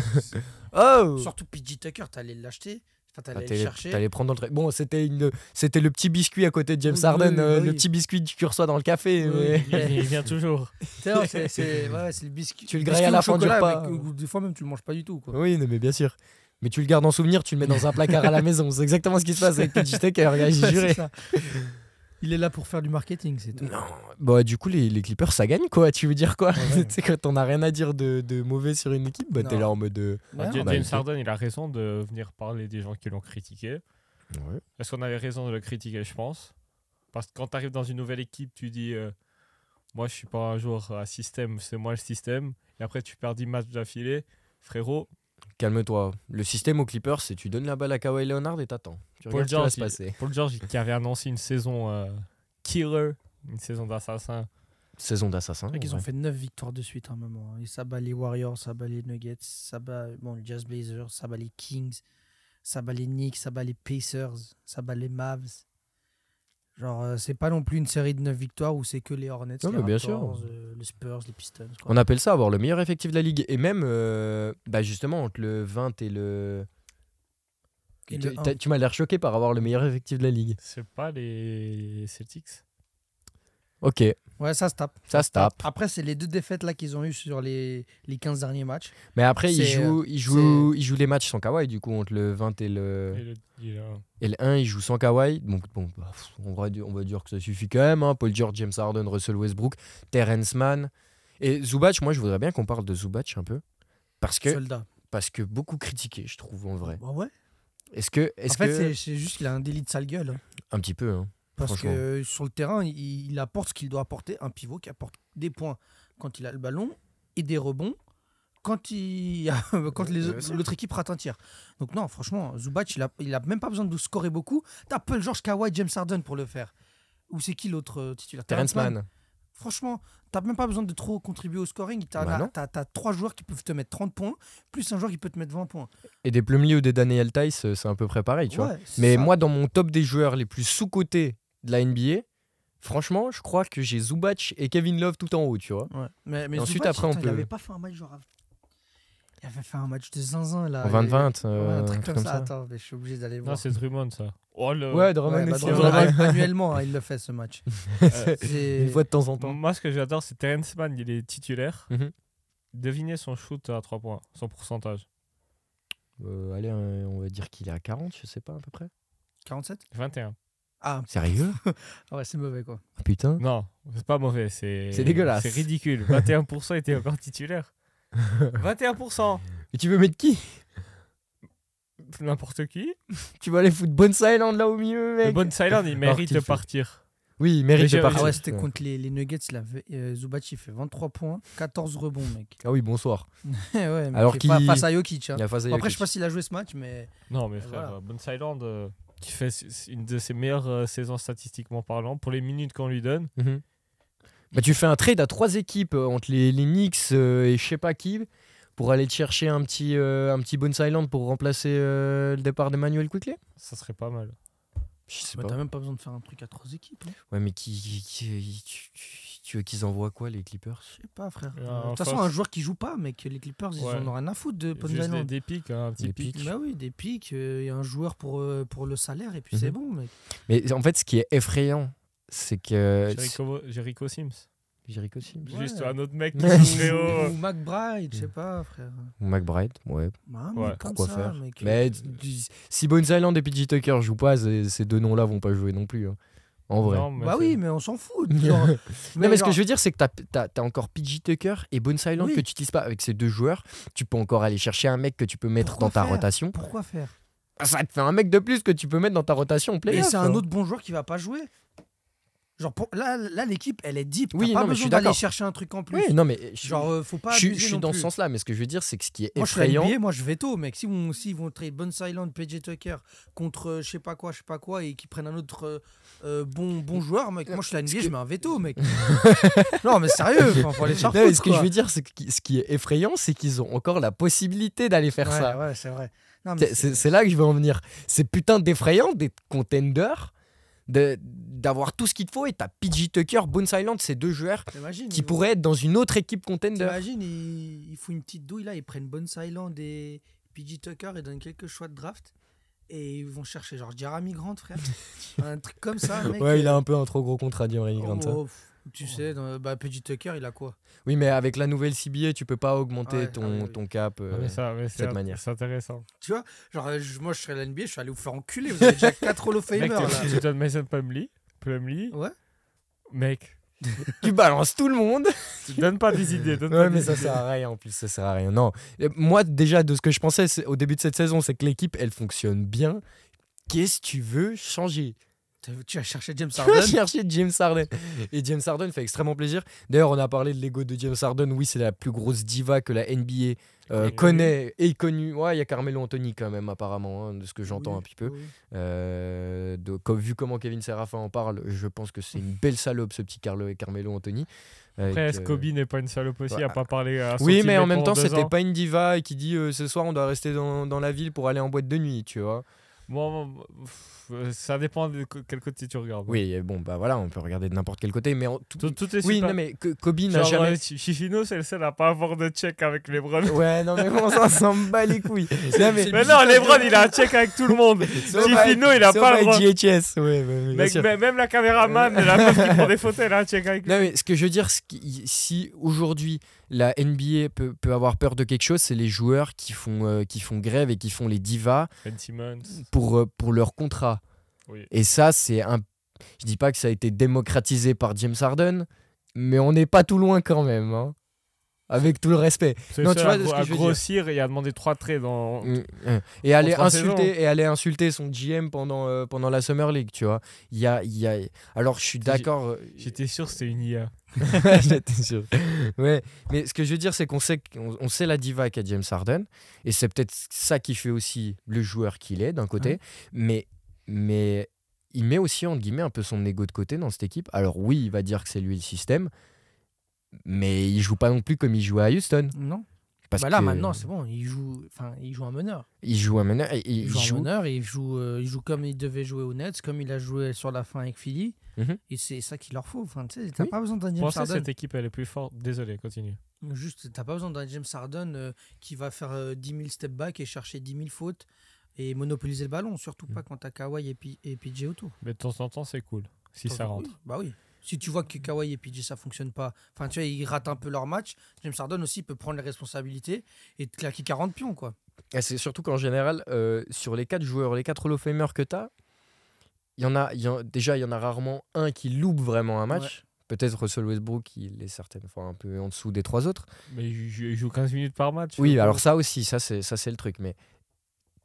[SPEAKER 1] oh
[SPEAKER 2] Surtout PJ Tucker, t'allais l'acheter.
[SPEAKER 1] Ah,
[SPEAKER 2] Enfin, t'allais le
[SPEAKER 1] T'allais
[SPEAKER 2] chercher.
[SPEAKER 1] t'allais prendre dans le trait. Bon, c'était une, c'était le petit biscuit à côté de James
[SPEAKER 2] Oui,
[SPEAKER 1] Harden,
[SPEAKER 2] oui,
[SPEAKER 1] euh,
[SPEAKER 2] oui.
[SPEAKER 1] le petit biscuit que tu reçois dans le café.
[SPEAKER 2] Oui,
[SPEAKER 1] mais-
[SPEAKER 3] Il, il vient toujours.
[SPEAKER 2] C'est vrai, c'est- C'est ouais, ouais, c'est le biscuit.
[SPEAKER 1] Tu le
[SPEAKER 2] biscuit
[SPEAKER 1] grailles à la
[SPEAKER 2] au
[SPEAKER 1] fin du
[SPEAKER 2] chocolat,
[SPEAKER 1] repas.
[SPEAKER 2] mais que- ou des fois même, tu le manges pas du tout. Quoi.
[SPEAKER 1] Oui, non, mais bien sûr. Mais tu le gardes en souvenir, tu le mets dans un placard à la maison. C'est exactement ce qui se passe avec PJ Tucker, gars, j'y
[SPEAKER 2] Ouais,
[SPEAKER 1] jurais.
[SPEAKER 2] c'est ça. Il est là pour faire du marketing, c'est tout.
[SPEAKER 1] Non. Bah, du coup, les, les Clippers, ça gagne quoi Tu veux dire quoi
[SPEAKER 2] Ouais, ouais.
[SPEAKER 1] Tu sais, quand on n'a rien à dire de, de mauvais sur une équipe, bah, t'es
[SPEAKER 2] Non.
[SPEAKER 1] là en mode. euh,
[SPEAKER 2] Ouais,
[SPEAKER 3] James
[SPEAKER 1] bah, il
[SPEAKER 3] James
[SPEAKER 1] fait-
[SPEAKER 3] Harden, il a raison de venir parler des gens qui l'ont critiqué.
[SPEAKER 1] ouais.
[SPEAKER 3] Est-ce qu'on avait raison de le critiquer, je pense Parce que quand tu arrives dans une nouvelle équipe, tu dis euh, Moi, je suis pas un joueur à système, c'est moi le système. Et après, tu perds 10 matchs d'affilée. Frérot,
[SPEAKER 1] Calme-toi. Le système aux Clippers, c'est tu donnes la balle à Kawhi Leonard et t'attends. Tu
[SPEAKER 3] Paul
[SPEAKER 1] regardes ce qui va
[SPEAKER 3] George,
[SPEAKER 1] se
[SPEAKER 3] il-
[SPEAKER 1] passer.
[SPEAKER 3] Paul George qui avait annoncé une saison euh, killer, une saison d'assassin.
[SPEAKER 1] Saison d'assassin.
[SPEAKER 2] C'est vrai qu'ils
[SPEAKER 1] ouais.
[SPEAKER 2] ont fait 9 victoires de suite à un moment. hein. Et ça bat les Warriors, ça bat les Nuggets, ça bat bon, les Jazz Blazers, ça bat les Kings, ça bat les Knicks, ça bat les Pacers, ça bat les Mavs. Genre, euh, c'est pas non plus une série de 9 victoires où c'est que les Hornets,
[SPEAKER 1] Non,
[SPEAKER 2] les
[SPEAKER 1] mais bien
[SPEAKER 2] Raptors,
[SPEAKER 1] sûr.
[SPEAKER 2] euh, les Spurs, les Pistons. quoi.
[SPEAKER 1] On appelle ça avoir le meilleur effectif de la ligue. Et même, euh, bah, justement, entre le 20 et le.
[SPEAKER 2] Et
[SPEAKER 1] tu
[SPEAKER 2] le un.
[SPEAKER 1] t'as- tu m'as l'air choqué par avoir le meilleur effectif de la ligue.
[SPEAKER 3] C'est pas les Celtics
[SPEAKER 1] Ok,
[SPEAKER 2] Ouais, ça se tape.
[SPEAKER 1] ça se tape.
[SPEAKER 2] Après, c'est les deux défaites là qu'ils ont eues sur les, les 15 derniers matchs.
[SPEAKER 1] Mais après, ils
[SPEAKER 2] C'est, euh,
[SPEAKER 1] jouent, ils, jouent, ils jouent les matchs sans Kawhi, du coup, entre le 20 et le,
[SPEAKER 3] Et le- il a-
[SPEAKER 1] et le 1, ils jouent sans Kawhi. Donc, bon, bah, pff, on, va dire, on va dire que ça suffit quand même. hein. Paul George, James Harden, Russell Westbrook, Terrence Mann. Et Zubac, moi, je voudrais bien qu'on parle de Zubac un peu. Parce que,
[SPEAKER 2] Soldat.
[SPEAKER 1] parce que beaucoup critiqué, je trouve, en vrai.
[SPEAKER 2] Bah ouais.
[SPEAKER 1] Est-ce que. Est
[SPEAKER 2] En
[SPEAKER 1] -ce
[SPEAKER 2] fait,
[SPEAKER 1] que...
[SPEAKER 2] c'est- c'est juste qu'il a un délit de sale gueule. hein.
[SPEAKER 1] Un petit peu, hein.
[SPEAKER 2] Parce
[SPEAKER 1] Franchement.
[SPEAKER 2] que euh, sur le terrain, il, il apporte ce qu'il doit apporter. Un pivot qui apporte des points quand il a le ballon et des rebonds quand, il, quand les-
[SPEAKER 1] Ouais, c'est
[SPEAKER 2] l'autre équipe rate un tir. Donc non, franchement, Zubac, il a, il a même pas besoin de scorer beaucoup. T'as Paul George Kawhi, James Harden pour le faire. Ou c'est qui l'autre euh, titulaire
[SPEAKER 1] Terrence Mann.
[SPEAKER 2] Franchement, t'as même pas besoin de trop contribuer au scoring. T'as
[SPEAKER 1] Bah non.
[SPEAKER 2] as, trois joueurs qui peuvent te mettre 30 points, plus un joueur qui peut te mettre 20 points.
[SPEAKER 1] Et des Plumlee ou des Daniel Tice, euh, c'est à peu près pareil, tu vois.
[SPEAKER 2] Ouais, c'est
[SPEAKER 1] Mais
[SPEAKER 2] ça.
[SPEAKER 1] moi, dans mon top des joueurs les plus sous-cotés de la NBA, franchement, je crois que j'ai Zubac et Kevin Love tout en haut, tu vois.
[SPEAKER 2] Ouais. Mais, mais
[SPEAKER 1] Et ensuite,
[SPEAKER 2] Zubac,
[SPEAKER 1] après, on
[SPEAKER 2] attends, Il
[SPEAKER 1] peut-
[SPEAKER 2] avait pas fait un match genre. av- Il avait fait un match de zinzin là.
[SPEAKER 1] en 20-20,
[SPEAKER 2] Ouais,
[SPEAKER 1] euh,
[SPEAKER 2] un truc comme, ça. Attends, mais je suis obligé d'aller
[SPEAKER 3] Non,
[SPEAKER 2] voir.
[SPEAKER 3] c'est Drummond, ça. Oh, le...
[SPEAKER 1] Ouais, Drummond
[SPEAKER 2] Ouais, bah,
[SPEAKER 1] aussi,
[SPEAKER 2] Drummond,
[SPEAKER 1] ouais.
[SPEAKER 2] annu- annuellement, hein, il le fait ce match.
[SPEAKER 3] Euh,
[SPEAKER 2] C'est-
[SPEAKER 1] Une fois de temps en temps.
[SPEAKER 3] Moi, ce que j'adore, c'est Terrence Mann, il est titulaire.
[SPEAKER 1] Mhm.
[SPEAKER 3] Devinez son shoot à 3 points, son pourcentage.
[SPEAKER 1] Euh, allez, euh, on va dire qu'il est à 40, je sais pas, à peu près.
[SPEAKER 2] 47
[SPEAKER 3] 21.
[SPEAKER 2] Ah,
[SPEAKER 1] Sérieux
[SPEAKER 2] ah ouais, c'est mauvais quoi.
[SPEAKER 1] Ah, Putain.
[SPEAKER 3] Non, c'est pas mauvais, c'est...
[SPEAKER 1] C'est dégueulasse.
[SPEAKER 3] C'est ridicule. 21% était encore titulaire. 21%
[SPEAKER 1] Mais tu veux mettre qui
[SPEAKER 3] N'importe qui.
[SPEAKER 1] Tu vas aller foutre Bonne Island là au milieu,
[SPEAKER 3] Le
[SPEAKER 1] mec
[SPEAKER 3] Bon Island, il
[SPEAKER 1] Alors
[SPEAKER 3] mérite
[SPEAKER 1] qu'il
[SPEAKER 3] de
[SPEAKER 1] fait-
[SPEAKER 3] partir.
[SPEAKER 1] Oui, il mérite
[SPEAKER 3] Mais
[SPEAKER 1] de
[SPEAKER 3] j'ai-
[SPEAKER 1] partir.
[SPEAKER 2] Ah ouais, c'était
[SPEAKER 1] Ouais.
[SPEAKER 2] contre les, les Nuggets, il avait, euh, Zubac il fait 23 points, 14 rebonds mec.
[SPEAKER 1] Ah oui, bonsoir.
[SPEAKER 2] ouais, mais
[SPEAKER 1] Alors
[SPEAKER 2] c'est
[SPEAKER 1] qu'il-
[SPEAKER 2] pas face à Jokic. hein.
[SPEAKER 1] Il a face à
[SPEAKER 2] Après,
[SPEAKER 1] Jokic.
[SPEAKER 2] je sais pas s'il a joué ce match, mais
[SPEAKER 3] Non, mais
[SPEAKER 2] Et
[SPEAKER 3] frère,
[SPEAKER 2] voilà.
[SPEAKER 3] euh, Bones Island, euh, qui fait s- s- une de ses meilleures euh, saisons statistiquement parlant, pour les minutes qu'on lui donne.
[SPEAKER 1] Mhm. Bah, tu fais un trade à trois équipes euh, entre les, les Knicks euh, et je sais pas qui pour aller te chercher un petit, euh, un petit Bones Island pour remplacer euh, le départ d'Emmanuel Quickly
[SPEAKER 3] Ça serait pas mal.
[SPEAKER 1] Je sais
[SPEAKER 2] bah,
[SPEAKER 1] pas.
[SPEAKER 2] t'as même pas besoin de faire un truc à trois équipes. hein.
[SPEAKER 1] Ouais, mais qui, qui- qui- tu, tu- tu veux qu'ils envoient quoi, les Clippers
[SPEAKER 2] Je sais pas, frère.
[SPEAKER 3] Ouais,
[SPEAKER 2] Euh, De toute
[SPEAKER 3] Ah, enfin,
[SPEAKER 2] façon, un joueur qui joue pas, mec, les Clippers, ils
[SPEAKER 3] Ouais.
[SPEAKER 2] en ont rien à foutre de Pond
[SPEAKER 3] Juste des,
[SPEAKER 2] Island.
[SPEAKER 3] des pics, hein, un petit
[SPEAKER 1] Des
[SPEAKER 3] pic.
[SPEAKER 1] pics.
[SPEAKER 2] Bah oui, des pics, euh, et un joueur pour, euh, pour le salaire, et puis
[SPEAKER 1] Mhm.
[SPEAKER 2] c'est bon, mec.
[SPEAKER 1] Mais en fait, ce qui est effrayant, c'est que.
[SPEAKER 3] Jericho, Jericho Sims.
[SPEAKER 1] Jericho Sims.
[SPEAKER 2] Ouais.
[SPEAKER 3] Juste un autre mec qui
[SPEAKER 1] Ouais.
[SPEAKER 3] serait
[SPEAKER 2] Ou,
[SPEAKER 3] au-
[SPEAKER 2] ou McBride, je sais pas, frère.
[SPEAKER 1] Ou McBride, Mhm. ouais.
[SPEAKER 2] Bah,
[SPEAKER 3] Ouais.
[SPEAKER 2] mais comme
[SPEAKER 1] Pourquoi
[SPEAKER 2] ça,
[SPEAKER 1] faire
[SPEAKER 2] mec. euh.
[SPEAKER 1] Mais tu- si Bones Island et PJ Tucker jouent pas, ces ces deux noms-là vont pas jouer non plus. hein. En vrai.
[SPEAKER 3] Non, mais
[SPEAKER 2] Bah
[SPEAKER 3] c'est-
[SPEAKER 2] oui, mais on s'en fout.
[SPEAKER 1] Non,
[SPEAKER 2] genre.
[SPEAKER 1] Non, mais ce
[SPEAKER 2] genre,
[SPEAKER 1] que je veux dire, c'est que t'as as, encore PJ Tucker et Bones Island
[SPEAKER 2] Oui.
[SPEAKER 1] que tu utilises pas. Avec ces deux joueurs, tu peux encore aller chercher un mec que tu peux mettre
[SPEAKER 2] Pourquoi
[SPEAKER 1] dans ta
[SPEAKER 2] faire
[SPEAKER 1] rotation.
[SPEAKER 2] Pourquoi faire
[SPEAKER 1] Ah, Ça te fait un mec de plus que tu peux mettre dans ta rotation en
[SPEAKER 2] Et
[SPEAKER 1] playoff. hein.
[SPEAKER 2] c'est un
[SPEAKER 1] quoi.
[SPEAKER 2] autre bon joueur qui va pas jouer. Genre, pour- là, là l'équipe, elle est deep.
[SPEAKER 1] Oui,
[SPEAKER 2] Oui, pas
[SPEAKER 1] non, mais je
[SPEAKER 2] besoin
[SPEAKER 1] suis
[SPEAKER 2] d'aller
[SPEAKER 1] d'accord.
[SPEAKER 2] chercher un truc en plus.
[SPEAKER 1] Oui, non, mais je,
[SPEAKER 2] Genre, euh, faut pas.
[SPEAKER 1] je- je
[SPEAKER 2] abuser
[SPEAKER 1] suis
[SPEAKER 2] non
[SPEAKER 1] dans
[SPEAKER 2] plus.
[SPEAKER 1] ce sens-là, mais ce que je veux dire, c'est que ce qui est
[SPEAKER 2] Moi, je suis à
[SPEAKER 1] effrayant.
[SPEAKER 2] NBA, moi, je vais tôt, mec. Si on- s'ils vont trade Bon Silent, PJ Tucker contre euh, je sais pas quoi, je sais pas quoi, et qu'ils prennent un autre euh, euh, bon, bon joueur,
[SPEAKER 1] Euh,
[SPEAKER 2] mec. Moi, je suis à NBA, je mets un veto, mec. non, mais sérieux, enfin, faut aller
[SPEAKER 1] Non,
[SPEAKER 2] chercher.
[SPEAKER 1] mais ce que je veux dire, c'est que qui- ce qui est effrayant, c'est qu'ils ont encore la possibilité d'aller faire
[SPEAKER 2] ouais,
[SPEAKER 1] ça.
[SPEAKER 2] Ouais, c'est vrai. Non, mais
[SPEAKER 1] C'est- C'est c'est là que je veux en venir. C'est putain d'effrayant d'être contender, de- d'avoir tout ce qu'il te faut et t'as PJ Tucker, Bones Island, ces deux joueurs
[SPEAKER 2] T'imagines,
[SPEAKER 1] qui
[SPEAKER 2] ils-
[SPEAKER 1] pourraient être dans une autre équipe contender.
[SPEAKER 2] T'imagines, ils, ils font une petite douille là, ils prennent Bones Island et PJ Tucker et donnent quelques choix de draft. Et ils vont chercher genre Jeremy Grant, frère. un truc comme ça, mec.
[SPEAKER 1] Ouais, il a un peu un trop gros contrat, Jeremy
[SPEAKER 2] Oh,
[SPEAKER 1] Grant. ça.
[SPEAKER 2] oh, pff, tu sais, dans- bah, PJ Tucker, il a quoi
[SPEAKER 1] Oui, mais avec la nouvelle CBA, tu peux pas augmenter
[SPEAKER 2] Ouais, ah
[SPEAKER 1] ton,
[SPEAKER 2] oui, oui.
[SPEAKER 1] ton cap. euh,
[SPEAKER 3] Non, mais ça, mais c'est
[SPEAKER 1] cette
[SPEAKER 3] int-
[SPEAKER 1] manière.
[SPEAKER 3] C'est intéressant.
[SPEAKER 2] Genre, euh, je- moi, je serais à la NBA, je suis allé vous faire enculer. Vous avez déjà 4 Hall of Famer
[SPEAKER 3] Mec,
[SPEAKER 2] là.
[SPEAKER 3] tu- tu donnes Mason Plumlee. Plumlee.
[SPEAKER 2] Ouais.
[SPEAKER 3] Mec,
[SPEAKER 1] tu balances tout le monde.
[SPEAKER 3] tu donnes pas des idées. Donne
[SPEAKER 1] Ouais,
[SPEAKER 3] pas
[SPEAKER 1] mais
[SPEAKER 3] des
[SPEAKER 1] ça
[SPEAKER 3] idées.
[SPEAKER 1] sert à rien en plus, ça sert à rien. Non, Euh, moi déjà de ce que je pensais c'est- au début de cette saison, c'est que l'équipe elle fonctionne bien. Qu'est-ce que tu veux changer
[SPEAKER 2] T'as- Tu as cherché James
[SPEAKER 1] Tu vas
[SPEAKER 2] Harden.
[SPEAKER 1] chercher James Harden. Et James Harden fait extrêmement plaisir. D'ailleurs, on a parlé de l'ego de James Harden. Oui, c'est la plus grosse diva que la NBA euh,
[SPEAKER 3] Et
[SPEAKER 1] connaît et connue. Ouais, il y a Carmelo Anthony quand même, apparemment, hein, de ce que j'entends
[SPEAKER 2] Oui,
[SPEAKER 1] un petit peu.
[SPEAKER 2] oui.
[SPEAKER 1] Euh, de- comme- vu comment Kevin Serafin en parle, je pense que c'est une belle salope ce petit Carlo Carmelo Anthony. Avec,
[SPEAKER 3] Après,
[SPEAKER 1] euh,
[SPEAKER 3] Scobie n'est pas une salope aussi,
[SPEAKER 1] bah,
[SPEAKER 3] à pas parler à
[SPEAKER 1] Oui, mais
[SPEAKER 3] centimètre
[SPEAKER 1] en même temps,
[SPEAKER 3] pendant deux
[SPEAKER 1] c'était
[SPEAKER 3] ans.
[SPEAKER 1] pas une diva et qui dit euh, ce soir on doit rester dans, dans la ville pour aller en boîte de nuit, tu vois.
[SPEAKER 3] Bon, bon, pff, euh, ça dépend de co- quel côté tu regardes.
[SPEAKER 1] Oui, et bon, bah voilà, on peut regarder de n'importe quel côté, mais en tout-
[SPEAKER 3] Tout, tout est
[SPEAKER 1] oui,
[SPEAKER 3] super.
[SPEAKER 1] non, mais que- Kobe n'a
[SPEAKER 3] Genre,
[SPEAKER 1] jamais.
[SPEAKER 3] euh, Chi- Chifino, c'est le seul à pas avoir de check avec Lebron.
[SPEAKER 1] Ouais, non, mais bon, ça s'en bat les couilles. Non, mais.
[SPEAKER 3] Mais non, Lebron, il a un check avec tout le monde. Chifino, il a
[SPEAKER 1] Sauf
[SPEAKER 3] pas
[SPEAKER 1] avec
[SPEAKER 3] le droit.
[SPEAKER 1] GHS, ouais, bah, bien
[SPEAKER 3] Mec,
[SPEAKER 1] sûr.
[SPEAKER 3] mais- même la caméraman, la meuf qui prend des photos, elle a un check avec lui.
[SPEAKER 1] Non, mais ce que je veux dire, c'est qu'il- si aujourd'hui la NBA peut, peut avoir peur de quelque chose, c'est les joueurs qui font, euh, qui font grève et qui font les divas
[SPEAKER 3] Ben Simmons.
[SPEAKER 1] pour, euh, pour leur contrat.
[SPEAKER 3] Oui.
[SPEAKER 1] Et ça, c'est un. Je dis pas que ça a été démocratisé par James Harden, mais on n'est pas tout loin quand même. hein. Avec tout le respect.
[SPEAKER 3] C'est
[SPEAKER 1] Non,
[SPEAKER 3] le
[SPEAKER 1] tu
[SPEAKER 3] seul à
[SPEAKER 1] vois ce
[SPEAKER 3] gro-
[SPEAKER 1] que
[SPEAKER 3] à
[SPEAKER 1] je veux dire.
[SPEAKER 3] grossir et à demander trois traits dans.
[SPEAKER 1] Mm, mm. Et aller
[SPEAKER 3] Contre un saison.
[SPEAKER 1] insulter, et aller insulter son GM pendant, euh, pendant la Summer League, tu vois. Il y a, il y a... Alors, je suis d'accord. euh,
[SPEAKER 3] J'étais sûr que c'était une IA.
[SPEAKER 1] J'étais sûr. Ouais, mais ce que je veux dire, c'est qu'on sait, qu'on- on sait la diva qu'a James Harden, et c'est peut-être ça qui fait aussi le joueur qu'il est d'un côté, mais, mais il met aussi entre guillemets un peu son ego de côté dans cette équipe. Alors oui, il va dire que c'est lui le système, mais il joue pas non plus comme il jouait à Houston,
[SPEAKER 2] Non.
[SPEAKER 1] parce
[SPEAKER 2] Bah là,
[SPEAKER 1] que
[SPEAKER 2] maintenant, c'est bon. Il joue, enfin, il joue un meneur.
[SPEAKER 1] il joue à meneur, et il,
[SPEAKER 2] Il, joue,
[SPEAKER 1] joue.
[SPEAKER 2] en meneur et il joue, euh, il joue comme il devait jouer aux Nets, comme il a joué sur la fin avec Philly.
[SPEAKER 1] Mhm.
[SPEAKER 2] Et c'est ça qu'il leur faut. Enfin, tu sais, t'as
[SPEAKER 1] Oui.
[SPEAKER 2] pas besoin d'un James
[SPEAKER 3] Pensez que
[SPEAKER 2] Harden.
[SPEAKER 3] cette équipe, elle est plus forte. Désolé, continue.
[SPEAKER 2] Juste, t'as pas besoin d'un James Harden euh, qui va faire euh, 10 000 step back et chercher 10 000 fautes et monopoliser le ballon.
[SPEAKER 1] Mm.
[SPEAKER 2] Surtout pas quand t'as Kawhi et, P- et PJ autour.
[SPEAKER 3] Mais de temps en temps, c'est cool. Si ça rentre.
[SPEAKER 2] Bah oui. Si tu vois que Kawhi et PJ ça fonctionne pas, enfin tu vois, ils ratent un peu leur match, James Harden aussi peut prendre les responsabilités et te claquer 40 pions quoi.
[SPEAKER 1] Et c'est surtout qu'en général, euh, sur les quatre joueurs, les quatre Hall of Famers que t'as, il y en a, il y en- déjà il y en a rarement un qui loupe vraiment un match.
[SPEAKER 2] Ouais.
[SPEAKER 1] Peut-être Russell Westbrook, il est certaines fois un peu en dessous des trois autres.
[SPEAKER 3] Mais il joue- il joue 15 minutes par match.
[SPEAKER 1] Oui,
[SPEAKER 3] le
[SPEAKER 1] alors
[SPEAKER 3] pauvre.
[SPEAKER 1] ça aussi, ça c'est ça c'est le truc. Mais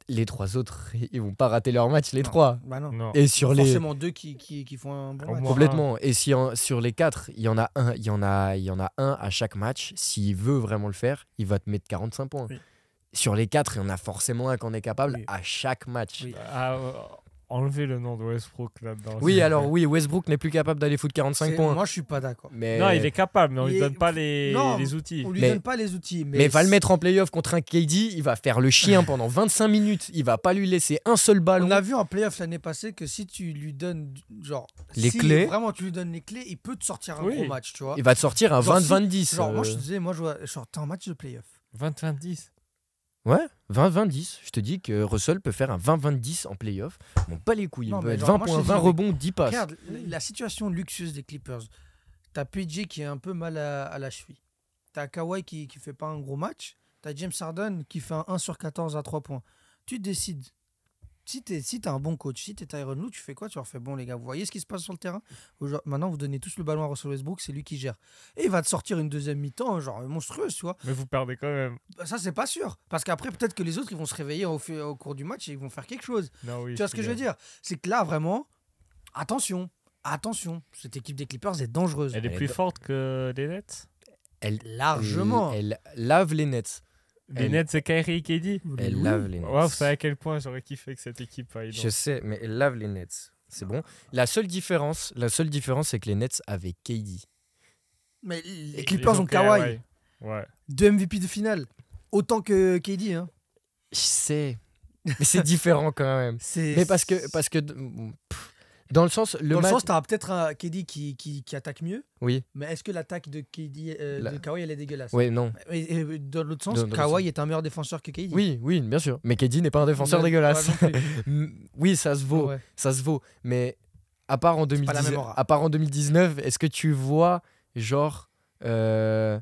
[SPEAKER 1] les trois autres, ils vont pas rater leur match, les
[SPEAKER 2] Non.
[SPEAKER 1] trois.
[SPEAKER 2] Bah non.
[SPEAKER 3] Non.
[SPEAKER 1] Et sur les
[SPEAKER 2] Forcément deux qui, qui, qui font un bon
[SPEAKER 3] Au
[SPEAKER 2] match.
[SPEAKER 3] moins.
[SPEAKER 1] complètement. Et si en- sur les quatre, il y en a un, il y en a, il y en a un à chaque match. S'il veut vraiment le faire, il va te mettre 45 points.
[SPEAKER 2] Oui.
[SPEAKER 1] Sur les quatre, il y en a forcément un qu'on est capable
[SPEAKER 2] Oui.
[SPEAKER 1] à chaque match.
[SPEAKER 2] Oui.
[SPEAKER 3] Ah, euh, enlevez le nom de Westbrook là-dedans.
[SPEAKER 1] Oui,
[SPEAKER 3] s'il vous
[SPEAKER 1] alors
[SPEAKER 3] plaît.
[SPEAKER 1] oui, Westbrook n'est plus capable d'aller foutre 45
[SPEAKER 2] C'est-
[SPEAKER 1] points.
[SPEAKER 2] Moi je suis pas d'accord.
[SPEAKER 1] Mais
[SPEAKER 3] Non, il est capable, mais on lui
[SPEAKER 2] Il-
[SPEAKER 3] donne pas les,
[SPEAKER 2] Non,
[SPEAKER 3] les outils.
[SPEAKER 2] On lui
[SPEAKER 1] Mais-
[SPEAKER 2] donne pas les outils. Mais,
[SPEAKER 1] Mais va le mettre en playoff contre un KD, il va faire le chien pendant 25 minutes, il va pas lui laisser un seul ballon.
[SPEAKER 2] On a vu en playoff l'année passée que si tu lui donnes du- genre
[SPEAKER 1] Les
[SPEAKER 2] si
[SPEAKER 1] clés.
[SPEAKER 2] vraiment tu lui donnes les clés, il peut te sortir un
[SPEAKER 3] Oui.
[SPEAKER 2] gros match, tu vois.
[SPEAKER 1] Il va te sortir un
[SPEAKER 2] Genre, si-
[SPEAKER 1] 20-20-10.
[SPEAKER 2] Genre moi
[SPEAKER 1] euh,
[SPEAKER 2] je te disais, moi je vois, genre t'es en match de playoff.
[SPEAKER 3] 20-20-10.
[SPEAKER 1] Ouais, 20-20-10. Je te dis que Russell peut faire un 20-20-10 en playoff. Bon, pas les couilles.
[SPEAKER 2] Non,
[SPEAKER 1] il peut
[SPEAKER 2] mais
[SPEAKER 1] être
[SPEAKER 2] genre,
[SPEAKER 1] 20
[SPEAKER 2] moi, je
[SPEAKER 1] points,
[SPEAKER 2] te
[SPEAKER 1] 20
[SPEAKER 2] dis,
[SPEAKER 1] rebonds, 10 passes.
[SPEAKER 2] Regarde la situation luxueuse des Clippers. T'as PJ qui est un peu mal à, à la cheville. T'as Kawhi qui, qui fait pas un gros match. T'as James Harden qui fait un 1 sur 14 à 3 points. Tu décides. Si t'es si t'as un bon coach, si t'es Tyron Lue, tu fais quoi Tu leur fais bon les gars, vous voyez ce qui se passe sur le terrain Aujourd'hui- Maintenant vous donnez tous le ballon à Russell Westbrook, c'est lui qui gère. Et il va te sortir une deuxième mi-temps, genre monstrueuse, tu vois.
[SPEAKER 3] Mais vous perdez quand même.
[SPEAKER 2] Bah, ça c'est pas sûr. Parce qu'après peut-être que les autres ils vont se réveiller au, fait- au cours du match et ils vont faire quelque chose.
[SPEAKER 3] Non, oui,
[SPEAKER 2] Tu vois ce que je veux dire C'est que là, vraiment, attention, attention, cette équipe des Clippers est dangereuse.
[SPEAKER 3] Elle est
[SPEAKER 1] Elle
[SPEAKER 3] plus
[SPEAKER 1] est-
[SPEAKER 3] forte que les Nets
[SPEAKER 2] Largement.
[SPEAKER 1] Elle, elle lave les nets.
[SPEAKER 3] Les
[SPEAKER 1] Elle-
[SPEAKER 3] Nets, c'est Kyrie et KD.
[SPEAKER 1] Elle lave les nets.
[SPEAKER 3] Waouh, vous savez à quel point j'aurais kiffé que cette équipe aille.
[SPEAKER 1] Je sais, mais elle lave les nets. C'est bon. La seule différence, la seule différence, c'est que les nets avaient KD.
[SPEAKER 2] Mais les
[SPEAKER 3] Les
[SPEAKER 2] Clippers ont
[SPEAKER 3] Joker,
[SPEAKER 2] Kawhi,
[SPEAKER 3] ouais. Ouais.
[SPEAKER 2] deux MVP de finale, autant que KD. Hein.
[SPEAKER 1] Je sais, mais c'est différent quand même.
[SPEAKER 2] C'est-
[SPEAKER 1] Mais parce que, parce que, pff, dans le sens, le
[SPEAKER 2] dans le
[SPEAKER 1] match.
[SPEAKER 2] sens, t'auras peut-être un KD qui, qui, qui attaque mieux,
[SPEAKER 1] Oui.
[SPEAKER 2] mais est-ce que l'attaque de KD, euh,
[SPEAKER 1] La-
[SPEAKER 2] de Kawhi, elle est dégueulasse
[SPEAKER 1] Ouais, non.
[SPEAKER 2] Et- et dans l'autre sens,
[SPEAKER 1] Dans- dans le
[SPEAKER 2] Kawhi est un meilleur défenseur que KD.
[SPEAKER 1] Oui, oui, bien sûr. Mais KD n'est pas un défenseur
[SPEAKER 2] Ouais,
[SPEAKER 1] dégueulasse.
[SPEAKER 2] ouais, non plus.
[SPEAKER 1] Mm, oui, ça se vaut.
[SPEAKER 2] Ouais.
[SPEAKER 1] ça se vaut. Mais à part en,
[SPEAKER 2] pas la
[SPEAKER 1] 2010
[SPEAKER 2] même aura.
[SPEAKER 1] à part en 2019, est-ce que tu vois, genre, euh,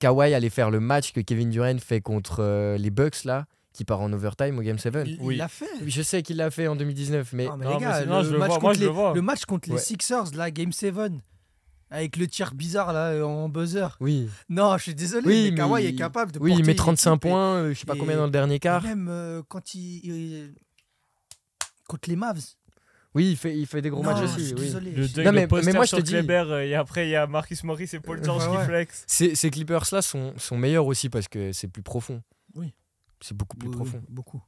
[SPEAKER 1] Kawhi aller faire le match que Kevin Durant fait contre euh, les Bucks, là, qui part en overtime au Game 7
[SPEAKER 2] Il
[SPEAKER 3] Oui.
[SPEAKER 2] il l'a fait.
[SPEAKER 1] Je sais qu'il l'a fait en 2019, mais.
[SPEAKER 2] Non, mais
[SPEAKER 3] Non,
[SPEAKER 2] les
[SPEAKER 3] mais
[SPEAKER 2] gars,
[SPEAKER 3] c'est- non,
[SPEAKER 2] le,
[SPEAKER 3] je le
[SPEAKER 2] match
[SPEAKER 3] vois, moi,
[SPEAKER 2] contre
[SPEAKER 3] je
[SPEAKER 2] les,
[SPEAKER 3] le vois.
[SPEAKER 2] le match contre
[SPEAKER 1] Ouais.
[SPEAKER 2] les Sixers, là, Game 7, avec le tir bizarre là, euh, en buzzer.
[SPEAKER 1] Oui,
[SPEAKER 2] Non, je suis désolé,
[SPEAKER 1] Oui,
[SPEAKER 2] mais
[SPEAKER 1] mais
[SPEAKER 2] Kawhi est
[SPEAKER 1] il-
[SPEAKER 2] capable de
[SPEAKER 1] oui, il
[SPEAKER 2] porter
[SPEAKER 1] met
[SPEAKER 2] une
[SPEAKER 1] 35
[SPEAKER 2] équipe et-
[SPEAKER 1] points, euh, je sais pas
[SPEAKER 2] et-
[SPEAKER 1] combien dans le dernier
[SPEAKER 2] et
[SPEAKER 1] quart.
[SPEAKER 2] Même euh, quand il, il- Contre les Mavs.
[SPEAKER 1] Oui, il fait, il fait des gros
[SPEAKER 2] Non,
[SPEAKER 1] matchs
[SPEAKER 2] je
[SPEAKER 1] aussi.
[SPEAKER 2] suis
[SPEAKER 1] Oh, oui.
[SPEAKER 2] désolé.
[SPEAKER 3] Le
[SPEAKER 2] Je-
[SPEAKER 3] deuil
[SPEAKER 1] Non,
[SPEAKER 3] de
[SPEAKER 1] mais- mais
[SPEAKER 3] poster
[SPEAKER 1] moi, je
[SPEAKER 3] sur
[SPEAKER 1] te dis-
[SPEAKER 3] Kleber, euh, et après il y a Marcus Morris et Paul George
[SPEAKER 2] Ouais,
[SPEAKER 3] qui
[SPEAKER 2] ouais.
[SPEAKER 3] flex.
[SPEAKER 1] Ces, ces Clippers-là sont, sont meilleurs aussi parce que c'est plus profond.
[SPEAKER 2] Oui.
[SPEAKER 1] C'est beaucoup plus
[SPEAKER 2] Oui,
[SPEAKER 1] profond.
[SPEAKER 2] oui, euh, Beaucoup.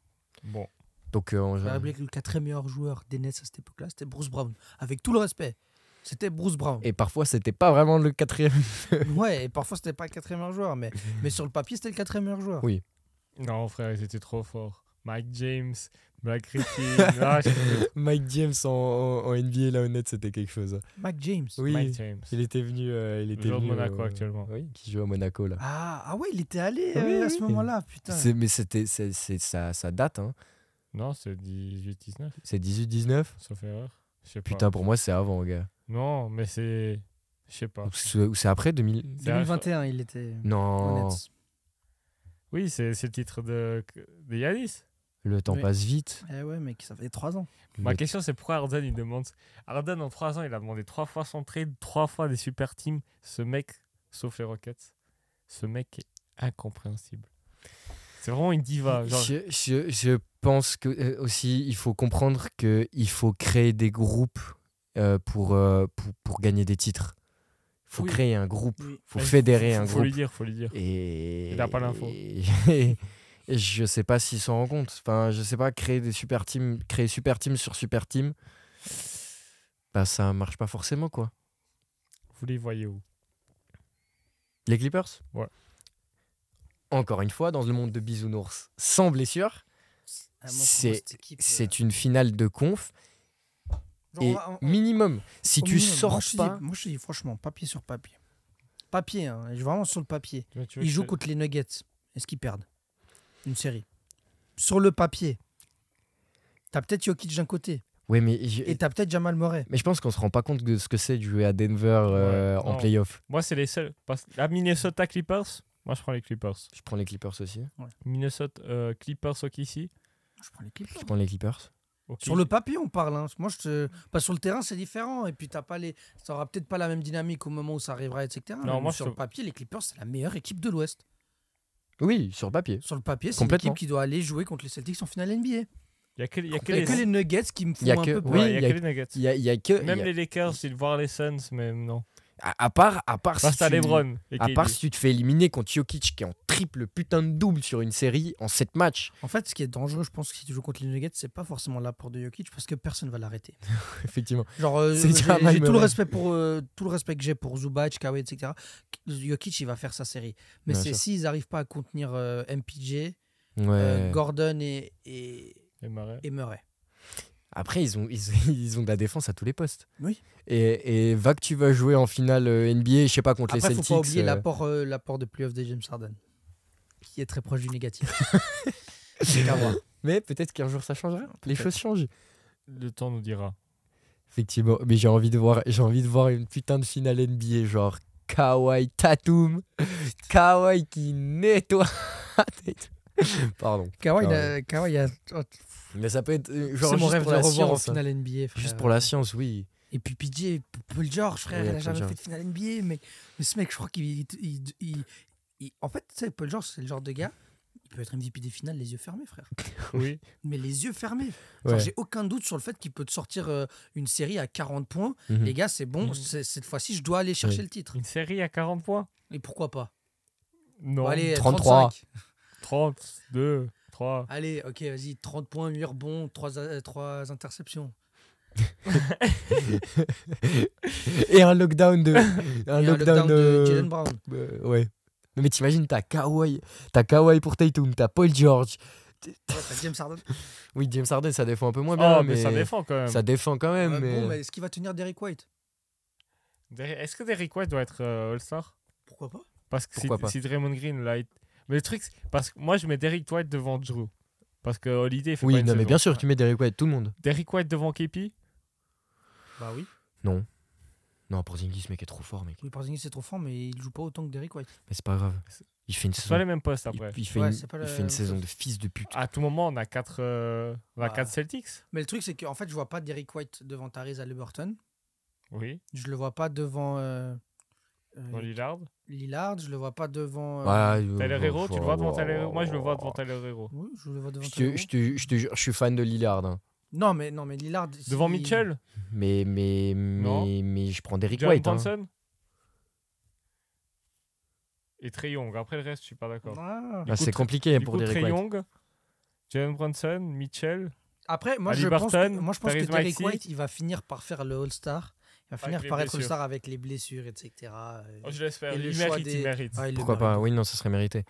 [SPEAKER 3] Bon,
[SPEAKER 1] Donc, euh, en
[SPEAKER 2] J'ai
[SPEAKER 1] général-
[SPEAKER 2] oublié que le quatrième meilleur joueur des Nets à cette époque-là, c'était Bruce Brown. Avec tout le respect. C'était Bruce Brown.
[SPEAKER 1] Et parfois, c'était pas vraiment le quatrième.
[SPEAKER 2] ouais, et parfois c'était pas le quatrième meilleur joueur, mais, mais sur le papier c'était le quatrième meilleur joueur.
[SPEAKER 1] Oui.
[SPEAKER 3] non frère, ils étaient trop forts. Mike James, Black Griffin, ah, je sais
[SPEAKER 1] Mike James en, en- en NBA, là, honnête, c'était quelque chose.
[SPEAKER 2] Mac James.
[SPEAKER 3] plus.
[SPEAKER 1] Oui,
[SPEAKER 3] Mike James.
[SPEAKER 1] il était venu. euh, il était
[SPEAKER 3] joueur de
[SPEAKER 1] venu
[SPEAKER 3] Monaco
[SPEAKER 1] au-
[SPEAKER 3] actuellement.
[SPEAKER 1] Oui, qui joue à Monaco, là.
[SPEAKER 2] Ah, ah ouais, il était allé
[SPEAKER 1] Ah oui,
[SPEAKER 2] euh, à
[SPEAKER 1] oui,
[SPEAKER 2] ce
[SPEAKER 1] oui.
[SPEAKER 2] moment-là, putain.
[SPEAKER 1] C'est- mais c'était, c'est, c'est- ça, ça date, hein.
[SPEAKER 3] Non, c'est 18-19,
[SPEAKER 1] C'est 18-19.
[SPEAKER 3] sauf erreur. Je sais pas.
[SPEAKER 1] Putain, pour moi, c'est avant, gars.
[SPEAKER 3] Non, mais c'est. Je sais pas.
[SPEAKER 1] Ou c'est, ou c'est après 2000.
[SPEAKER 3] C'est un-
[SPEAKER 2] 2021, il était.
[SPEAKER 1] Non,
[SPEAKER 2] honnête.
[SPEAKER 3] Oui, c'est c'est le titre de, de Yanis.
[SPEAKER 1] le temps
[SPEAKER 2] Oui.
[SPEAKER 1] passe vite.
[SPEAKER 2] Eh ouais, mec, ça fait 3 ans.
[SPEAKER 3] Ma
[SPEAKER 1] Le-
[SPEAKER 3] question, c'est pourquoi Arden, il demande. Arden, en 3 ans, il a demandé 3 fois son trade, 3 fois des super teams. Ce mec, sauf les Rockets, ce mec est incompréhensible. C'est vraiment une diva. Genre,
[SPEAKER 1] Je, je- je pense que euh, aussi il faut comprendre que il faut créer des groupes euh, pour, euh, pour pour gagner des titres. Faut
[SPEAKER 3] Oui.
[SPEAKER 1] créer un groupe,
[SPEAKER 2] Oui.
[SPEAKER 1] faut
[SPEAKER 3] Ouais,
[SPEAKER 1] fédérer un
[SPEAKER 3] faut
[SPEAKER 1] groupe.
[SPEAKER 3] lui dire, faut lui dire.
[SPEAKER 1] Et
[SPEAKER 3] Il a pas l'info.
[SPEAKER 1] Et, et je sais pas s'il s'en rend compte. Enfin, je sais pas créer des super teams, créer super team sur super team. Bah ça marche pas forcément quoi.
[SPEAKER 3] Vous les voyez où
[SPEAKER 1] Les Clippers
[SPEAKER 3] Ouais.
[SPEAKER 1] Encore une fois dans le monde de bisounours, sans blessure,
[SPEAKER 2] Ah, moi, pour moi,
[SPEAKER 1] C'est-
[SPEAKER 2] cette équipe, euh,
[SPEAKER 1] c'est une finale de conf
[SPEAKER 2] genre, on
[SPEAKER 1] et
[SPEAKER 2] va- on-
[SPEAKER 1] minimum. Si
[SPEAKER 2] au
[SPEAKER 1] tu
[SPEAKER 2] minimum,
[SPEAKER 1] sors
[SPEAKER 2] moi, je te dis-
[SPEAKER 1] pas,
[SPEAKER 2] moi, je te dis franchement, papier sur papier. Papier, hein, je- vraiment sur le papier.
[SPEAKER 3] Tu vois, tu vois
[SPEAKER 2] Ils
[SPEAKER 3] que
[SPEAKER 2] jouent
[SPEAKER 3] je-
[SPEAKER 2] contre les Nuggets. Est-ce qu'ils perdent une série Sur le papier, t'as peut-être Jokic d'un côté
[SPEAKER 1] ouais, mais je,
[SPEAKER 2] et t'as peut-être Jamal Murray.
[SPEAKER 1] mais je pense qu'on se rend pas compte de ce que c'est de jouer à Denver euh,
[SPEAKER 3] Ouais,
[SPEAKER 1] en
[SPEAKER 3] non.
[SPEAKER 1] playoff.
[SPEAKER 3] Moi, c'est les seuls. Parce... La Minnesota Clippers, moi, je prends les Clippers.
[SPEAKER 1] Je prends les Clippers aussi.
[SPEAKER 3] Minnesota euh, Clippers au ici.
[SPEAKER 2] Je prends les Clippers.
[SPEAKER 1] Je prends les Clippers.
[SPEAKER 2] Sur le papier, on parle. hein. Moi, je te... pas sur le terrain, c'est différent. Et puis, t'as pas les... ça aura peut-être pas la même dynamique au moment où ça arrivera, etc.
[SPEAKER 3] Non,
[SPEAKER 2] Mais
[SPEAKER 3] moi, je
[SPEAKER 2] sur
[SPEAKER 3] te-
[SPEAKER 2] le papier, les Clippers, c'est la meilleure équipe de l'Ouest.
[SPEAKER 1] Oui, sur le papier.
[SPEAKER 2] Sur le papier, c'est
[SPEAKER 1] Complètement.
[SPEAKER 2] l'équipe qui doit aller jouer contre les Celtics en finale NBA.
[SPEAKER 3] Il y a que, il y a que
[SPEAKER 2] Il n'y
[SPEAKER 3] les...
[SPEAKER 2] a que les Nuggets qui me font
[SPEAKER 1] Y a
[SPEAKER 2] un
[SPEAKER 1] que-
[SPEAKER 2] peu peur.
[SPEAKER 1] Oui,
[SPEAKER 3] ouais, il y a
[SPEAKER 1] il y a
[SPEAKER 3] que les Nuggets.
[SPEAKER 1] Il y a, il y a que il y
[SPEAKER 3] Même
[SPEAKER 1] a-
[SPEAKER 3] les Lakers, ils voir les Suns, mais non.
[SPEAKER 1] à, à part à part
[SPEAKER 3] Ça,
[SPEAKER 1] si
[SPEAKER 3] c'est à
[SPEAKER 1] tu-
[SPEAKER 3] LeBron. et
[SPEAKER 1] à
[SPEAKER 3] KD.
[SPEAKER 1] part si tu te fais éliminer contre Jokic qui est en triple putain de double sur une série en 7 matchs.
[SPEAKER 2] En fait, ce qui est dangereux, je pense, si tu joues contre les Nuggets, c'est pas forcément l'apport de Jokic parce que personne va l'arrêter.
[SPEAKER 1] Effectivement.
[SPEAKER 2] Genre, euh,
[SPEAKER 1] C'est
[SPEAKER 2] j'ai
[SPEAKER 1] Jamal
[SPEAKER 2] j'ai tout le
[SPEAKER 1] Murray.
[SPEAKER 2] respect pour euh, tout le respect que j'ai pour Zubac, Kawhi, etc. Jokic, il va faire sa série. Mais
[SPEAKER 1] Bien
[SPEAKER 2] c'est
[SPEAKER 1] sûr.
[SPEAKER 2] s'ils n'arrivent pas à contenir euh, MPJ,
[SPEAKER 1] Ouais.
[SPEAKER 2] euh, Gordon et, et,
[SPEAKER 3] Et Murray.
[SPEAKER 2] et Murray.
[SPEAKER 1] Après, ils ont, ils, ils ont de la défense à tous les postes.
[SPEAKER 2] Oui.
[SPEAKER 1] Et, et va que tu vas jouer en finale euh, NBA, je sais pas, contre
[SPEAKER 2] Après,
[SPEAKER 1] les
[SPEAKER 2] faut
[SPEAKER 1] Celtics.
[SPEAKER 2] pas oublier
[SPEAKER 1] euh,
[SPEAKER 2] l'apport, euh, l'apport de playoff de James Harden, qui est très proche du négatif. C'est qu'à voir.
[SPEAKER 1] Mais peut-être qu'un jour ça changera. Les
[SPEAKER 2] Peut-être.
[SPEAKER 1] choses changent.
[SPEAKER 3] Le temps nous dira.
[SPEAKER 1] Effectivement. Mais j'ai envie de voir, j'ai envie de voir une putain de finale NBA genre Kawhi Tatum, Kawhi qui nettoie. Pardon.
[SPEAKER 2] Kawhi, il a-
[SPEAKER 1] Ah
[SPEAKER 2] Kawhi, il a- oh,
[SPEAKER 1] Mais ça peut être euh, genre
[SPEAKER 2] c'est mon
[SPEAKER 1] juste
[SPEAKER 2] rêve de
[SPEAKER 1] pour
[SPEAKER 2] le
[SPEAKER 1] la
[SPEAKER 2] revoir en
[SPEAKER 1] science. hein.
[SPEAKER 2] finale Euh, NBA. frère.
[SPEAKER 1] Juste pour la science, oui.
[SPEAKER 2] Et puis PJ, Paul George, frère,
[SPEAKER 1] Oui,
[SPEAKER 2] il a
[SPEAKER 1] Paul
[SPEAKER 2] jamais
[SPEAKER 1] George.
[SPEAKER 2] fait de finale NBA, mais, mais ce mec, je crois qu'il. il- il- il- il- en fait, tu sais, Paul George, c'est le genre de gars, il peut être MVP des finales les yeux fermés, frère.
[SPEAKER 3] Oui.
[SPEAKER 2] Mais les yeux fermés. Genre,
[SPEAKER 1] Ouais.
[SPEAKER 2] J'ai aucun doute sur le fait qu'il peut te sortir euh, une série à 40 points.
[SPEAKER 1] Mhm.
[SPEAKER 2] Les gars, c'est bon,
[SPEAKER 3] Mhm.
[SPEAKER 2] c'est- cette fois-ci, je dois aller chercher
[SPEAKER 1] Oui.
[SPEAKER 2] le titre.
[SPEAKER 3] Une série à 40 points
[SPEAKER 2] Et pourquoi pas
[SPEAKER 3] Non.
[SPEAKER 2] Bon, Allez, euh,
[SPEAKER 1] 33.
[SPEAKER 2] 35.
[SPEAKER 3] 30, 2, 3.
[SPEAKER 2] Allez, ok, vas-y, 30 points, 8 rebonds, 3, euh, interceptions.
[SPEAKER 1] Et un lockdown de. un
[SPEAKER 2] Et
[SPEAKER 1] lockdown,
[SPEAKER 2] de
[SPEAKER 1] euh,
[SPEAKER 2] Jalen Brown.
[SPEAKER 1] euh, ouais. Non, mais t'imagines, t'as Kawhi, t'as Kawhi pour Tatum, t'as Paul George.
[SPEAKER 2] Ouais, t'as James Harden.
[SPEAKER 1] Oui, James Harden, ça défend un peu moins Ah, bien,
[SPEAKER 3] Oh, mais, ça défend quand même.
[SPEAKER 1] ça défend quand même.
[SPEAKER 2] Ouais,
[SPEAKER 1] mais...
[SPEAKER 2] Bon, mais est-ce qu'il va tenir Derrick White
[SPEAKER 3] Der- Est-ce que Derrick White doit être euh, All-Star
[SPEAKER 2] Pourquoi pas
[SPEAKER 3] Parce que si,
[SPEAKER 1] Pourquoi pas
[SPEAKER 3] si Draymond Green l'a été- Mais le truc, c'est- parce que moi, je mets Derrick White devant Drew. Parce que Holiday il fait pas
[SPEAKER 1] Oui,
[SPEAKER 3] une
[SPEAKER 1] non, mais
[SPEAKER 3] saison.
[SPEAKER 1] bien sûr, tu mets Derrick White, tout le monde.
[SPEAKER 3] Derrick White devant Kepi
[SPEAKER 2] Bah oui.
[SPEAKER 1] Non, Porzingis, mec, est trop fort, mec.
[SPEAKER 2] Oui, Porzingis c'est trop fort, mais il joue pas autant que Derrick White.
[SPEAKER 1] Mais c'est pas grave. Il fait une
[SPEAKER 3] C'est pas les
[SPEAKER 1] saison.
[SPEAKER 3] mêmes postes
[SPEAKER 1] Il,
[SPEAKER 3] après.
[SPEAKER 1] il fait
[SPEAKER 2] Ouais,
[SPEAKER 1] une,
[SPEAKER 2] c'est pas
[SPEAKER 1] il
[SPEAKER 2] la
[SPEAKER 1] fait
[SPEAKER 2] même
[SPEAKER 1] une saison de fils de pute.
[SPEAKER 3] À tout moment, on a 4 on a
[SPEAKER 1] Ah.
[SPEAKER 2] Bah.
[SPEAKER 3] quatre Celtics.
[SPEAKER 2] Mais le truc, c'est qu'en fait, je vois pas Derrick White devant Therese Halliburton.
[SPEAKER 3] Oui.
[SPEAKER 2] Je le vois pas devant euh, euh,
[SPEAKER 3] Dans Lillard.
[SPEAKER 2] Lillard. Je le vois pas devant. euh,
[SPEAKER 1] Bah,
[SPEAKER 3] Tyler
[SPEAKER 1] Talerero,
[SPEAKER 3] Hero, tu le vois devant Tyler Hero Moi, je le vois
[SPEAKER 1] oh.
[SPEAKER 3] devant Tyler Hero.
[SPEAKER 2] oui, je le vois devant.
[SPEAKER 1] Je
[SPEAKER 2] Tyler
[SPEAKER 1] te, je, te, je te jure, je suis fan de Lillard. hein.
[SPEAKER 2] Hero. Non, mais non, mais Lillard. si-
[SPEAKER 3] Devant Mitchell
[SPEAKER 1] Mais, mais,
[SPEAKER 3] Non.
[SPEAKER 1] mais, mais je prends Derrick
[SPEAKER 3] John
[SPEAKER 1] White. hein.
[SPEAKER 3] Thompson Et Trey Young. Après le reste, je suis pas d'accord.
[SPEAKER 2] Ah.
[SPEAKER 1] Ah,
[SPEAKER 3] coup,
[SPEAKER 1] c'est
[SPEAKER 3] Tra-
[SPEAKER 1] compliqué
[SPEAKER 3] Du
[SPEAKER 1] pour
[SPEAKER 3] coup,
[SPEAKER 1] Derrick
[SPEAKER 3] Trey
[SPEAKER 1] White.
[SPEAKER 3] Young, Jalen Brunson, Mitchell,
[SPEAKER 2] Après, moi, je
[SPEAKER 3] Haliburton,
[SPEAKER 2] pense que, moi, je pense que
[SPEAKER 3] Therese
[SPEAKER 2] Derrick
[SPEAKER 3] Maxey.
[SPEAKER 2] White, il va finir par faire le All-Star. Il va finir
[SPEAKER 3] les
[SPEAKER 2] par être
[SPEAKER 3] blessures.
[SPEAKER 2] All-Star avec les blessures, etc. euh,
[SPEAKER 3] Oh, je l'espère.
[SPEAKER 2] Et
[SPEAKER 3] Il
[SPEAKER 2] le choix
[SPEAKER 3] mérite,
[SPEAKER 2] des-
[SPEAKER 3] il mérite.
[SPEAKER 2] ouais, il le
[SPEAKER 1] Pourquoi
[SPEAKER 2] mérite.
[SPEAKER 1] pas Oui, non, ça serait mérité.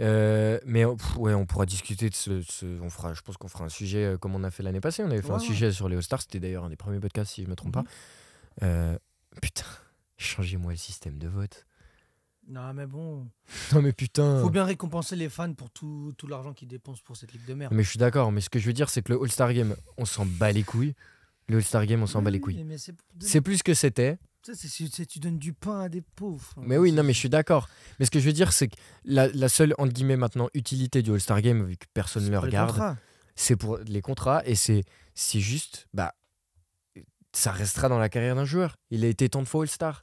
[SPEAKER 1] Euh, mais oh, pff, ouais, on pourra discuter de ce. ce- on fera, je pense qu'on fera un sujet euh, comme on a fait l'année passée. On avait fait
[SPEAKER 2] Ouais,
[SPEAKER 1] un
[SPEAKER 2] ouais.
[SPEAKER 1] sujet sur les All-Stars. C'était d'ailleurs un des premiers podcasts, si je me trompe
[SPEAKER 2] Mhm.
[SPEAKER 1] pas. Euh, putain, changez-moi le système de vote.
[SPEAKER 2] Non, mais bon.
[SPEAKER 1] Non, mais putain.
[SPEAKER 2] Faut bien récompenser les fans pour tout, tout l'argent qu'ils dépensent pour cette ligue de merde.
[SPEAKER 1] Mais je suis d'accord. Mais ce que je veux dire, c'est que le All-Star Game, on s'en bat les couilles. Le All-Star Game, on s'en bat les
[SPEAKER 2] Oui,
[SPEAKER 1] couilles.
[SPEAKER 2] Mais c'est pour donner-
[SPEAKER 1] C'est plus ce que c'était.
[SPEAKER 2] ça, c'est- c'est- c'est- tu donnes du pain à des pauvres. hein.
[SPEAKER 1] Mais oui, non, mais je suis d'accord. Mais ce que je veux dire, c'est que la, la seule, entre guillemets, maintenant, utilité du All-Star Game, vu que personne ne le
[SPEAKER 2] Pour les
[SPEAKER 1] regarde,
[SPEAKER 2] contrats.
[SPEAKER 1] c'est pour les contrats et c'est c'est juste bah ça restera dans la carrière d'un joueur. Il a été tant de fois All-Star.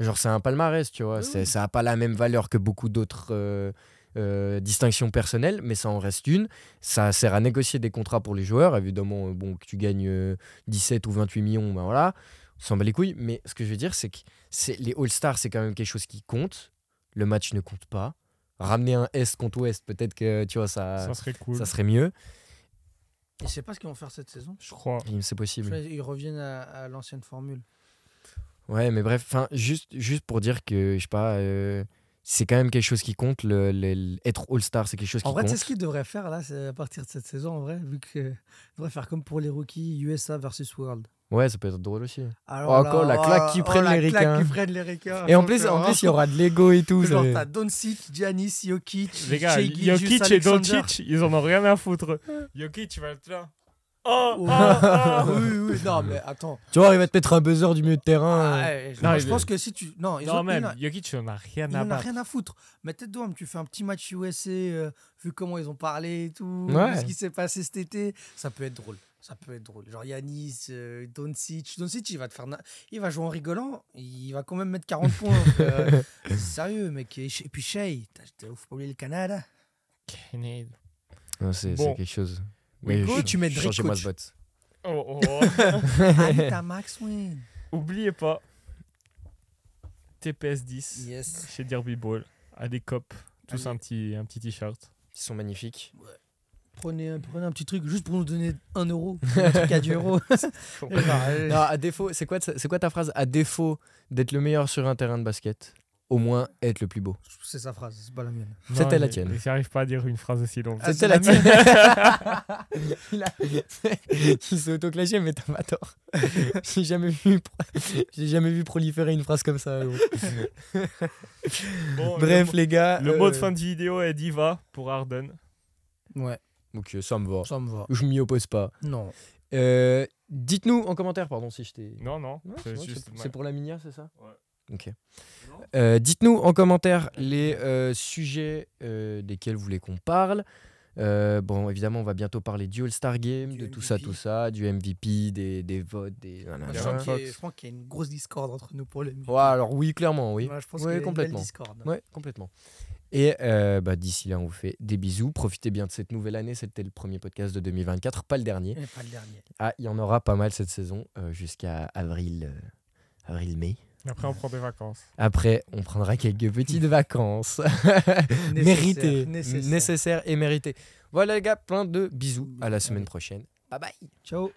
[SPEAKER 1] Genre c'est un palmarès, tu vois.
[SPEAKER 2] Oui,
[SPEAKER 1] C'est-
[SPEAKER 2] oui.
[SPEAKER 1] Ça n'a pas la même valeur que beaucoup d'autres euh, euh, distinctions personnelles, mais ça en reste une. Ça sert à négocier des contrats pour les joueurs. Évidemment, euh, bon que tu gagnes euh, 17 ou 28 millions, bah voilà, on s'en bat les couilles. Mais ce que je veux dire, c'est que c'est- les All-Stars, c'est quand même quelque chose qui compte. Le match ne compte pas. Ramener un Est contre Ouest, peut-être que tu vois ça,
[SPEAKER 3] Ça serait cool.
[SPEAKER 1] ça serait mieux.
[SPEAKER 2] Et Je sais pas ce qu'ils vont faire cette saison.
[SPEAKER 3] Je crois.
[SPEAKER 1] C'est
[SPEAKER 2] Je
[SPEAKER 1] possible.
[SPEAKER 2] crois qu'ils reviennent à, à l'ancienne formule.
[SPEAKER 1] Ouais, mais bref, enfin, juste, juste pour dire que, je sais pas, euh, c'est quand même quelque chose qui compte. Le, le- le- être All-Star, c'est quelque chose qui
[SPEAKER 2] En vrai, tu sais
[SPEAKER 1] compte.
[SPEAKER 2] ce qu'ils devraient faire là, c'est à partir de cette saison, en vrai, vu que ils devraient faire comme pour les rookies USA versus World.
[SPEAKER 1] Ouais, ça peut être drôle aussi.
[SPEAKER 2] Alors
[SPEAKER 1] Oh, encore la claque qui prennent
[SPEAKER 2] la
[SPEAKER 1] les
[SPEAKER 2] claque
[SPEAKER 1] Ricains.
[SPEAKER 2] qui prennent les Ricains.
[SPEAKER 1] Et en plus, en plus, il y aura de l'ego et tout.
[SPEAKER 2] Genre,
[SPEAKER 1] ça-
[SPEAKER 2] t'as Doncic, Giannis, Jokic,
[SPEAKER 3] Les gars,
[SPEAKER 2] Shai
[SPEAKER 3] Jokic et
[SPEAKER 2] Gilgeous-Alexander.
[SPEAKER 3] Doncic, ils en ont rien à foutre. Jokic, tu vas être là. Oh,
[SPEAKER 2] Oh.
[SPEAKER 3] oh, oh.
[SPEAKER 2] oui, oui, non, mais attends.
[SPEAKER 1] Tu vois, il va te mettre un buzzer du milieu de terrain. euh.
[SPEAKER 2] Ah, ouais, je-
[SPEAKER 3] Non,
[SPEAKER 2] je
[SPEAKER 3] il-
[SPEAKER 2] pense que si tu. Non, ils
[SPEAKER 3] Non,
[SPEAKER 2] ont, il
[SPEAKER 3] même,
[SPEAKER 2] en-
[SPEAKER 3] Jokic, on a rien
[SPEAKER 2] il
[SPEAKER 3] à
[SPEAKER 2] en a
[SPEAKER 3] battre.
[SPEAKER 2] rien à foutre. Mais tête d'homme, tu fais un petit match USA, euh, vu comment ils ont parlé et tout,
[SPEAKER 1] Ouais.
[SPEAKER 2] vu ce qui s'est passé cet été, ça peut être drôle. Ça peut être drôle. Genre Yanis, euh, Doncic. Doncic, il va te faire. na- Il va jouer en rigolant, il va quand même mettre 40 points. euh, c'est sérieux, mec. Et Shai- et puis Shea, faut pas oublier le Canada.
[SPEAKER 3] Kennedy.
[SPEAKER 1] Non, c'est
[SPEAKER 3] Bon.
[SPEAKER 1] c'est quelque chose.
[SPEAKER 3] Mais
[SPEAKER 2] go,
[SPEAKER 1] je-
[SPEAKER 2] tu mets Drake
[SPEAKER 1] Changez-moi
[SPEAKER 2] coach.
[SPEAKER 1] ce vote.
[SPEAKER 3] Oh, oh, oh.
[SPEAKER 2] Anita Maxwin.
[SPEAKER 3] Oubliez pas. TPS 10
[SPEAKER 2] Yes.
[SPEAKER 3] chez Derby Ball. À des copes. Tous
[SPEAKER 2] Allez.
[SPEAKER 3] un petit, un petit t-shirt.
[SPEAKER 1] Ils sont magnifiques.
[SPEAKER 2] Prenez, un- prenez un petit truc juste pour nous donner 1 euro. Un truc à 10 euros. Et bah, genre, allez.
[SPEAKER 1] Non, à défaut, c'est quoi, c'est quoi ta phrase À défaut d'être le meilleur sur un terrain de basket, au moins être le plus beau.
[SPEAKER 2] C'est sa phrase, c'est pas la mienne.
[SPEAKER 1] C'était la
[SPEAKER 3] mais-
[SPEAKER 1] tienne.
[SPEAKER 3] mais J'arrive pas à dire une phrase aussi longue.
[SPEAKER 2] Ah,
[SPEAKER 1] C'était
[SPEAKER 2] c'est
[SPEAKER 1] la
[SPEAKER 2] la
[SPEAKER 1] tienne. Il a- Il s'est autoclagé, mais t'as pas tort. J'ai jamais vu, pro- j'ai jamais vu proliférer une phrase comme ça. gros.
[SPEAKER 3] Bon,
[SPEAKER 1] Bref,
[SPEAKER 3] le,
[SPEAKER 1] les gars.
[SPEAKER 3] le
[SPEAKER 1] euh,
[SPEAKER 3] mot de fin de vidéo est Diva pour Arden.
[SPEAKER 2] Ouais,
[SPEAKER 1] Ok, ça me va.
[SPEAKER 2] ça me va.
[SPEAKER 1] Je m'y oppose pas.
[SPEAKER 2] Non.
[SPEAKER 1] Euh, Dites-nous en commentaire, pardon, si je t'ai.
[SPEAKER 3] Non, non.
[SPEAKER 1] Non,
[SPEAKER 3] c'est
[SPEAKER 1] c'est bon,
[SPEAKER 3] juste.
[SPEAKER 1] c'est- c'est pour la minia, c'est ça
[SPEAKER 3] Ouais.
[SPEAKER 1] Ok. Euh, Dites-nous en commentaire les euh, sujets euh, desquels vous voulez qu'on parle. Euh, bon, évidemment, on va bientôt parler du All-Star Game,
[SPEAKER 2] Du
[SPEAKER 1] de tout ça,
[SPEAKER 2] MVP.
[SPEAKER 1] tout ça, du MVP, des, des votes, des.
[SPEAKER 2] Je
[SPEAKER 3] Bien.
[SPEAKER 2] sens qu'il y a-
[SPEAKER 3] Fox.
[SPEAKER 2] je crois qu'il y a une grosse discorde entre nous pour le
[SPEAKER 1] Ouais, alors oui, clairement, oui.
[SPEAKER 2] je
[SPEAKER 1] Ouais,
[SPEAKER 2] pense qu'il y a une
[SPEAKER 1] complètement.
[SPEAKER 2] belle discorde.
[SPEAKER 1] Ouais, complètement. Et euh, bah, d'ici là, on vous fait des bisous. Profitez bien de cette nouvelle année. C'était le premier podcast de 2024, pas le dernier.
[SPEAKER 2] Et pas le dernier.
[SPEAKER 1] Ah, il y en aura pas mal cette saison euh, jusqu'à avril, euh, avril-mai.
[SPEAKER 3] Après, on prend des vacances.
[SPEAKER 1] Après, on prendra quelques petites vacances méritées,
[SPEAKER 2] Nécessaire, nécessaire.
[SPEAKER 1] nécessaires et méritées. Voilà les gars, plein de bisous. À la semaine prochaine. Bye bye.
[SPEAKER 2] Ciao.